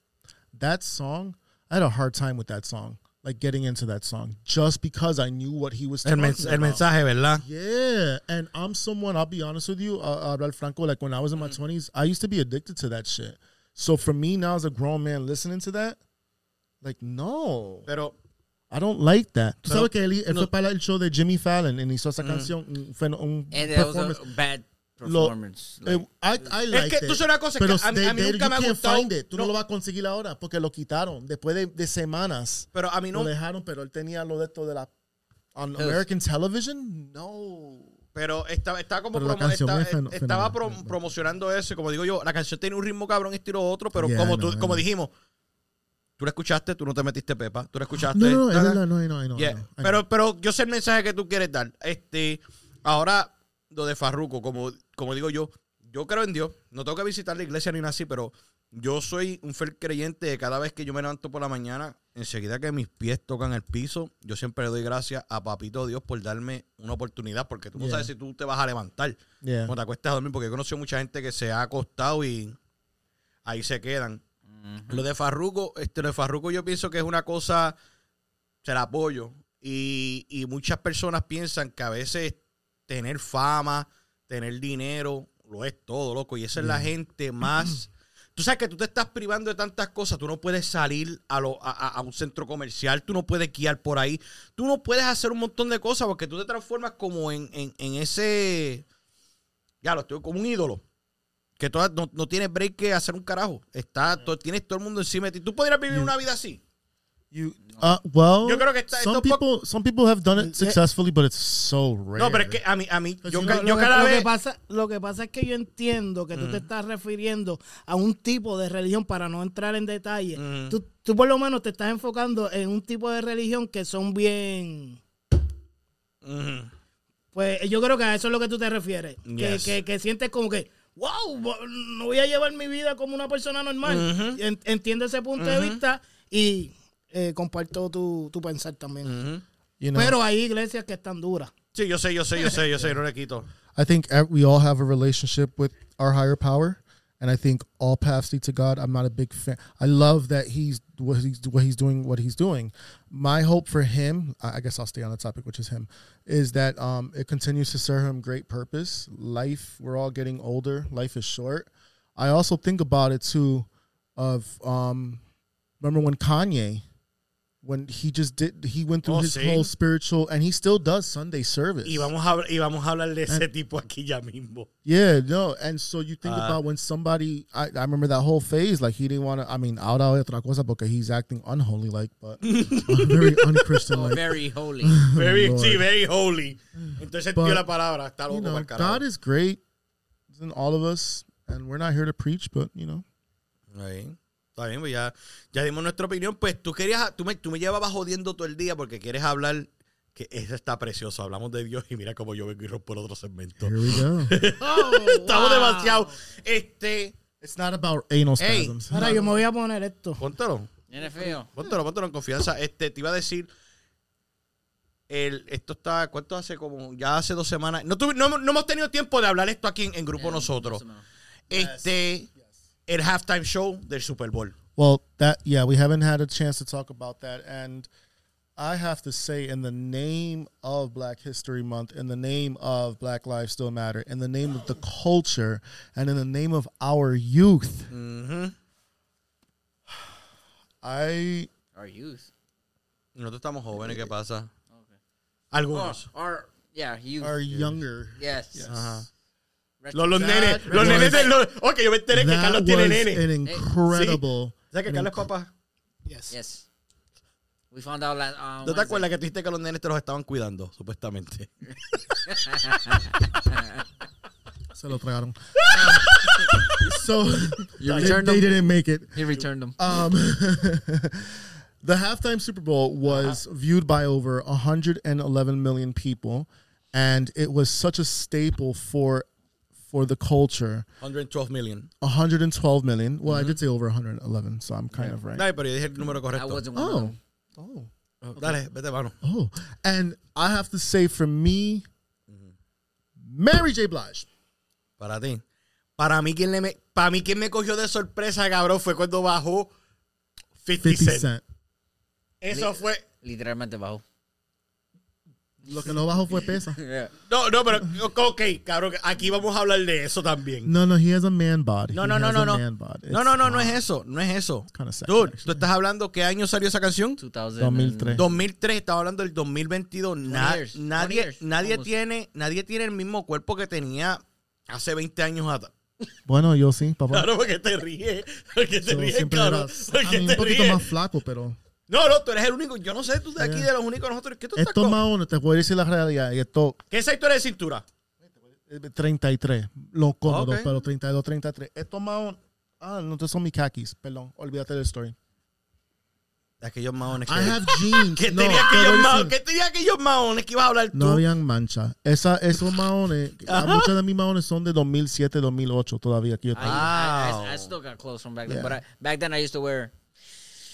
Speaker 4: that song i had a hard time with that song like getting into that song just because i knew what he was
Speaker 8: El,
Speaker 4: talking
Speaker 8: mens- el
Speaker 4: about.
Speaker 8: mensaje, ¿verdad?
Speaker 4: Yeah, and I'm someone. I'll be honest with you, uh, Abel Franco. Like when I was in my
Speaker 3: Mm.
Speaker 4: twenties, I used to be addicted to that shit. So for me now, as a grown man listening to that, like no,
Speaker 8: Pero
Speaker 4: I don't like that. Tú
Speaker 8: Pero-
Speaker 4: sabes que él, él
Speaker 8: no.
Speaker 4: fue para el show de Jimmy Fallon y hizo esa canción, mm, fue un
Speaker 7: And that was
Speaker 4: performance.
Speaker 7: a bad
Speaker 4: Lo-
Speaker 7: performance.
Speaker 4: Eh,
Speaker 7: like,
Speaker 4: I, I
Speaker 3: Es
Speaker 4: liked
Speaker 3: que tú
Speaker 4: it.
Speaker 3: sabes una cosa, es
Speaker 4: pero
Speaker 3: que a mí-
Speaker 4: they-
Speaker 3: a mí
Speaker 4: they-
Speaker 3: nunca
Speaker 4: you
Speaker 3: me ha
Speaker 4: can't
Speaker 3: gustado.
Speaker 4: find it. Tú no.
Speaker 3: No.
Speaker 4: lo vas a conseguir ahora porque lo quitaron después de, de semanas.
Speaker 3: Pero a mí no.
Speaker 4: Lo dejaron, pero él tenía lo de esto de la on
Speaker 7: Pero-
Speaker 4: American television. No.
Speaker 3: Pero estaba, estaba como
Speaker 4: Pero la
Speaker 3: promo-
Speaker 4: canción
Speaker 3: estaba-
Speaker 4: es feno-
Speaker 3: estaba
Speaker 4: fenomenal.
Speaker 3: prom- promocionando eso. y Como digo yo, la canción tiene un ritmo cabrón, estilo otro, pero
Speaker 4: Yeah,
Speaker 3: como
Speaker 4: I
Speaker 3: tú,
Speaker 4: know, I
Speaker 3: como
Speaker 4: know.
Speaker 3: dijimos, tú la escuchaste, tú no te metiste pepa, tú la escuchaste.
Speaker 4: No, no, no,
Speaker 3: ta-
Speaker 4: es verdad, no, no, no, no,
Speaker 3: Yeah,
Speaker 4: no. I
Speaker 3: Pero, pero yo sé el mensaje que tú quieres dar. Este, ahora, lo de Farruco, como, como digo yo, yo creo en Dios. No tengo que visitar la iglesia ni nada así, pero yo soy un fiel creyente de cada vez que yo me levanto por la mañana, enseguida que mis pies tocan el piso, yo siempre le doy gracias a Papito Dios por darme una oportunidad, porque tú no
Speaker 4: Yeah.
Speaker 3: sabes si tú te vas a levantar
Speaker 4: Yeah.
Speaker 3: cuando te acuestas a dormir, porque he conocido mucha gente que se ha acostado y ahí se quedan. Lo de Farruco, este, lo de Farruco yo pienso que es una cosa, se la apoyo. Y, y muchas personas piensan que a veces tener fama, tener dinero, lo es todo, loco. Y esa es la gente más... Tú sabes que tú te estás privando de tantas cosas. Tú no puedes salir a, lo- a- a- a un centro comercial, tú no puedes guiar por ahí, tú no puedes hacer un montón de cosas porque tú te transformas como en, en- en ese... Ya lo estoy como un ídolo. Que toda- no, no tienes break que hacer un carajo. Está, to- tienes todo el mundo encima de ti. ¿Tú podrías vivir
Speaker 5: Mm.
Speaker 4: Yeah.
Speaker 3: una vida así?
Speaker 4: You uh well
Speaker 3: Yo creo que está-
Speaker 4: some
Speaker 3: esto es poco-
Speaker 4: people some people have done it
Speaker 5: Sí.
Speaker 4: successfully, but it's so rare.
Speaker 3: No, pero es que a mí, a Mm. mí
Speaker 4: Pues
Speaker 3: yo,
Speaker 4: si
Speaker 3: ca-
Speaker 4: no,
Speaker 3: yo
Speaker 5: eh, lo, que,
Speaker 3: cada
Speaker 5: lo que
Speaker 3: vez...
Speaker 5: pasa, lo que pasa es que yo entiendo que tú te estás refiriendo a un tipo de religión para no entrar en detalle.
Speaker 3: Mm.
Speaker 5: Tú, tú por lo menos te estás enfocando en un tipo de religión que son bien...
Speaker 3: Ujú.
Speaker 5: Pues yo creo que a eso es lo que tú te refieres. Que-
Speaker 3: Yes.
Speaker 5: Que, que sientes como que, wow, bo- no voy a llevar mi vida como una persona normal. En- entiendo ese punto de vista y eh, comparto tu, tu pensar también.
Speaker 3: Mm.
Speaker 4: you know
Speaker 5: Pero hay iglesias que están duras.
Speaker 3: Sí, yo sé, yo sé, yo sé, yo sé, no le quito.
Speaker 4: I think ev- we all have a relationship with our higher power, and I think all paths lead to God. I'm not a big fan. I love that he's what he's what he's doing what he's doing. My hope for him, I I guess I'll stay on the topic, which is him, is that um, it continues to serve him great purpose. Life, we're all getting older. Life is short. I also think about it too, of um, remember when Kanye, when he just did he went through
Speaker 3: Oh,
Speaker 4: his
Speaker 3: sí.
Speaker 4: whole spiritual, and he still does Sunday service.
Speaker 3: Y vamos, a, y vamos a hablar de
Speaker 5: Eh.
Speaker 3: ese tipo aquí ya mismo.
Speaker 4: Yeah, no, and so you think
Speaker 3: Ah.
Speaker 4: about when somebody, I, I remember that whole phase, like he didn't want to. I mean, ahora otra cosa porque he's acting unholy like, but very unchristian
Speaker 7: Oh,
Speaker 4: like.
Speaker 7: very holy.
Speaker 3: Very,
Speaker 4: Lord.
Speaker 3: sí, very holy. Entonces
Speaker 4: But,
Speaker 5: Pues,
Speaker 3: dio la palabra. Está loco
Speaker 4: You know,
Speaker 3: pa'l carajo.
Speaker 4: God is great, it's in all of us, and we're not here to preach, but you know,
Speaker 3: Ahí. Está bien, pues ya, ya dimos nuestra opinión. Pues tú querías, tú me, tú me llevabas jodiendo todo el día porque quieres hablar, que eso está precioso. Hablamos de Dios y mira cómo yo vengo y rompo el otro segmento.
Speaker 4: here we go.
Speaker 3: Estamos demasiado. Este,
Speaker 4: it's not about anal
Speaker 3: Hey,
Speaker 4: spasms.
Speaker 5: Ahora yo me voy a poner esto.
Speaker 3: póntelo,
Speaker 7: Nene feo.
Speaker 3: póntelo, póntelo en confianza. Este, te iba a decir, el, esto está, ¿cuánto hace? Como ya hace dos semanas. No, tuvi- no, hemos- no hemos tenido tiempo de hablar esto aquí en, en grupo nosotros. Este, el halftime show del Super Bowl.
Speaker 4: Well, that yeah, we haven't had a chance to talk about that, and I have to say, in the name of Black History Month, in the name of Black Lives Still Matter, in the name of the culture, and in the name of our youth,
Speaker 3: Mm-hmm.
Speaker 4: I
Speaker 7: Our youth.
Speaker 3: Nosotros estamos jóvenes, ¿qué pasa? Algunos.
Speaker 7: Oh, Our, yeah, youth.
Speaker 4: are younger.
Speaker 7: yes. Rest-
Speaker 3: Los, los
Speaker 4: That
Speaker 3: nenes, los nenes de los. Ok, yo me enteré que Carlos
Speaker 4: That was
Speaker 3: tiene nene.
Speaker 4: an incredible.
Speaker 3: ¿Sabes que
Speaker 4: an
Speaker 3: Carlos es
Speaker 4: inc-
Speaker 3: papá?
Speaker 7: Yes. We found out last um,
Speaker 3: ¿No te
Speaker 7: Wednesday.
Speaker 3: acuerdas que tú dijiste que los nenes te los estaban cuidando, supuestamente?
Speaker 4: Se lo tragaron. so
Speaker 7: You
Speaker 4: they,
Speaker 7: returned them?
Speaker 4: they didn't make it.
Speaker 7: He returned them.
Speaker 4: Um, the halftime Super Bowl was
Speaker 3: Uh-huh.
Speaker 4: viewed by over 111 million people, and it was such a staple for for the culture.
Speaker 3: 112 million.
Speaker 4: 112 million. Well,
Speaker 3: Mm-hmm.
Speaker 4: I did say over 111, so I'm kind of right.
Speaker 3: Dale, pero yo dije el número
Speaker 7: I
Speaker 3: correcto.
Speaker 7: wasn't one of
Speaker 4: Oh,
Speaker 7: them.
Speaker 4: oh,
Speaker 3: Dale, vete, mano.
Speaker 4: oh! And I have to say, for me,
Speaker 3: Mm-hmm.
Speaker 4: Mary J. Blige.
Speaker 3: Para ti. Para mí, quien le me, para mí, quien me cogió de sorpresa, cabrón, fue cuando bajó 50,
Speaker 4: 50
Speaker 3: Cent.
Speaker 4: Cent.
Speaker 3: Eso fue.
Speaker 7: Literalmente bajo.
Speaker 4: Lo que no bajo fue pesa.
Speaker 7: Yeah.
Speaker 3: No, no, pero. Ok, cabrón, aquí vamos a hablar de eso también.
Speaker 4: No, no, he has a man bod.
Speaker 3: No,
Speaker 4: He
Speaker 3: no, no,
Speaker 4: has
Speaker 3: no,
Speaker 4: a
Speaker 3: no.
Speaker 4: Man bod.
Speaker 3: No, no, no, no es eso. No es eso.
Speaker 4: kinda sexy,
Speaker 3: Dude, tú
Speaker 4: actually.
Speaker 3: estás hablando qué año salió esa canción?
Speaker 7: 2000
Speaker 4: 2003.
Speaker 3: 2003, estaba hablando del 2022. Na-
Speaker 7: years, 20
Speaker 3: nadie
Speaker 7: years,
Speaker 3: nadie
Speaker 7: almost.
Speaker 3: tiene nadie tiene el mismo cuerpo que tenía hace 20 años atrás.
Speaker 4: Bueno, yo sí, papá.
Speaker 3: Claro, porque te ríes. Porque te
Speaker 4: Yo
Speaker 3: ríes,
Speaker 4: siempre
Speaker 3: cabrón.
Speaker 4: era- a
Speaker 3: Porque
Speaker 4: mí
Speaker 3: te
Speaker 4: un poquito
Speaker 3: ríes.
Speaker 4: más flaco, pero
Speaker 3: No, no, tú eres el único. Yo no sé, tú de aquí,
Speaker 4: Yeah.
Speaker 3: de los únicos nosotros. ¿Qué tú estás
Speaker 4: esto es
Speaker 3: con-
Speaker 4: más uno, te voy a decir la realidad. Y esto,
Speaker 3: ¿Qué sector es de cintura?
Speaker 4: eh, 33, lo cómodo,
Speaker 3: Ok.
Speaker 4: pero 32, 33. Esto es más uno. Ah, no, estos son mis khakis, perdón, olvídate del story.
Speaker 3: Aquellos maones
Speaker 4: I have jeans.
Speaker 3: ¿Qué
Speaker 4: no,
Speaker 3: tenía
Speaker 4: te voy a
Speaker 3: aquellos
Speaker 4: decir,
Speaker 3: maones? ¿Qué tenía aquellos maones que ibas a hablar tú?
Speaker 4: No habían mancha. Esa, esos maones, ah, muchos de mis maones son de 2007, 2008 todavía. Aquí yo
Speaker 7: I,
Speaker 4: tengo.
Speaker 7: I, I, I still got clothes from back then,
Speaker 4: Yeah.
Speaker 7: but I, back then I used to wear.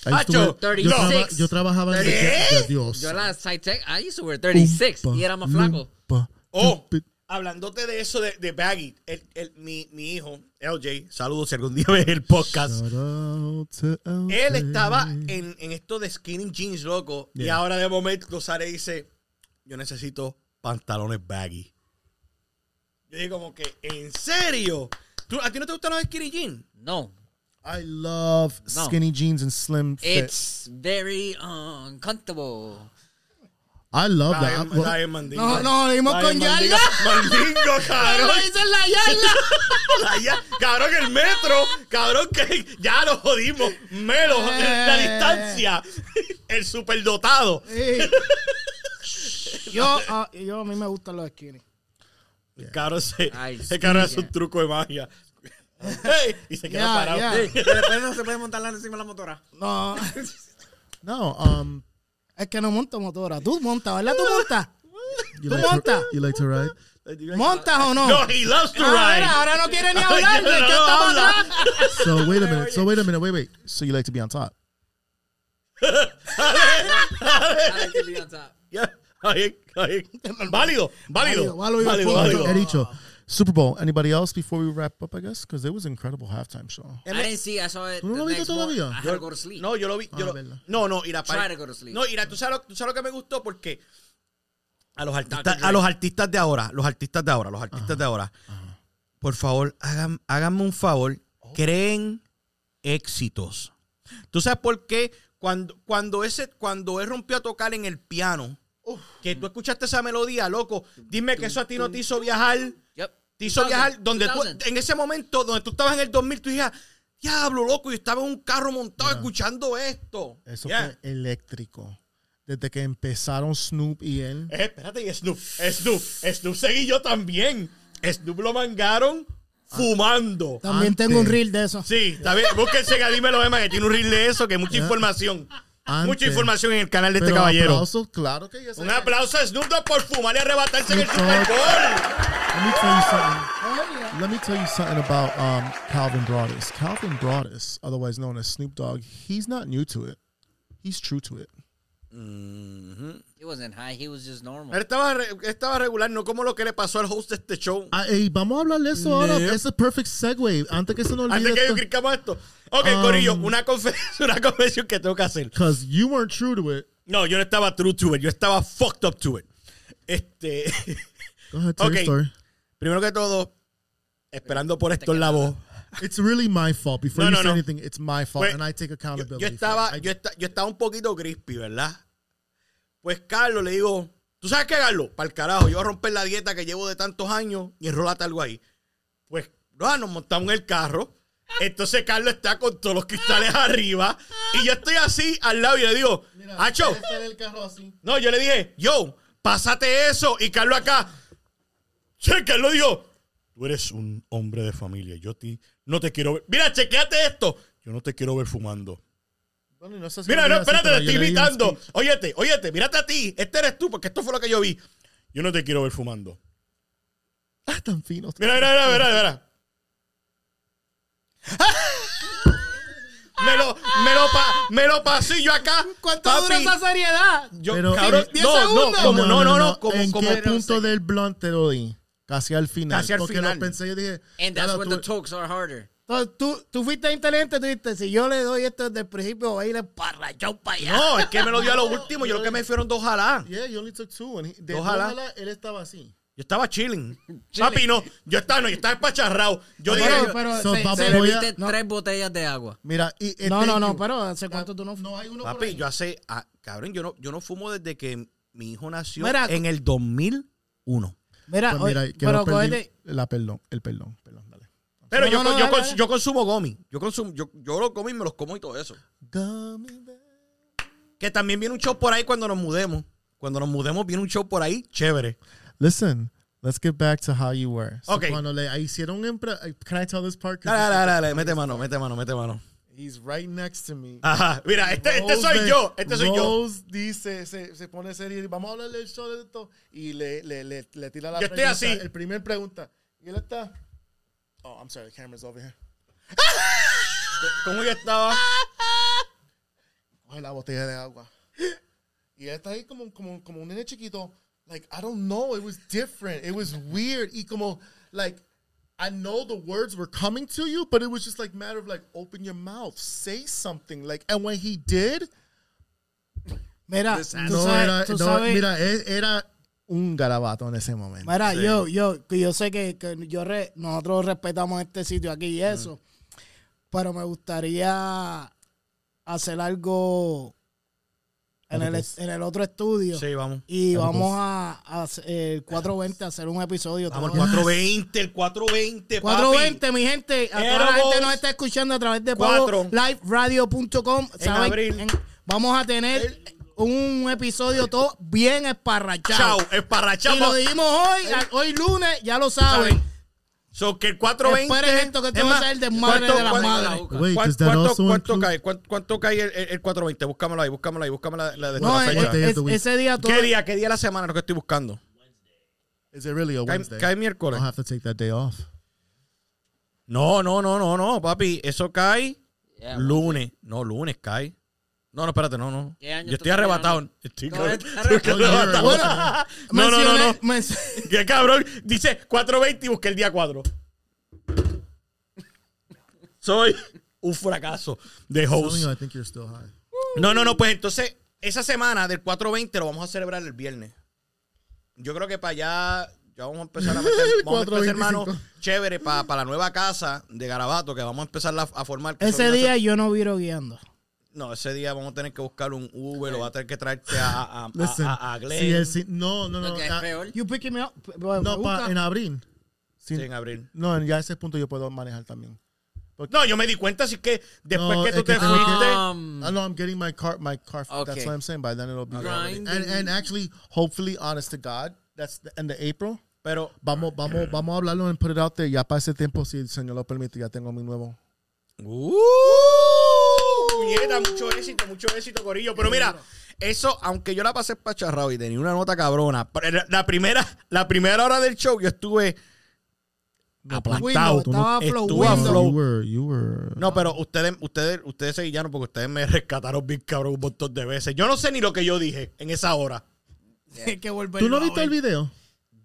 Speaker 4: Ahí estuve- yo,
Speaker 7: Hacho,
Speaker 4: traba-
Speaker 7: 36.
Speaker 4: yo trabajaba en
Speaker 3: ¿Qué?
Speaker 4: de Dios.
Speaker 7: Yo las tight tech, I used to wear 36 y era más flaco.
Speaker 4: Lumpa,
Speaker 3: Oh,
Speaker 4: lumpa.
Speaker 3: hablándote de eso de, de baggy, el, el, mi, mi hijo, LJ, saludos si algún día ves el podcast.
Speaker 4: Shout out to
Speaker 3: Él
Speaker 4: LA.
Speaker 3: estaba en, en esto de skinny jeans, loco. Y
Speaker 4: Yeah.
Speaker 3: ahora de momento sale y dice, yo necesito pantalones baggy. Yo digo como que, ¿en serio? ¿Tú- ¿A ti no te gustan los skinny jeans?
Speaker 7: No,
Speaker 4: I love
Speaker 7: No.
Speaker 4: skinny jeans and slim fit.
Speaker 7: it's very uncomfortable.
Speaker 4: I love that.
Speaker 3: Ryan-
Speaker 7: pues,
Speaker 4: I- well,
Speaker 3: Ryan Mandingo.
Speaker 5: No, no, dimos
Speaker 3: Ryan
Speaker 5: con
Speaker 3: Mandingo.
Speaker 5: Yarda.
Speaker 3: Mandingo, cabrón.
Speaker 5: dicen la Yarda.
Speaker 3: Allá, cabrón, el metro. Cabrón, que ya lo jodimos. Melo, la
Speaker 5: Eh.
Speaker 3: distancia. El superdotado.
Speaker 5: Sí. Yo, ah, yo a mí me gustan los skinny.
Speaker 3: El cabrón se.
Speaker 7: Ay,
Speaker 3: el
Speaker 7: sí,
Speaker 3: cabrón hace un
Speaker 7: ya.
Speaker 3: truco de magia. Ey, y se queda
Speaker 5: Ya,
Speaker 3: parado.
Speaker 5: ya.
Speaker 3: Ey,
Speaker 7: después no se puede montar encima de la motora.
Speaker 5: No,
Speaker 4: no, um,
Speaker 5: es que no monto motora. Tú montas, ¿verdad? Tú montas.
Speaker 4: you
Speaker 5: Tú
Speaker 4: like, to,
Speaker 5: monta.
Speaker 4: you like to ride?
Speaker 5: ¿Montas o no?
Speaker 3: No, he loves to
Speaker 5: Ahora,
Speaker 3: ride.
Speaker 5: ahora no quiere ni
Speaker 3: Ay, ya
Speaker 5: hablar. ¿De
Speaker 3: no
Speaker 5: qué estamos
Speaker 3: habla.
Speaker 5: hablando?
Speaker 4: So wait a minute. So wait a minute. Wait, wait. So you like to be on top?
Speaker 3: Ya, ay, ay. Válido, válido.
Speaker 5: Válido, válido,
Speaker 3: Válido,
Speaker 5: punto.
Speaker 3: válido.
Speaker 4: He dicho, Super Bowl. Anybody else before we wrap up? I guess because it was an incredible halftime show.
Speaker 7: I didn't see. I saw it.
Speaker 4: ¿Tú no
Speaker 7: the
Speaker 4: lo viste
Speaker 7: next morning.
Speaker 4: todavía?
Speaker 7: I had to go to sleep.
Speaker 3: No, yo lo vi.
Speaker 4: Ah,
Speaker 3: yo lo-
Speaker 4: verdad.
Speaker 3: no, no, Ira,
Speaker 7: Try
Speaker 3: para-
Speaker 7: to go to sleep.
Speaker 3: No, Ira, tú sabes, lo, tú sabes lo que me gustó porque a los artistas,
Speaker 7: Dre.
Speaker 3: a los artistas de ahora, los artistas de ahora, los artistas de ahora, por favor, hagan- háganme un favor, creen éxitos. ¿Tú sabes por qué? Cuando, cuando, ese, cuando él rompió a tocar en el piano, que tú escuchaste esa melodía, loco, dime que eso a ti no te hizo viajar.
Speaker 7: Yep.
Speaker 3: Te hizo
Speaker 7: 2000,
Speaker 3: viajar donde tú,
Speaker 7: 2000.
Speaker 3: en ese momento donde tú estabas en el 2000, tú dijías, diablo, loco, yo estaba en un carro montado escuchando esto.
Speaker 4: Eso
Speaker 3: Yeah.
Speaker 4: fue eléctrico. Desde que empezaron Snoop y él.
Speaker 3: Eh, espérate, y Snoop, Snoop, eh, Snoop seguí yo también. Snoop lo mangaron Ah. fumando.
Speaker 5: También
Speaker 4: Antes.
Speaker 5: tengo un reel de eso.
Speaker 3: Sí, está bien. Búsquense a Dímelo Emma, que tiene un reel de eso, que mucha información.
Speaker 4: Antes.
Speaker 3: Mucha información en el canal de este
Speaker 4: Pero
Speaker 3: caballero.
Speaker 4: aplausos, claro que ya se-
Speaker 3: Un aplauso a Snoop Dogg por fumar y arrebatarse en el
Speaker 4: Snoop
Speaker 3: Super
Speaker 4: Dogg.
Speaker 3: Bowl.
Speaker 4: Let me tell you something. Let me tell you something about um, Calvin Broadus. Calvin Broadus, otherwise known as Snoop Dogg, he's not new to it. He's true to it.
Speaker 7: He wasn't high. He was just normal.
Speaker 3: Él estaba, re- estaba regular, no como lo que le pasó al host de este show.
Speaker 4: Ah, ey, vamos a hablar de eso ahora. Es el perfect segue. Antes que se nos
Speaker 3: Antes
Speaker 4: olvide.
Speaker 3: que yo
Speaker 4: esto.
Speaker 3: criticamos esto. Ok,
Speaker 4: Um,
Speaker 3: Corillo, una, confes- una confesión que tengo que hacer.
Speaker 4: Cause you weren't true to it.
Speaker 3: No, yo no estaba true to it, yo estaba fucked up to it. Este,
Speaker 4: Go ahead, tell
Speaker 3: Ok.
Speaker 4: your story.
Speaker 3: primero que todo, esperando por esto en la voz.
Speaker 4: It's really my fault. Before
Speaker 3: No,
Speaker 4: you
Speaker 3: no,
Speaker 4: say
Speaker 3: no.
Speaker 4: anything, it's my fault,
Speaker 3: Pues,
Speaker 4: and I take
Speaker 3: Yo,
Speaker 4: accountability.
Speaker 3: yo
Speaker 4: for it.
Speaker 3: estaba,
Speaker 4: I-
Speaker 3: yo, esta- yo estaba un poquito crispy, ¿verdad? Pues Carlos le digo, ¿tú sabes qué, Carlos? Para el carajo, yo voy a romper la dieta que llevo de tantos años y enrolate algo ahí. Pues, no, nos montamos en el carro. Entonces Carlos está con todos los cristales arriba y yo estoy así al lado y le digo, Hacho, No, yo le dije, yo, pásate eso. Y Carlos acá. Che, Carlos dijo, tú eres un hombre de familia. Yo ti no te quiero ver. Mira, chequeate esto. Yo no te quiero ver fumando.
Speaker 4: Bueno, no sé si
Speaker 3: Mira, no,
Speaker 4: lo voy a hacer,
Speaker 3: espérate,
Speaker 4: pero
Speaker 3: te
Speaker 4: yo
Speaker 3: estoy
Speaker 4: leí un
Speaker 3: imitando.
Speaker 4: speech.
Speaker 3: Óyete, óyete, mírate a ti. Este eres tú, porque esto fue lo que yo vi. Yo no te quiero ver fumando.
Speaker 4: Ah, tan fino.
Speaker 3: Mira, mira, mira, mira, mira. me lo, me lo, pa- me lo pasé yo acá.
Speaker 5: ¿Cuánto dura
Speaker 3: Papi,
Speaker 5: esa seriedad?
Speaker 3: Yo,
Speaker 4: Pero-
Speaker 3: cabrón,
Speaker 4: ¿Diez
Speaker 3: no, no,
Speaker 5: segundos?
Speaker 3: como, no, no, no,
Speaker 4: ¿En
Speaker 3: como, como,
Speaker 4: qué punto del blunt te lo di? Casi al final.
Speaker 3: Casi al
Speaker 4: Porque
Speaker 3: final.
Speaker 4: lo pensé, yo dije.
Speaker 7: And that's
Speaker 4: "Claro,
Speaker 7: when
Speaker 4: tú-
Speaker 7: the talks are harder.
Speaker 5: Entonces, tú, tú fuiste inteligente, tú dijiste, si yo le doy esto desde el principio, va a ir emparrachado para allá.
Speaker 3: No, es que me lo dio a lo último. Yo creo que me fueron dos jalá.
Speaker 4: Yeah, you only took two. And he, de
Speaker 3: Ojalá.
Speaker 4: ojalá. Él estaba así.
Speaker 3: Yo estaba chilling. Papi, no. Yo estaba, no, yo estaba espacharrado. Yo
Speaker 5: Pero-
Speaker 3: dije,
Speaker 5: pero
Speaker 4: So,
Speaker 5: se-
Speaker 4: vamos-
Speaker 5: se-
Speaker 7: Se
Speaker 4: voy
Speaker 7: le
Speaker 4: a-
Speaker 7: viste
Speaker 5: no.
Speaker 7: tres botellas de agua.
Speaker 4: Mira, y, y
Speaker 5: no, no,
Speaker 4: thank
Speaker 5: no,
Speaker 4: you.
Speaker 5: pero hace cuánto tú no No hay uno.
Speaker 3: papi, yo hace, ah, cabrón, yo no, yo no fumo desde que mi hijo nació
Speaker 5: Mira,
Speaker 3: en el 2001.
Speaker 5: Mira,
Speaker 4: Pues mira,
Speaker 5: Ah, oye,
Speaker 4: que
Speaker 5: pero
Speaker 4: no perdí
Speaker 5: cógete.
Speaker 4: la perdón, el perdón, perdón, dale.
Speaker 3: Pero
Speaker 5: No,
Speaker 3: yo,
Speaker 5: no,
Speaker 3: con-
Speaker 5: no,
Speaker 3: yo,
Speaker 5: dale,
Speaker 3: con-
Speaker 5: dale.
Speaker 3: yo consumo gomi. Yo consumo, yo, yo lo como y me los como y todo eso.
Speaker 4: Gummy bear.
Speaker 3: Que también viene un show por ahí cuando nos mudemos. Cuando nos mudemos viene un show por ahí chévere.
Speaker 4: Listen, let's get back to how you were. So
Speaker 3: Okay.
Speaker 4: Cuando le hicieron empre- eh, Can I tell this part? 'Cause
Speaker 3: Dale, dale, dale, dale, mete mano, mete mano, mete mano.
Speaker 4: He's right next to me.
Speaker 3: Ajá, mira, este, este soy
Speaker 4: Rose-
Speaker 3: yo, este soy yo.
Speaker 4: Rose dice, se, se pone serio, y vamos a hablar del show de esto, y le, le, le, le tira la
Speaker 3: Yo estoy
Speaker 4: pregunta.
Speaker 3: así.
Speaker 4: El primer pregunta. Y él está... Oh, I'm sorry, the camera's over here.
Speaker 3: ¿Cómo yo estaba?
Speaker 4: Coge la botella de agua. Y él está ahí como, como, como un nene chiquito. Like, I don't know, it was different. It was weird. Y como, like, I know the words were coming to you, but it was just like matter of like, open your mouth, say something. Like, and when he did...
Speaker 5: Mira, tú
Speaker 4: No,
Speaker 5: sabes,
Speaker 4: era,
Speaker 5: tú
Speaker 4: no,
Speaker 5: sabes-
Speaker 4: mira, eh, e- era un garabato en ese momento.
Speaker 5: Mira, yo, yo, que yo sé que, que yo re- nosotros respetamos este sitio aquí y eso, pero me gustaría hacer algo en el,
Speaker 4: Algo.
Speaker 5: en el otro estudio.
Speaker 3: Sí, vamos.
Speaker 5: Y
Speaker 4: Algo.
Speaker 5: vamos a, a hacer- el 420 a hacer un episodio.
Speaker 3: Vamos al
Speaker 5: todo.
Speaker 3: 420, el 420, papi.
Speaker 5: 420, mi gente. A toda la
Speaker 3: Éramos
Speaker 5: gente nos está escuchando a través de
Speaker 3: cuatro.
Speaker 5: liveradio.com.
Speaker 3: En abril.
Speaker 5: vamos a tener un episodio todo bien
Speaker 3: Chao,
Speaker 5: esparrachado. Y lo
Speaker 3: esparrachamos.
Speaker 5: dijimos hoy, a- hoy lunes, ya lo saben.
Speaker 3: ¿Saben? So, que el 420.
Speaker 5: Esperen esto, que esto va a ser el desmadre de las madres.
Speaker 4: Wait,
Speaker 3: ¿Cuánto,
Speaker 4: does that
Speaker 3: cuánto-
Speaker 4: also
Speaker 3: cuánto
Speaker 4: include-
Speaker 3: cae? ¿Cuánto, cuánto cae el, el- el 420? Búscamelo ahí, búscamelo ahí, búscamelo la, la de
Speaker 5: No,
Speaker 3: la
Speaker 5: es-
Speaker 3: fecha.
Speaker 4: Day of
Speaker 5: es-
Speaker 4: the week.
Speaker 5: ese día todo.
Speaker 3: ¿Qué día? ¿Qué día de la semana es lo que estoy buscando?
Speaker 4: Is it really a
Speaker 3: Cae,
Speaker 4: Wednesday?
Speaker 3: cae miércoles.
Speaker 4: I'll have to take that day off.
Speaker 3: No, no, no, no, no, papi. Eso cae
Speaker 7: Yeah,
Speaker 3: lunes. No, lunes cae. No, no, espérate, no, no.
Speaker 7: ¿Qué año
Speaker 3: Yo
Speaker 7: tú
Speaker 3: estoy
Speaker 7: estás
Speaker 3: arrebatado.
Speaker 7: mirando?
Speaker 3: Estoy,
Speaker 7: No,
Speaker 3: cabrón,
Speaker 7: está
Speaker 3: estoy arrebatado.
Speaker 5: Bueno,
Speaker 3: No, no, no,
Speaker 5: mencioné-
Speaker 3: no.
Speaker 5: men-
Speaker 3: ¿Qué cabrón? Dice 4.20 y busqué el día 4. Soy un fracaso de
Speaker 4: Some of
Speaker 3: host.
Speaker 4: you, I think you're still high.
Speaker 3: No, no, no, pues entonces, esa semana del 420 lo vamos a celebrar el viernes. Yo creo que para allá ya vamos a empezar a meter, vamos a empezar, hermano,
Speaker 4: 4:25.
Speaker 3: chévere, para, la nueva casa de Garabato, que vamos a empezar la- a formar. que eso
Speaker 5: Ese
Speaker 3: viene a
Speaker 5: día
Speaker 3: ser-
Speaker 5: yo no viro guiando.
Speaker 3: No, ese día vamos a tener que buscar un Uber, lo va a tener que traerte a, a, a,
Speaker 4: Listen,
Speaker 3: a- a Glenn
Speaker 4: si el- si- no, no, no.
Speaker 7: Lo que es
Speaker 4: ah,
Speaker 7: peor.
Speaker 5: You picking me up. Bueno,
Speaker 4: no,
Speaker 5: me
Speaker 4: pa-
Speaker 5: busca.
Speaker 4: en abril. Si-
Speaker 3: sí, en abril.
Speaker 4: No, en- ya a ese punto yo puedo manejar también.
Speaker 3: No, yo me di cuenta, así que después
Speaker 4: No,
Speaker 3: que tú
Speaker 4: es que
Speaker 3: te
Speaker 4: tengo que-
Speaker 3: fuiste,
Speaker 7: Um,
Speaker 4: I know I'm getting my car. My car. That's
Speaker 7: Okay.
Speaker 4: what I'm saying. By then it'll be already- and
Speaker 7: Grinding.
Speaker 4: and actually, hopefully, honest to God, that's the end of April.
Speaker 3: pero
Speaker 4: Vamos, vamos, vamos a hablarlo and put it out there. Ya para ese tiempo, si el señor lo permite, ya tengo mi nuevo.
Speaker 3: ¡Uh! Puñeta, mucho éxito, mucho éxito, Corillo. Pero mira, eso, aunque yo la pasé pacharrado y tenía una nota cabrona, pero era- la primera, la primera hora del show yo estuve aplastado.
Speaker 4: pues,
Speaker 5: Window, estaba flow
Speaker 3: Estuve a
Speaker 5: window.
Speaker 3: flow.
Speaker 4: you were, you were.
Speaker 3: No, pero ustedes, ustedes, ustedes se guillaron porque ustedes me rescataron bien cabrón un montón de veces. Yo no sé ni lo que yo dije en esa hora.
Speaker 5: Hay que volver.
Speaker 4: ¿Tú no viste el video?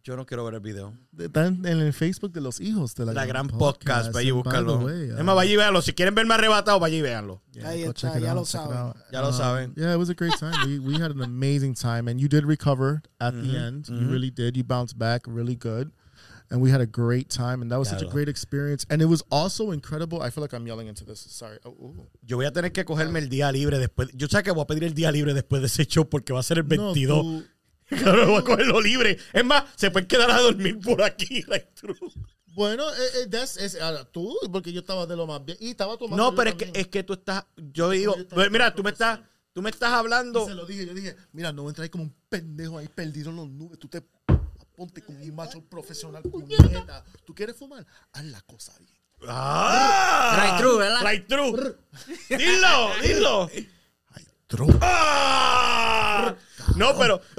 Speaker 3: Yo no quiero ver el video.
Speaker 4: Está en, en el Facebook de los hijos de la,
Speaker 3: La gran podcast, vaya y
Speaker 4: and by the
Speaker 3: búscalo.
Speaker 4: way,
Speaker 3: Es
Speaker 4: uh,
Speaker 3: más, vaya y véanlo. Si quieren verme arrebatado, vaya y véanlo.
Speaker 4: Yeah,
Speaker 5: Ahí
Speaker 4: go
Speaker 5: está,
Speaker 4: check it
Speaker 5: ya
Speaker 4: out,
Speaker 5: lo
Speaker 4: check it
Speaker 5: saben.
Speaker 4: out.
Speaker 3: Ya lo saben.
Speaker 4: Yeah, it was a great time. we, we had an amazing time, and you did recover at
Speaker 3: Mm-hmm.
Speaker 4: the end. You really did. You bounced back really good, and we had a great time, and that was such a great experience. And it was also incredible. I feel like I'm yelling into this. Sorry. Oh, ooh.
Speaker 3: Yo voy a tener que cogerme el día libre después. Yo sé que voy a pedir el día libre después de ese show porque va a ser el
Speaker 4: No,
Speaker 3: 22.
Speaker 4: tú-
Speaker 3: Claro, voy a cogerlo libre. Es más, se pueden quedar a dormir por aquí. like, true.
Speaker 4: Bueno, eh, eh, that's- es- ahora, tú, porque yo estaba de lo más bien. Y estaba tomando.
Speaker 3: No,
Speaker 4: yo
Speaker 3: pero es que,
Speaker 4: también.
Speaker 3: es que tú estás. Yo digo,
Speaker 4: yo también
Speaker 3: mira,
Speaker 4: estaba
Speaker 3: tú me estás, tú me estás hablando.
Speaker 4: Y se lo dije, yo dije, mira, no entra ahí como un pendejo ahí perdido en los nubes. Tú te ponte como un macho profesional, puñeta. ¿Tú quieres fumar? Haz la cosa bien.
Speaker 3: ¡Ah!
Speaker 7: Right through, ¿verdad?
Speaker 3: Right through. Dilo, dilo.
Speaker 4: Ay, tru-
Speaker 3: ¡Ah! No, pero.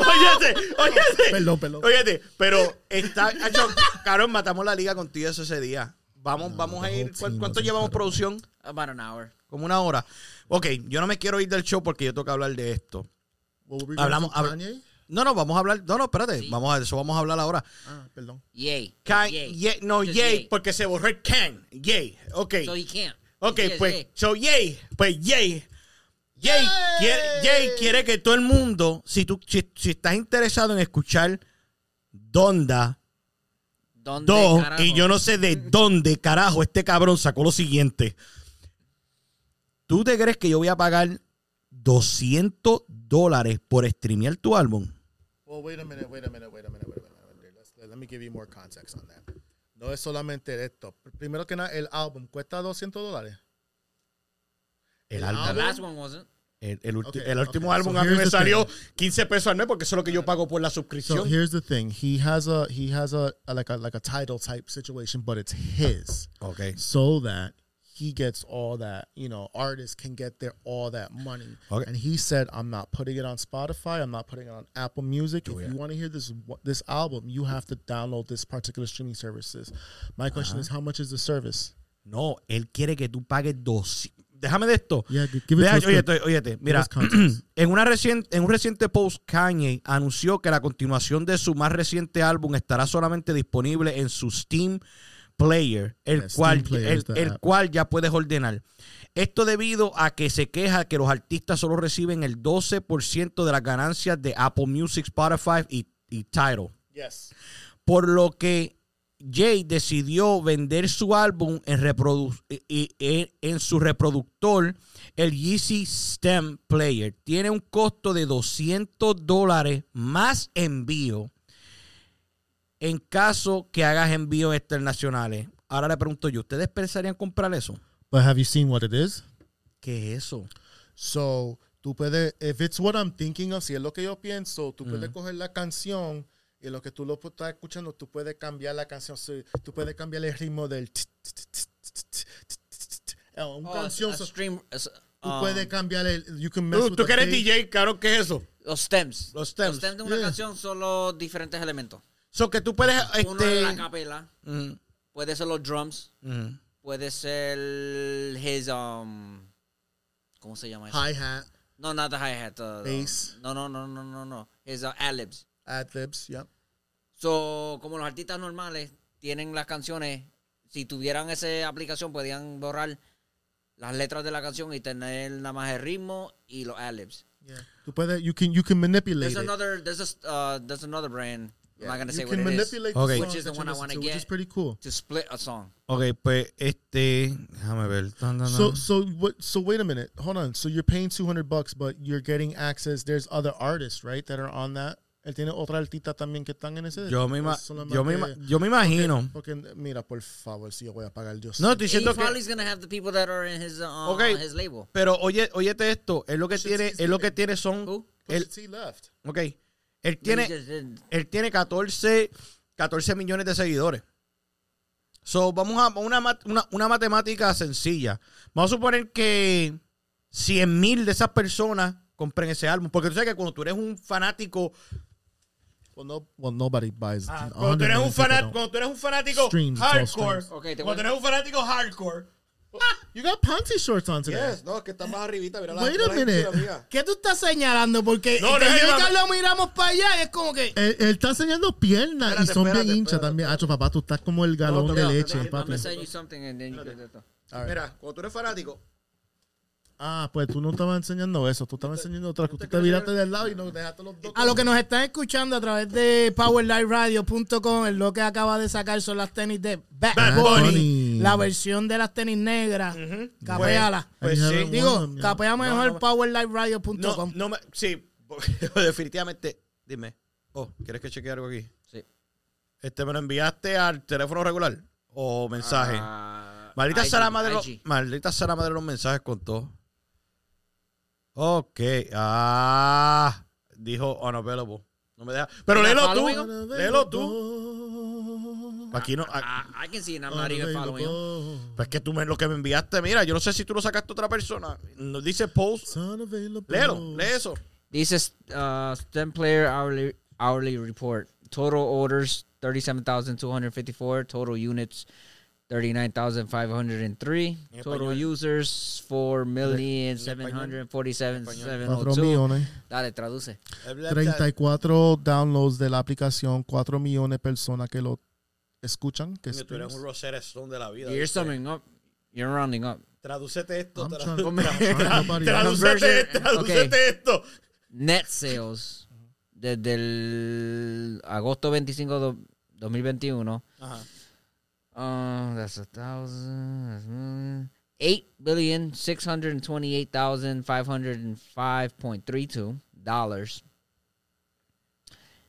Speaker 3: óyete, óyete.
Speaker 4: Perdón, perdón.
Speaker 3: Óyete, pero está. Hacho, cabrón, matamos la liga contigo eso ese día. Vamos, vamos a ir. ¿Cuánto, cuánto llevamos producción?
Speaker 7: about an hour.
Speaker 3: Como una hora. Ok, yo no me quiero ir del show porque yo tengo que hablar de esto.
Speaker 4: Well, we're
Speaker 3: Hablamos-
Speaker 4: going to
Speaker 3: hab-
Speaker 4: Kanye?
Speaker 3: No, no, vamos a hablar. No, no, espérate.
Speaker 7: Sí.
Speaker 3: Vamos a eso, vamos a hablar ahora.
Speaker 4: Ah, perdón.
Speaker 7: Yay.
Speaker 3: Can-
Speaker 7: Yay.
Speaker 3: ye- no,
Speaker 7: Just
Speaker 3: yay, porque se borró el can. Yay. Ok.
Speaker 7: So he can't.
Speaker 3: Ok,
Speaker 7: Yes,
Speaker 3: pues,
Speaker 7: yay.
Speaker 3: so yay, pues yay. Yay, Quiere, yay quiere que todo el mundo, si tú si, si estás interesado en escuchar Donda
Speaker 7: ¿Dónde,
Speaker 3: 2,
Speaker 7: carajo?
Speaker 3: y yo no sé de dónde carajo este cabrón sacó lo siguiente. ¿Tú te crees que yo voy a pagar 200 dólares por streamear tu álbum?
Speaker 4: Well, wait a minute, wait a minute, wait a minute, wait a minute. Wait a minute. Let's- let me give you more context on that. No es solamente esto. Primero que nada, el álbum cuesta 200 dólares.
Speaker 3: El,
Speaker 7: The
Speaker 3: álbum-
Speaker 7: last one wasn't.
Speaker 3: el- el ulti-
Speaker 4: Ok,
Speaker 3: el último
Speaker 4: ok.
Speaker 3: álbum
Speaker 4: So
Speaker 3: a mí
Speaker 4: here's
Speaker 3: me
Speaker 4: the
Speaker 3: salió 15 pesos al mes porque eso es lo que yo pago por la
Speaker 4: So
Speaker 3: suscripción.
Speaker 4: here's the thing. He has a he has a, a like a like a title type situation, but it's his.
Speaker 3: Ok.
Speaker 4: so that he gets all that you know artists can get their all that money
Speaker 3: Okay.
Speaker 4: and he said i'm not putting it on spotify i'm not putting it on apple music if
Speaker 3: yeah.
Speaker 4: you want to hear this wa- this album you have to download this particular streaming services my question is how much is the service
Speaker 3: No, él quiere que tú pagues 200. Déjame de esto.
Speaker 4: Yeah, gi- give it
Speaker 3: Deja-
Speaker 4: to us
Speaker 3: oye,
Speaker 4: quick.
Speaker 3: oye, óyete, mira,
Speaker 4: us context.
Speaker 3: en, una recien- en un reciente post, Kanye anunció que la continuación de su más reciente álbum estará solamente disponible en su Steam Player, el,
Speaker 4: Yeah, Steam
Speaker 3: cual,
Speaker 4: Player ah.
Speaker 3: el-
Speaker 4: is the
Speaker 3: el
Speaker 4: app.
Speaker 3: cual ya puedes ordenar. Esto debido a que se queja que los artistas solo reciben el 12% de las ganancias de Apple Music, Spotify y, y Tidal
Speaker 4: yes
Speaker 3: por lo que Jay decidió vender su álbum en, reprodu- y- y- en- en su reproductor, el Yeezy Stem Player. Tiene un costo de 200 dólares más envío en caso que hagas envíos internacionales. Ahora le pregunto yo, ¿ustedes pensarían comprar eso?
Speaker 4: but have you seen what it is
Speaker 3: ¿Qué es eso?
Speaker 4: so tú puedes if it's what i'm thinking of si es lo que yo pienso tú puedes coger la canción y lo que tú lo pu- estás escuchando tú puedes cambiar la canción sí, tú puedes cambiar el ritmo del t- t- t- t- t- t- t- t- t- a una
Speaker 7: Oh,
Speaker 4: canción
Speaker 7: a
Speaker 4: so-
Speaker 7: stream, as-
Speaker 4: Tú
Speaker 7: um,
Speaker 4: puedes cambiar el. You can mess
Speaker 3: Tú,
Speaker 4: with
Speaker 3: tú
Speaker 4: the
Speaker 3: que eres
Speaker 4: page.
Speaker 3: DJ, claro, ¿qué es eso?
Speaker 7: los stems.
Speaker 3: Los stems.
Speaker 7: Los stems de una
Speaker 4: Yeah.
Speaker 7: canción son los diferentes elementos.
Speaker 3: So que tú puedes...
Speaker 7: Uno es la
Speaker 3: Este,
Speaker 7: capela,
Speaker 3: Mm,
Speaker 7: puede ser los drums,
Speaker 3: mm.
Speaker 7: puede ser his um ¿Cómo se llama eso?
Speaker 4: hi-hat,
Speaker 7: No, not the hi-hat. uh,
Speaker 4: Bass.
Speaker 7: No, no, no, no, no, no. Es uh, ad-libs.
Speaker 4: ad-libs, yep.
Speaker 7: So, como los artistas normales tienen las canciones, si tuvieran esa aplicación, podían borrar las letras de la canción y tener nada más el ritmo y los ad-libs.
Speaker 4: Yeah. Tú puedes- you can you can manipulate
Speaker 7: There's
Speaker 4: it.
Speaker 7: another, there's a, uh, there's another brand. I'm not gonna
Speaker 4: you
Speaker 7: say what
Speaker 4: can
Speaker 7: it is.
Speaker 4: manipulate
Speaker 3: Okay.
Speaker 4: the
Speaker 7: Which
Speaker 4: songs
Speaker 7: is the
Speaker 4: that you
Speaker 7: one I
Speaker 4: listen
Speaker 7: wanna
Speaker 4: to, Which is
Speaker 7: get.
Speaker 4: pretty cool.
Speaker 7: To split a song.
Speaker 3: Ok, pues este. Déjame ver. Tan, tan,
Speaker 4: So
Speaker 3: tan.
Speaker 4: so what so wait a minute. Hold on. So you're paying 200 bucks but you're getting access there's other artists, right, that are on that? Él tiene otra artista también que están en ese.
Speaker 3: yo, me ima-
Speaker 4: Es solamente-
Speaker 3: yo, me ima- yo me imagino.
Speaker 4: Porque mira, por favor, si yo voy a pagar Dios.
Speaker 3: No, estoy
Speaker 7: He
Speaker 3: diciendo que.
Speaker 7: probably is gonna have the people that are in his, uh,
Speaker 3: Okay.
Speaker 7: his label.
Speaker 3: Pero oye, óyete esto. Él lo que tiene, él lo que tiene son.
Speaker 7: Who?
Speaker 3: Él,
Speaker 4: he left.
Speaker 3: ok. Él
Speaker 7: He
Speaker 3: tiene,
Speaker 7: just did-
Speaker 3: él tiene 14, 14 millones de seguidores. So, vamos a una, mat- una, una matemática sencilla. Vamos a suponer que 100 mil de esas personas compren ese álbum. Porque tú sabes que cuando tú eres un fanático
Speaker 4: Well, no, well nobody buys.
Speaker 3: Ah,
Speaker 4: 100
Speaker 3: cuando, tú eres
Speaker 4: million
Speaker 3: un
Speaker 4: people
Speaker 3: fanat-
Speaker 4: don't.
Speaker 3: cuando tú eres un fanático
Speaker 4: Streams, all
Speaker 3: hardcore.
Speaker 4: streams.
Speaker 7: Ok, te
Speaker 3: cuando
Speaker 7: voy-
Speaker 3: tú eres un fanático hardcore.
Speaker 4: Ah, You got Ponzi shorts on today.
Speaker 3: no, que está más arribita. Mira
Speaker 4: Wait a minute.
Speaker 5: ¿Qué tú estás señalando? Porque este
Speaker 3: No, no,
Speaker 5: entre yo
Speaker 3: no,
Speaker 5: y
Speaker 3: no.
Speaker 5: Carlos miramos para allá y es como que.
Speaker 4: Él, él está enseñando piernas y
Speaker 3: Espérate,
Speaker 4: son bien
Speaker 3: espérate,
Speaker 4: hinchas
Speaker 3: espérate,
Speaker 4: también. Hacho, papá, tú estás como el galón
Speaker 3: No,
Speaker 4: de
Speaker 3: no,
Speaker 4: leche,
Speaker 7: I'm
Speaker 4: papi.
Speaker 7: gonna send you something and then you do that.
Speaker 3: Mira, cuando tú eres fanático,
Speaker 4: Ah, pues tú no estabas enseñando eso. Tú estabas enseñando otra cosa. Tú te viraste del lado y no dejaste los dos.
Speaker 5: A los que nos están escuchando a través de PowerLiveRadio.com, el lo que acaba de sacar son las tenis de este, Bad,
Speaker 3: Bad
Speaker 5: Bunny.
Speaker 4: Bunny.
Speaker 5: La versión de las tenis negras. Capeala.
Speaker 3: Mm. pues
Speaker 4: Ahí
Speaker 3: sí.
Speaker 4: había
Speaker 5: Digo,
Speaker 4: one, yeah.
Speaker 5: capea mejor
Speaker 3: no,
Speaker 5: PowerLiveRadio.com.
Speaker 3: no me, sí, porque definitivamente, dime, oh, ¿quieres que chequee algo aquí?
Speaker 7: Sí.
Speaker 3: Este me lo enviaste al teléfono regular o mensaje.
Speaker 7: Ah,
Speaker 3: maldita
Speaker 7: IG,
Speaker 3: sea la madre, de los-
Speaker 7: IG.
Speaker 3: maldita sea la madre de los mensajes con todo. Ok, ah, dijo unavailable. No me deja. Pero
Speaker 7: Mira,
Speaker 3: léelo
Speaker 7: follow me,
Speaker 3: tú, léelo tú. Aquí no, a-
Speaker 7: Ah, I can see it. I'm
Speaker 5: Oh,
Speaker 4: Oh,
Speaker 7: not even following him.
Speaker 3: Pues que tú me, lo que me enviaste, mira, yo no sé si tú lo sacaste a otra persona. Nos dice post. Léelo, lee eso.
Speaker 7: This is uh, STEM player hourly hourly report. Total orders thirty seven thousand two hundred fifty four. Total units thirty nine thousand five hundred and three.
Speaker 3: En
Speaker 7: Total
Speaker 3: español.
Speaker 7: users four million seven hundred forty seven seven oh
Speaker 4: 4
Speaker 7: two.
Speaker 4: millones.
Speaker 7: Dale, traduce.
Speaker 4: 34 downloads de la aplicación. 4 millones de personas que lo escuchan. Que
Speaker 3: Coño, tú eres un
Speaker 4: streams.
Speaker 3: Rosetta Stone de la vida.
Speaker 7: You're summing up. You're rounding up.
Speaker 3: Traducete esto.
Speaker 4: I'm
Speaker 3: tra-
Speaker 4: trying-
Speaker 3: tra-
Speaker 4: I'm trying- nobody-
Speaker 3: Traducete,
Speaker 7: Conversion,
Speaker 3: traducete
Speaker 7: okay.
Speaker 3: esto.
Speaker 7: Net sales desde el agosto 25 do- 2021.
Speaker 3: Ajá.
Speaker 7: Uh, that's a thousand. That's a million. Eight billion six hundred twenty-eight thousand five hundred five point three two dollars.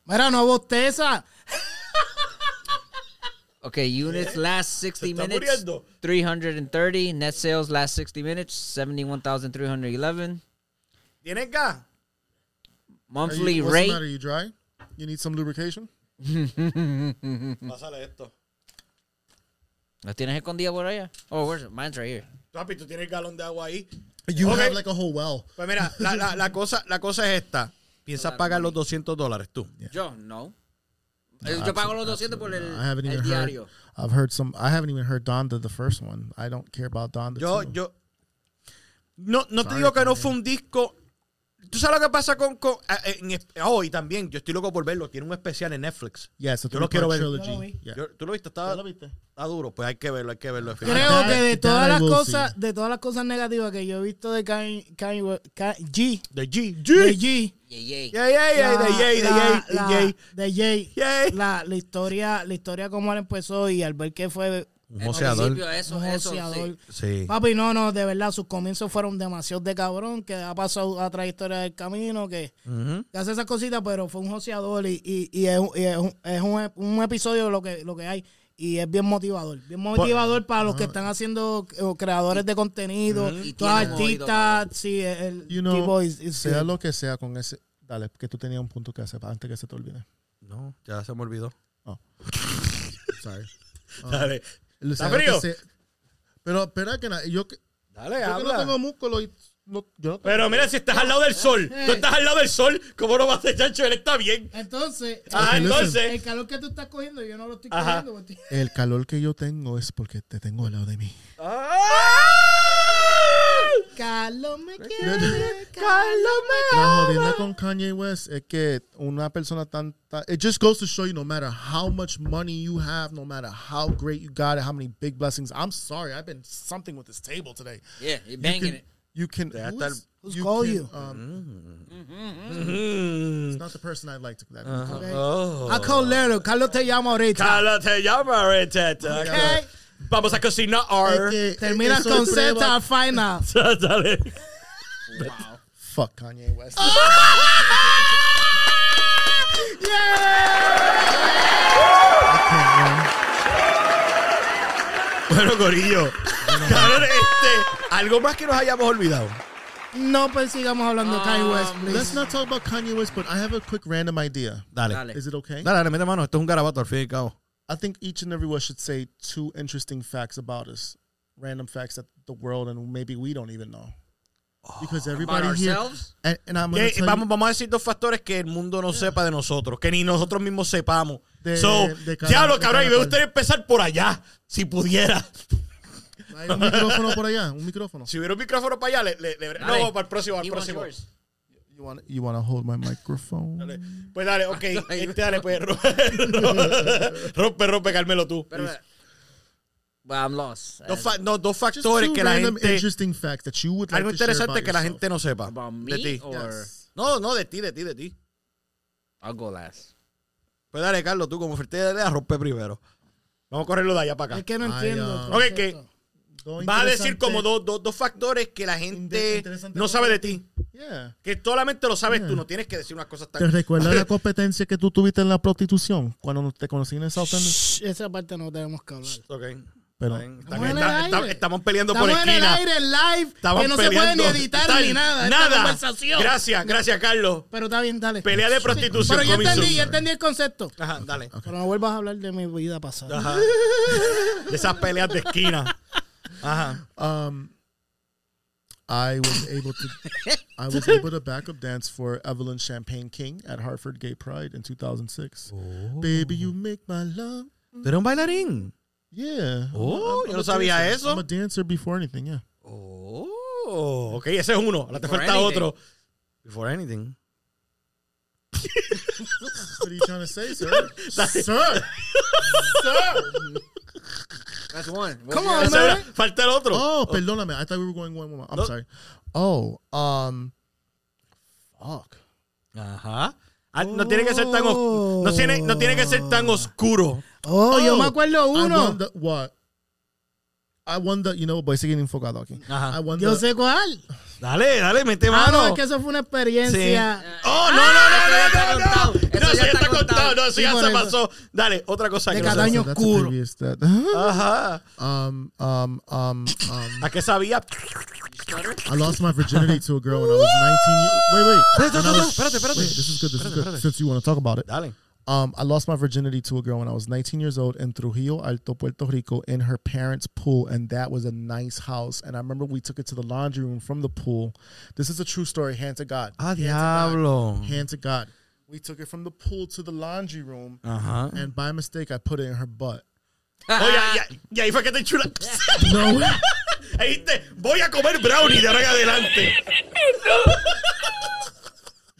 Speaker 5: Mira, no bosteza.
Speaker 7: Okay, units last sixty
Speaker 3: está
Speaker 7: minutes.
Speaker 3: muriendo.
Speaker 7: Three hundred and thirty net sales last sixty minutes. Seventy-one thousand three hundred eleven
Speaker 3: ¿Tienes gas?
Speaker 4: Are
Speaker 7: monthly
Speaker 4: you- what's the
Speaker 7: rate.
Speaker 4: matter? You dry? You need some lubrication?
Speaker 3: Pásale esto.
Speaker 7: ¿La tienes escondida por allá? Oh, where's it? Mine's right here.
Speaker 3: Papi, tú tienes el galón de agua ahí.
Speaker 4: You
Speaker 3: Okay.
Speaker 4: have like a whole well.
Speaker 3: Pues mira, la, la, la, cosa, la cosa es esta. Piensas pagar los 200 dólares tú.
Speaker 7: Yo no. Eh, Yo pago los 200 por el,
Speaker 4: I haven't
Speaker 7: el
Speaker 4: even
Speaker 7: diario.
Speaker 4: heard. I've heard some. I haven't even heard Donda the first one. I don't care about Donda.
Speaker 3: Yo,
Speaker 4: too.
Speaker 3: yo. No, no te digo que no fue un disco. ¿Tú sabes lo que pasa con. con a- en es- oh, y también, yo estoy loco por verlo. Tiene un especial en Netflix.
Speaker 4: Yeah, it's a
Speaker 3: Yo lo quiero ver.
Speaker 4: three-part trilogy. Yeah.
Speaker 3: Yo- ¿Tú lo viste? Está, está duro. Pues hay que verlo, hay que verlo.
Speaker 5: Creo
Speaker 4: That-
Speaker 5: que de
Speaker 4: that
Speaker 5: todas
Speaker 4: I
Speaker 5: las
Speaker 4: will
Speaker 5: cosas, de todas las cosas negativas que yo he visto de Kanye, Kanye West- Ka- G,
Speaker 3: De G.
Speaker 5: de
Speaker 3: G.
Speaker 5: G,
Speaker 7: Yeah, yeah.
Speaker 3: Yeah, yeah, yeah,
Speaker 5: la-
Speaker 3: de Jay, de
Speaker 5: la-
Speaker 3: Jay, de
Speaker 5: la-
Speaker 3: Jay.
Speaker 5: de Jay,
Speaker 3: Yay.
Speaker 5: la, la historia, la historia como él empezó y al ver que fue
Speaker 3: Un
Speaker 7: Al
Speaker 3: joseador.
Speaker 7: principio, eso,
Speaker 5: un
Speaker 7: eso, sí.
Speaker 5: joseador.
Speaker 3: Sí.
Speaker 5: Papi, no, no, de verdad, sus comienzos fueron demasiado de cabrón, que ha pasado a trayectoria del camino, que,
Speaker 3: Ujú.
Speaker 5: que hace esas cositas, pero fue un joseador y, y, y es, un- y es un, es un- un episodio lo que, lo que hay. Y es bien motivador, bien
Speaker 3: Pues,
Speaker 5: motivador para
Speaker 3: ah.
Speaker 5: los que están haciendo o creadores de contenido,
Speaker 7: Y
Speaker 5: todos
Speaker 7: tiene movido,
Speaker 5: artistas, sí, el
Speaker 4: You know,
Speaker 5: tipo is- is-
Speaker 4: sea lo que sea con ese. Dale, que tú tenías un punto que hacer antes que se te olvide.
Speaker 3: No, ya se me olvidó.
Speaker 4: Sorry. Ah.
Speaker 3: Dale.
Speaker 4: O sea,
Speaker 3: ¿Está frío?
Speaker 4: que se- pero espera que na- yo, que-
Speaker 3: Dale,
Speaker 4: yo que no tengo
Speaker 3: habla.
Speaker 4: músculo y no, yo no tengo-
Speaker 3: Pero mira, si estás al lado del sol,
Speaker 4: Eh.
Speaker 3: tú estás al lado del sol, ¿cómo no vas a echar Él está bien.
Speaker 5: Entonces,
Speaker 3: Ah,
Speaker 4: listen.
Speaker 3: entonces.
Speaker 5: calor que tú estás cogiendo, yo no lo estoy
Speaker 3: Ajá.
Speaker 5: porque-
Speaker 4: El calor que yo tengo es porque te tengo al lado de mí.
Speaker 5: Carlos me
Speaker 4: Carlos
Speaker 5: quiere, Carlos me
Speaker 4: La jodida con Kanye West es que una persona tan, tan- It just goes to show you no matter how much money you have, no matter how great you got it, how many big blessings. I'm sorry, I've been something with this table today.
Speaker 7: Yeah, you're banging it.
Speaker 4: You can.
Speaker 3: That-
Speaker 4: who
Speaker 3: that-
Speaker 4: is-
Speaker 5: Who's call
Speaker 4: can,
Speaker 5: you?
Speaker 4: Um,
Speaker 3: Mm.
Speaker 4: it's not the person I like to. That
Speaker 3: Oh.
Speaker 5: I call later. Carlos te llama ahorita.
Speaker 3: Carla, te llama, Reteta.
Speaker 5: Ok.
Speaker 3: Vamos a cocinar.
Speaker 4: Eh, eh,
Speaker 5: Terminas
Speaker 4: eso
Speaker 5: con
Speaker 4: es
Speaker 5: Z
Speaker 4: prueba-
Speaker 5: al final.
Speaker 3: Dale.
Speaker 4: Fuck Kanye West.
Speaker 3: Bueno, Corillo. Cabrón, este, algo más que nos hayamos olvidado.
Speaker 5: No persigamos hablando de Kanye West,
Speaker 3: Ah,
Speaker 5: please.
Speaker 4: Let's not talk about Kanye West, but I have a quick random idea.
Speaker 3: Dale.
Speaker 7: Dale.
Speaker 4: Is it okay?
Speaker 3: Dale, dale, mete mano. Esto es un garabato al fin y al cabo.
Speaker 4: I think each and every one should say two interesting facts about us, random facts that the world and maybe we don't even know. Because
Speaker 3: Oh,
Speaker 7: About
Speaker 4: everybody here,
Speaker 7: ourselves.
Speaker 4: and, and I'm gonna
Speaker 3: Eh,
Speaker 4: tell
Speaker 3: vamos,
Speaker 4: you,
Speaker 3: vamos a decir dos factores que el mundo no sepa de nosotros, que ni nosotros mismos sepamos.
Speaker 4: De-
Speaker 3: so,
Speaker 4: de cada-
Speaker 3: diablo, cabrón,
Speaker 4: de cada
Speaker 3: y ve
Speaker 4: cual.
Speaker 3: usted empezar por allá, si pudiera.
Speaker 4: hay un micrófono por allá, un micrófono.
Speaker 3: Si hubiera un micrófono para allá, le, le- le-
Speaker 7: Dale.
Speaker 3: no, para el próximo, al
Speaker 7: He wants
Speaker 3: próximo.
Speaker 7: yours.
Speaker 4: You want you want to hold my microphone?
Speaker 3: Dale. Pues dale, ok, este, dale, pues ro- ro- rompe, rompe, Carmelo tú.
Speaker 7: Pero, well, uh, I'm lost. Uh,
Speaker 3: Dos,
Speaker 7: As-
Speaker 3: fa- no, dos
Speaker 4: Just
Speaker 3: factores
Speaker 4: two
Speaker 3: que la
Speaker 4: random
Speaker 3: gente
Speaker 4: interesting facts that you would like
Speaker 3: Algo
Speaker 4: to share
Speaker 3: interesante
Speaker 4: about
Speaker 3: que la
Speaker 4: yourself.
Speaker 3: gente no sepa.
Speaker 7: About
Speaker 3: De
Speaker 7: me
Speaker 3: ti.
Speaker 7: or-
Speaker 4: Yes.
Speaker 3: No, no, de ti, de ti, de ti.
Speaker 7: I'll go last.
Speaker 3: Pues dale, Carlos, tú como fuerte de la rompe primero. Vamos a correrlo de allá para
Speaker 5: Es
Speaker 3: acá.
Speaker 5: que no
Speaker 4: Ay,
Speaker 5: entiendo.
Speaker 4: ah.
Speaker 5: el
Speaker 3: Ok,
Speaker 5: concepto.
Speaker 3: que
Speaker 4: Lo
Speaker 3: vas a decir
Speaker 4: interesante-
Speaker 3: como dos, dos, dos factores que la gente
Speaker 4: Interesante
Speaker 3: no sabe de ti.
Speaker 4: Yeah.
Speaker 3: Que solamente lo sabes
Speaker 4: Yeah.
Speaker 3: tú, no tienes que decir unas cosas
Speaker 4: ¿Te
Speaker 3: tan...
Speaker 4: recuerdas la competencia que tú tuviste en la prostitución cuando te conocí en el South End?
Speaker 5: Shh, esa parte no tenemos que hablar.
Speaker 3: Ok.
Speaker 4: Pero-
Speaker 3: Está bien, está
Speaker 5: Estamos
Speaker 3: bien.
Speaker 5: en el
Speaker 3: Está- está-
Speaker 5: aire.
Speaker 3: estamos peleando
Speaker 5: Estamos
Speaker 3: por
Speaker 5: en el
Speaker 3: esquina.
Speaker 5: aire en live.
Speaker 3: Estamos
Speaker 5: que no se puede
Speaker 3: peleando.
Speaker 5: ni editar
Speaker 3: Está-
Speaker 5: ni nada. Esta
Speaker 3: Nada.
Speaker 5: conversación.
Speaker 3: Gracias, gracias, Carlos.
Speaker 5: Pero está bien, dale.
Speaker 3: Pelea de prostitución
Speaker 5: Pero ya
Speaker 3: con
Speaker 5: entendí,
Speaker 3: Isu.
Speaker 5: ya entendí el concepto.
Speaker 3: Ajá, dale.
Speaker 5: Pero no vuelvas a hablar de mi vida pasada.
Speaker 3: Ajá. De esas peleas de esquina. Ajá.
Speaker 4: Um, I was able to I was able to backup dance for Evelyn Champagne King at Hartford Gay Pride in 2006. Baby, you make my love.
Speaker 3: ¿Tú eres un bailarín?
Speaker 4: Yeah.
Speaker 5: Ah,
Speaker 3: Oh, yo no
Speaker 4: a
Speaker 3: sabía
Speaker 4: dancer.
Speaker 3: eso.
Speaker 4: I'm a dancer before anything, yeah.
Speaker 3: Oh, ok, ese es uno. Ahora te
Speaker 7: Before
Speaker 3: falta
Speaker 7: anything.
Speaker 3: otro. Before anything.
Speaker 4: What are you trying to say, sir? sir.
Speaker 7: That's one.
Speaker 5: Come
Speaker 7: What's
Speaker 5: on,
Speaker 3: Ese
Speaker 7: yours?
Speaker 3: era-
Speaker 5: man.
Speaker 3: falta el otro.
Speaker 4: Oh, perdóname. I thought we were going one more. I'm
Speaker 3: No.
Speaker 4: sorry. Oh, um fuck.
Speaker 3: Ajá. Ah, No tiene que ser tan os- no tiene, no tiene que ser tan oscuro.
Speaker 5: Oh, yo me
Speaker 3: Ah,
Speaker 5: acuerdo
Speaker 4: I
Speaker 5: uno.
Speaker 4: won the- what? I won the, you know, voy a seguir enfocado aquí.
Speaker 3: Ajá.
Speaker 4: I won
Speaker 5: Yo
Speaker 4: the,
Speaker 5: sé cuál.
Speaker 3: Dale, dale, mete
Speaker 5: Ah,
Speaker 3: mano.
Speaker 5: no, es que Ah, eso fue una experiencia.
Speaker 3: Oh, no, no, no, no, no, no, no.
Speaker 7: Eso ya está
Speaker 3: No, eso ya está
Speaker 7: contado.
Speaker 3: contado. No, eso
Speaker 5: Sí,
Speaker 3: ya
Speaker 5: por
Speaker 3: se
Speaker 5: eso.
Speaker 3: pasó. Dale, otra cosa
Speaker 5: De
Speaker 3: que no
Speaker 5: cada
Speaker 3: sabes.
Speaker 5: año.
Speaker 4: that's
Speaker 5: oscuro.
Speaker 4: a previous that.
Speaker 3: Ajá.
Speaker 4: Um, um, um, um,
Speaker 3: ¿A qué sabía?
Speaker 4: I lost my virginity to a girl when I was 19. Years, wait, wait. When I was-
Speaker 3: espérate, espérate.
Speaker 4: Wait, this is good. This is good. Since you want to talk about it,
Speaker 3: Dale.
Speaker 4: um, I lost my virginity to a girl when I was 19 years old in Trujillo Alto, Puerto Rico, in her parents' pool, and that was a nice house. And I remember we took it to the laundry room from the pool. This is a true story. Hand to God.
Speaker 3: Ah,
Speaker 4: Hand to God.
Speaker 3: diablo.
Speaker 4: Hand to God. We took it from the pool to the laundry room,
Speaker 3: Ajá.
Speaker 4: and by mistake, I put it in her butt.
Speaker 3: Oye, y- y ahí fue que te chula.
Speaker 4: No.
Speaker 3: Ahí te voy a comer brownie de ahora en adelante.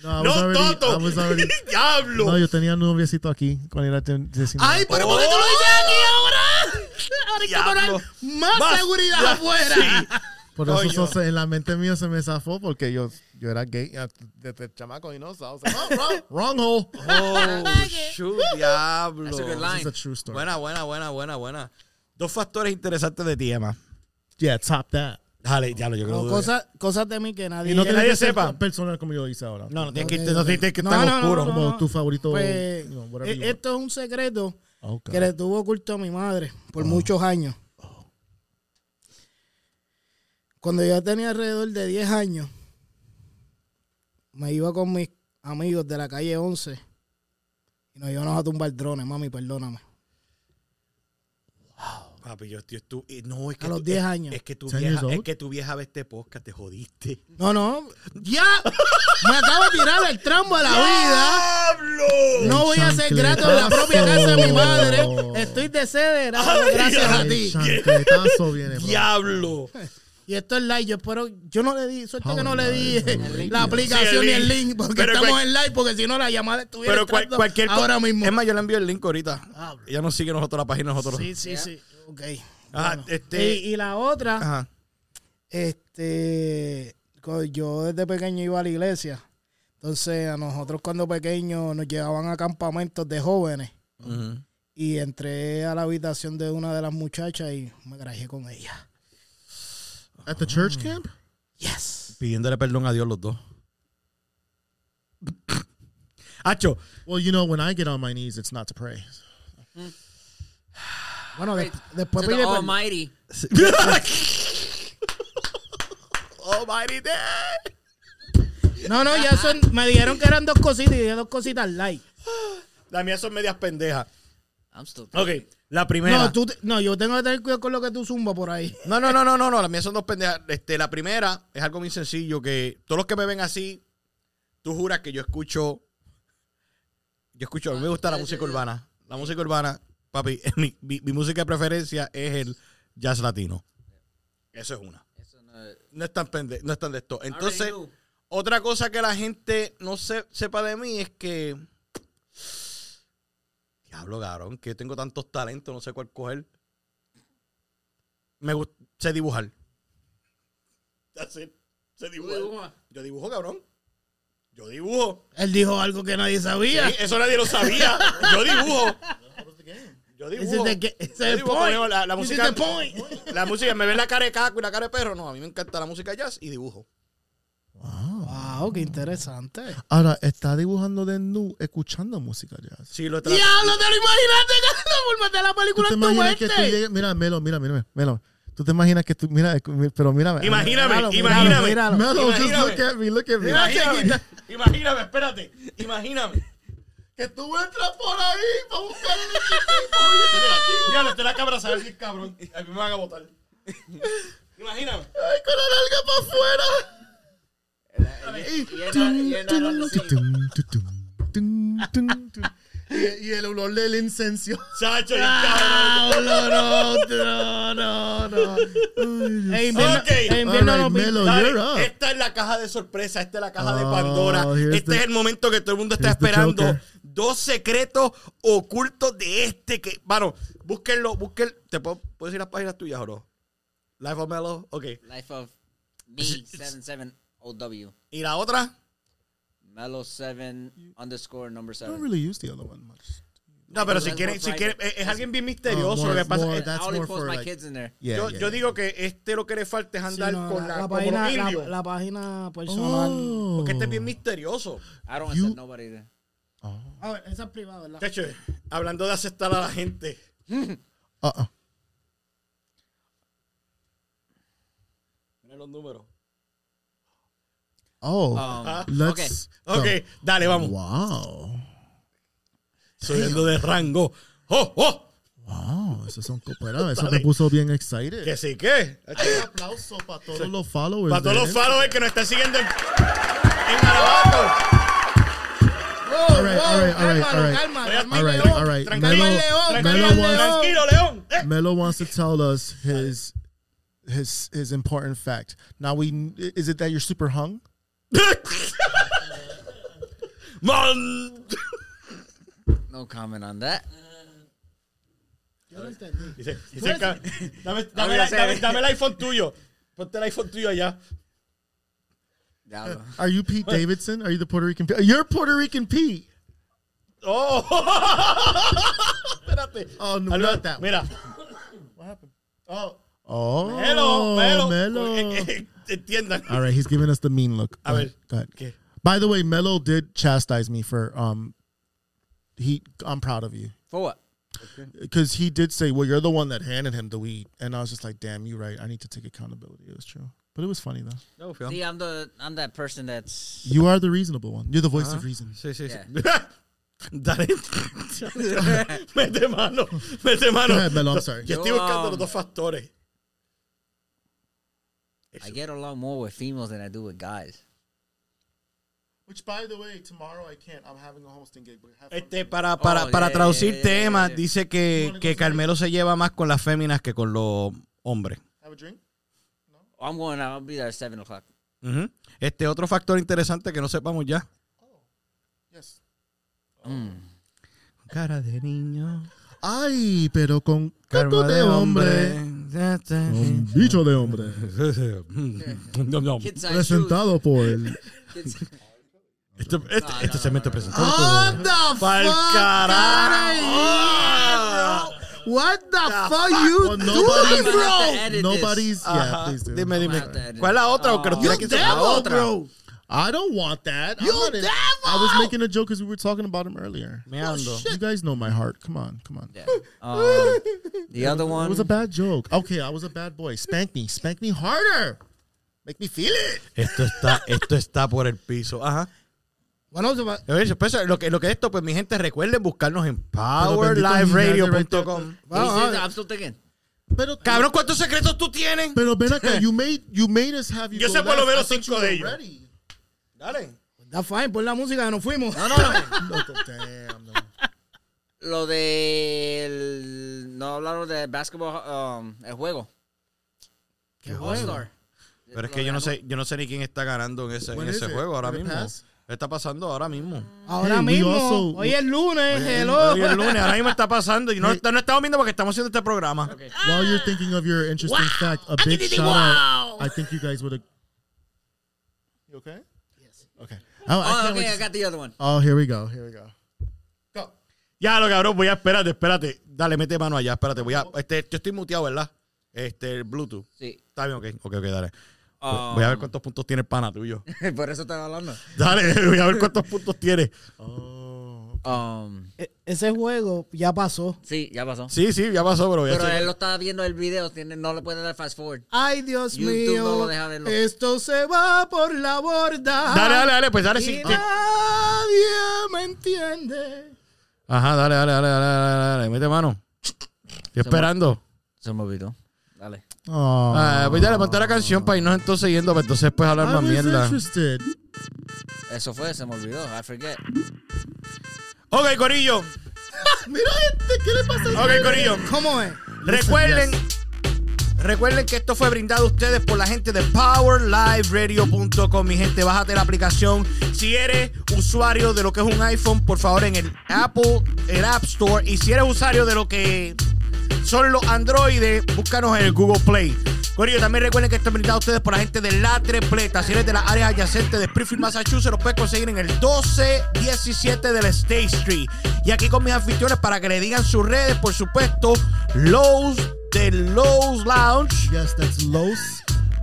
Speaker 4: No, I was
Speaker 3: No,
Speaker 4: already,
Speaker 3: Toto.
Speaker 4: I was already.
Speaker 3: Diablo. Oh.
Speaker 4: No, yo tenía un noviecito aquí cuando era 19.
Speaker 5: Ay, pero ¿por qué tú lo dices aquí ahora? Ahora hay que
Speaker 3: Diablo.
Speaker 5: poner más,
Speaker 3: Más-
Speaker 5: seguridad
Speaker 3: ya,
Speaker 5: afuera.
Speaker 4: Por eso
Speaker 3: Coño.
Speaker 4: eso se- en la mente mía se me zafó porque yo, yo era gay eh, desde chamaco y no. so I was like, oh, wrong, wrong hole.
Speaker 3: Oh, shoot, diablo.
Speaker 7: That's a good
Speaker 4: It's
Speaker 7: line.
Speaker 4: a true story.
Speaker 3: Buena, buena, buena, buena, buena. Dos factores interesantes de ti, Emma.
Speaker 4: yeah, top that.
Speaker 3: Dale, diablo, yo creo
Speaker 5: O
Speaker 3: que...
Speaker 5: cosas, cosas de mí que nadie.
Speaker 3: Y no
Speaker 4: Tiene
Speaker 3: nadie
Speaker 4: que ser
Speaker 3: sepa.
Speaker 4: tan personal como yo hice ahora.
Speaker 3: No, no tienes que,
Speaker 5: Ok,
Speaker 3: no,
Speaker 5: ok.
Speaker 3: tienes que
Speaker 5: No,
Speaker 3: estar
Speaker 5: no, no,
Speaker 3: oscuro.
Speaker 5: no,
Speaker 4: Como tu favorito.
Speaker 5: Pues,
Speaker 4: you know, whatever you
Speaker 5: eh, esto es un secreto
Speaker 4: want.
Speaker 5: que le tuvo oculto a mi madre por
Speaker 4: Ah.
Speaker 5: muchos años.
Speaker 4: Oh.
Speaker 5: Cuando yo tenía alrededor de 10 años, me iba con mis amigos de la calle 11 y nos íbamos a tumbar drones, mami, perdóname.
Speaker 3: Papi, yo, yo estu- eh, No, es que
Speaker 5: A los
Speaker 3: tú-
Speaker 5: 10
Speaker 3: es-
Speaker 5: años.
Speaker 3: Es que tu
Speaker 4: 10 years
Speaker 3: vieja, es
Speaker 4: old.
Speaker 3: que tu vieja ve este podcast, te jodiste.
Speaker 5: No, no, ya me acabo de tirar el trambo a la vida.
Speaker 3: ¡Diablo!
Speaker 5: No voy a ser grato en la propia casa de mi madre. Estoy desederado gracias a
Speaker 4: El
Speaker 5: ti.
Speaker 4: chancletazo Pues, viene, bro.
Speaker 3: ¡Diablo!
Speaker 5: Y esto es live. Yo espero. Yo no le di. Suerte que no le di
Speaker 4: Powered by
Speaker 5: la aplicación
Speaker 9: Sí, el
Speaker 5: y el
Speaker 9: link.
Speaker 5: link. Porque
Speaker 9: Pero
Speaker 5: estamos
Speaker 9: cual-
Speaker 5: en live. Porque si no, la llamada estuviera
Speaker 3: Pero cual-
Speaker 5: entrando
Speaker 3: cualquier cosa-
Speaker 5: ahora mismo.
Speaker 3: Es más, yo le envío el link ahorita.
Speaker 5: Ah,
Speaker 3: Ella nos sigue nosotros la página nosotros.
Speaker 5: sí, sí,
Speaker 7: Yeah.
Speaker 5: sí. Ah, Ok.
Speaker 3: Ajá,
Speaker 5: Bueno.
Speaker 3: este-
Speaker 5: y, y la otra.
Speaker 3: Ajá.
Speaker 5: Este, co- yo desde pequeño iba a la iglesia. Entonces, a nosotros cuando pequeños nos llevaban a campamentos de jóvenes.
Speaker 3: Ujú.
Speaker 5: Y entré a la habitación de una de las muchachas y me grajeé con ella.
Speaker 4: At the church camp?
Speaker 5: Yes.
Speaker 3: Pidiéndole perdón a Dios los dos. Hacho,
Speaker 4: Well, you know, when I get on my knees, it's not to pray.
Speaker 5: Bueno, de- después
Speaker 7: To the
Speaker 5: pide perdón.
Speaker 7: Almighty.
Speaker 3: Almighty Dad.
Speaker 5: No, no, ya son, me dijeron que eran dos cositas y dije dos cositas light.
Speaker 3: La mía son medias pendejas.
Speaker 7: I'm stupid.
Speaker 3: Ok, la primera.
Speaker 5: No, tú, te- no, yo tengo que tener cuidado con lo que tú zumba por ahí.
Speaker 3: No, no, no, no, no, no. Las mías son dos pendejas. Este, la primera es algo muy sencillo que todos los que me ven así, tú juras que yo escucho. Yo escucho, a mí me gusta la música urbana. La música urbana, papi, mi, mi- mi música de preferencia es el jazz latino. Eso es una.
Speaker 7: Eso no es-
Speaker 3: No es tan pende- no es tan de esto. Entonces,
Speaker 7: Already knew.
Speaker 3: otra cosa que la gente no se- sepa de mí es que. Diablo, cabrón, que yo tengo tantos talentos, no sé cuál coger. Me gusta, sé dibujar. That's it. Sé dibujar. Yo dibujo, cabrón. Yo dibujo.
Speaker 5: Él dijo algo que nadie
Speaker 3: Sí,
Speaker 5: sabía.
Speaker 3: eso nadie lo sabía. Yo dibujo. Yo
Speaker 5: Ese
Speaker 3: dibujo.
Speaker 5: es the- ese es
Speaker 3: Yo
Speaker 5: el
Speaker 3: dibujo,
Speaker 5: point.
Speaker 3: coño, la, la
Speaker 5: Ese
Speaker 3: música.
Speaker 5: es the point.
Speaker 3: La música, me ven la cara de caco y la cara de perro. No, a mí me encanta la música jazz y dibujo.
Speaker 5: Wow, qué interesante.
Speaker 4: Ahora, está dibujando de nu, escuchando música jazz.
Speaker 3: Sí, lo trato.
Speaker 5: Diablo, te lo imaginaste, Carlos, de la
Speaker 4: ¿Tú
Speaker 5: película
Speaker 4: te
Speaker 5: en tu
Speaker 4: imaginas que
Speaker 5: mente.
Speaker 4: tú llegues- Mira, Melo, mira, mira, Melo. ¿Tú te imaginas que tú... Mira, escu- pero mírame.
Speaker 3: Imagíname,
Speaker 5: Míralo, míralo,
Speaker 3: imagíname.
Speaker 5: míralo.
Speaker 4: Melo, just
Speaker 3: Imagíname.
Speaker 4: look at me, look at me.
Speaker 3: Imagíname, imagíname, espérate, imagíname. Que tú entras por ahí para buscar el equipo. Ya, le estoy la cámara a saber si es cabrón. A mí me van a votar. Imagíname.
Speaker 4: Ay, con la
Speaker 7: Y era- y era
Speaker 4: nalga
Speaker 7: así.
Speaker 4: para afuera. Y, y el olor del incenso.
Speaker 3: Chacho, y
Speaker 4: Ah,
Speaker 3: cabrón.
Speaker 4: No, no, no.
Speaker 5: En invierno,
Speaker 3: Ok.
Speaker 5: en
Speaker 4: All
Speaker 5: invierno
Speaker 4: right,
Speaker 5: no pinta.
Speaker 4: Melo,
Speaker 3: Dale,
Speaker 4: you're up.
Speaker 3: esta es la caja de sorpresa, esta es la caja de
Speaker 4: Oh,
Speaker 3: Pandora.
Speaker 4: here's
Speaker 3: Este
Speaker 4: the-
Speaker 3: es el momento que todo el mundo está
Speaker 4: here's the
Speaker 3: esperando.
Speaker 4: Joker.
Speaker 3: Dos secretos ocultos de este que, bueno, búsquenlo, búsquenlo. ¿Te puedo, puedo decir las páginas tuyas o no? Life of Melo, ok.
Speaker 7: Life of me, 77OW.
Speaker 3: ¿Y la otra?
Speaker 7: Melo 7 underscore number
Speaker 4: I don't
Speaker 7: 7.
Speaker 4: really use the other one much.
Speaker 3: No, pero si
Speaker 7: That's
Speaker 3: quieren,
Speaker 7: more
Speaker 3: si quieren,
Speaker 7: private.
Speaker 3: es, es alguien bien
Speaker 4: Oh,
Speaker 3: misterioso
Speaker 4: more-
Speaker 3: lo que pasa.
Speaker 4: more-
Speaker 3: eh,
Speaker 7: I
Speaker 4: that's
Speaker 7: only
Speaker 4: more
Speaker 7: post
Speaker 4: for
Speaker 7: my
Speaker 4: like-
Speaker 7: kids in there.
Speaker 4: Yeah,
Speaker 3: yo,
Speaker 4: yeah,
Speaker 3: yo
Speaker 4: yeah.
Speaker 3: digo que este lo que le falta es
Speaker 5: Sí,
Speaker 3: andar
Speaker 5: no,
Speaker 3: con
Speaker 5: la,
Speaker 3: la,
Speaker 5: la
Speaker 3: como
Speaker 5: página,
Speaker 3: los
Speaker 5: la,
Speaker 3: indios.
Speaker 5: la página personal.
Speaker 4: Oh.
Speaker 3: Porque este es bien misterioso.
Speaker 7: I don't
Speaker 4: You-
Speaker 7: accept nobody there.
Speaker 5: A ver, esa es privada, ¿verdad?
Speaker 3: Chacho, hablando de aceptar a la gente.
Speaker 4: Uh-uh.
Speaker 3: Miren los números.
Speaker 4: Oh.
Speaker 7: Um,
Speaker 4: let's.
Speaker 3: Ok,
Speaker 4: go.
Speaker 3: dale, vamos.
Speaker 4: Wow.
Speaker 3: Subiendo de rango. ¡Oh, oh!
Speaker 4: Wow. Eso son cooperados. Eso me
Speaker 3: Dale.
Speaker 4: puso bien excited.
Speaker 3: Que sí, que.
Speaker 4: Un aplauso para todos los followers.
Speaker 3: Para todos
Speaker 4: de
Speaker 3: los
Speaker 4: él.
Speaker 3: followers que nos están siguiendo en, en Garabato.
Speaker 4: All right, all right, all right, all right. All right, all right. Melo, Melo wants,
Speaker 3: Tranquilo, León. Eh.
Speaker 4: Melo wants to tell us his his his important fact. Now we is it that you're super hung?
Speaker 3: Eh. Man.
Speaker 7: No comment on that.
Speaker 3: Dice, dice el ca- Pues, dame, dame, la- dame- dame el iPhone tuyo. Ponte el iPhone tuyo allá.
Speaker 7: Diablo.
Speaker 4: Are you Pete Davidson? Are you the Puerto Rican? Pete? You're Puerto Rican Pete.
Speaker 3: ¡Oh! Espérate.
Speaker 4: Oh, no,
Speaker 3: Hazlo-
Speaker 4: not that one.
Speaker 3: Mira.
Speaker 4: Oh,
Speaker 3: Melo, Melo. Eh,
Speaker 4: Melo.
Speaker 3: eh, Entiendan.
Speaker 4: All right, he's giving us the mean look.
Speaker 3: A ver,
Speaker 4: Go ahead.
Speaker 3: ¿qué?
Speaker 4: By the way, Melo did chastise me for um. He, I'm proud of you.
Speaker 7: For what?
Speaker 4: because he did say, "Well, you're the one that handed him the weed," and I was just like, "Damn, you're right. I need to take accountability." It was true, but it was funny though.
Speaker 7: See, I'm the I'm that person that's
Speaker 4: You are the reasonable one. You're the voice of reason.
Speaker 3: Sí, sí,
Speaker 7: sí.
Speaker 3: Dale. mete mano. Mete mano.
Speaker 4: Go ahead, Melo, I'm sorry.
Speaker 3: Yo estoy
Speaker 7: Yo,
Speaker 3: buscando los
Speaker 7: um,
Speaker 3: dos factores.
Speaker 7: I get along more with females than I do with guys.
Speaker 4: Which, by the way, tomorrow I can't. I'm having a hosting gig. But have
Speaker 3: Este, para, para,
Speaker 7: Oh,
Speaker 3: para
Speaker 7: yeah,
Speaker 3: traducir
Speaker 7: yeah, yeah,
Speaker 3: temas,
Speaker 7: yeah.
Speaker 3: dice que, que Carmelo se lleva más con las féminas que con los hombres.
Speaker 4: have a drink.
Speaker 7: I'm going out. I'll be there at 7 o'clock.
Speaker 3: Ujú. Este otro factor interesante que no sepamos ya.
Speaker 4: Yes.
Speaker 3: Cara de niño.
Speaker 4: Ay, pero con canto
Speaker 3: Cara
Speaker 4: de hombre. Un bicho de hombre.
Speaker 3: Este, No, no.
Speaker 7: Kids size
Speaker 4: Presentado por el.
Speaker 7: shoes. Kids-
Speaker 3: Este, este, este segmento presentado.
Speaker 5: What
Speaker 3: por-
Speaker 5: the
Speaker 3: Ah, Pa'l
Speaker 5: fuck?
Speaker 3: carajo.
Speaker 5: What the, fuck, you
Speaker 4: Well,
Speaker 5: doing,
Speaker 4: nobody-
Speaker 7: I'm gonna have to
Speaker 5: bro?
Speaker 7: edit this.
Speaker 4: Nobody's. Yeah,
Speaker 3: Ajá.
Speaker 4: please do.
Speaker 3: Dime, dime.
Speaker 7: Vamos a tener-
Speaker 3: ¿Cuál es la otra? Porque nos
Speaker 7: Oh.
Speaker 3: tiene
Speaker 5: You
Speaker 3: que
Speaker 5: devil,
Speaker 3: decir la otra.
Speaker 5: bro.
Speaker 4: I don't want that. I'm
Speaker 5: You
Speaker 4: not in-
Speaker 5: devil!
Speaker 4: I was making a joke because we were talking about him earlier.
Speaker 3: Meando.
Speaker 4: You guys know my heart. Come on, come on.
Speaker 7: Yeah. Um, the other one.
Speaker 4: It was a bad joke. Okay, I was a bad boy. Spank me. Spank me harder. Make me feel it.
Speaker 3: Esto está, esto está por el piso. Ajá.
Speaker 4: Bueno, se va-
Speaker 3: A ver, pues, lo que, lo que es esto, pues mi gente, recuerden buscarnos en
Speaker 4: bendito
Speaker 3: powerliveradio.com.
Speaker 7: He said, I'm still thinking.
Speaker 4: pero,
Speaker 3: Cabrón, ¿cuántos secretos tú tienes?
Speaker 4: pero ven acá. You made, you made us have you
Speaker 3: Yo
Speaker 4: go
Speaker 3: sé por lo
Speaker 4: last.
Speaker 3: menos
Speaker 4: I thought
Speaker 3: cinco
Speaker 4: you
Speaker 3: de
Speaker 4: were
Speaker 3: ellos.
Speaker 4: ready.
Speaker 3: Dale.
Speaker 5: That's fine, pon la música que nos fuimos.
Speaker 7: No, no,
Speaker 4: No,
Speaker 7: no.
Speaker 4: damn, no.
Speaker 7: Lo de. No hablaron de basketball, um, el juego. ¿Qué All-Star.
Speaker 3: Pero es que yo no sé, yo no sé ni quién está ganando en ese, en
Speaker 4: When is
Speaker 3: ese
Speaker 4: it?
Speaker 3: juego ahora
Speaker 4: When it
Speaker 3: mismo.
Speaker 4: pass?
Speaker 3: Está pasando ahora mismo.
Speaker 5: Ahora
Speaker 4: Hey, we
Speaker 5: mismo,
Speaker 4: also-
Speaker 5: hoy es lunes, hello.
Speaker 3: Hoy es lunes, ahora mismo está pasando y no, está- no estamos viendo porque estamos haciendo este programa.
Speaker 4: While you're thinking of your interesting fact, a big shout out. I think you guys would have. You okay? Yes. Okay. Oh, I
Speaker 7: Oh,
Speaker 4: can't wait to
Speaker 7: okay, I got the other one.
Speaker 4: Oh, here we go. Here we go.
Speaker 3: Ya lo cabrón, voy a espérate, espérate. Dale, mete mano allá, espérate, voy a este, yo estoy muteado, ¿verdad? Este, el Bluetooth.
Speaker 7: Sí.
Speaker 3: Está bien, ok, ok, ok, dale. Voy a ver cuántos puntos tiene el pana tuyo.
Speaker 7: Por eso estaba hablando.
Speaker 3: Dale, voy a ver cuántos puntos tiene.
Speaker 7: Um,
Speaker 5: E- Ese juego ya pasó.
Speaker 7: sí, ya pasó.
Speaker 3: Sí, sí, ya pasó, pero voy a
Speaker 7: Pero
Speaker 3: hacer-
Speaker 7: él lo está viendo el video, tiene, no le puede dar fast forward.
Speaker 5: Ay, Dios
Speaker 7: YouTube
Speaker 5: mío.
Speaker 7: no lo deja verlo.
Speaker 5: Esto se va por la borda.
Speaker 3: Dale, dale, dale, pues dale.
Speaker 5: Y
Speaker 3: sí, sí.
Speaker 5: nadie me entiende.
Speaker 3: Ajá, dale, dale, dale, dale, dale, dale, mete mano. Estoy esperando.
Speaker 7: Se me olvidó. Dale.
Speaker 4: Oh,
Speaker 3: Ah, pues dale, ponte la canción para irnos entonces yendo, para entonces después hablar
Speaker 4: I
Speaker 3: más
Speaker 4: was
Speaker 3: mierda.
Speaker 4: interested.
Speaker 7: Eso fue, se me olvidó. I forget.
Speaker 3: Ok, Corillo.
Speaker 4: Mira este, ¿qué le pasa?
Speaker 3: Ok, Corillo.
Speaker 5: ¿Cómo es?
Speaker 3: Recuerden, recuerden que esto fue brindado a ustedes por la gente de PowerLiveRadio.com. Mi gente, bájate la aplicación. Si eres usuario de lo que es un iPhone, por favor, en el Apple, el App Store. Y si eres usuario de lo que son los androides, búscanos en el Google Play. Corillo, también recuerden que esto es brindado a ustedes por la gente de La Tripleta. Si eres de las áreas adyacentes de Springfield, Massachusetts, los puedes conseguir en el 1217 del State Street. Y aquí con mis anfitriones para que le digan sus redes, por supuesto, Lowe's de Lowe's Lounge.
Speaker 4: Yes, that's Los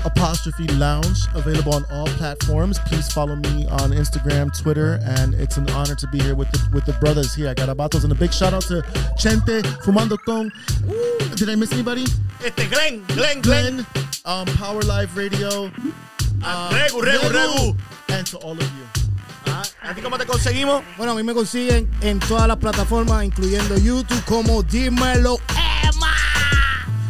Speaker 4: apostrophe Lounge, available on all platforms. Please follow me on Instagram, Twitter, and it's an honor to be here with the, with the brothers here at Garabatos. And a big shout out to Chente, Fumando Con. Did I miss anybody?
Speaker 3: Este, Glenn, Glenn, Glenn.
Speaker 4: Glenn, um, Power Live Radio. uh,
Speaker 3: Regu, Ah, Regu, Regu.
Speaker 4: And to all of you.
Speaker 3: Ah, ¿A ti cómo te conseguimos?
Speaker 5: Bueno, a mí me consiguen en todas las plataformas, incluyendo YouTube, como Dímelo Emma.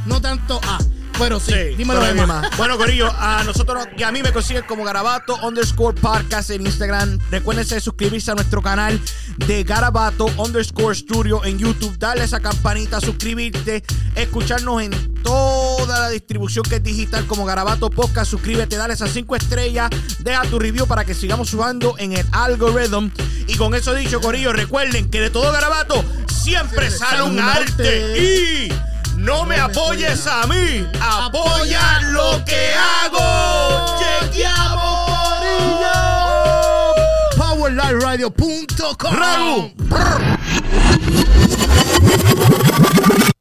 Speaker 5: No tanto A, pero sí, Dímelo
Speaker 3: todavía
Speaker 5: Emma.
Speaker 3: más. Bueno, Corillo, a nosotros y a mí me consiguen como Garabato underscore podcast en Instagram. Recuérdense de suscribirse a nuestro canal de Garabato underscore studio en YouTube. Darle esa campanita, suscribirte, escucharnos en toda la distribución que es digital como Garabato Podcast. Suscríbete, dale esas cinco estrellas, deja tu review para que sigamos subando en el algoritmo. Y con eso dicho, Corillo, recuerden que de todo Garabato siempre sale un arte. Y... No me apoyes a mí, apoya lo que hago. Chequeamos, Corillo.
Speaker 5: PowerLiveRadio.com
Speaker 3: Ragu.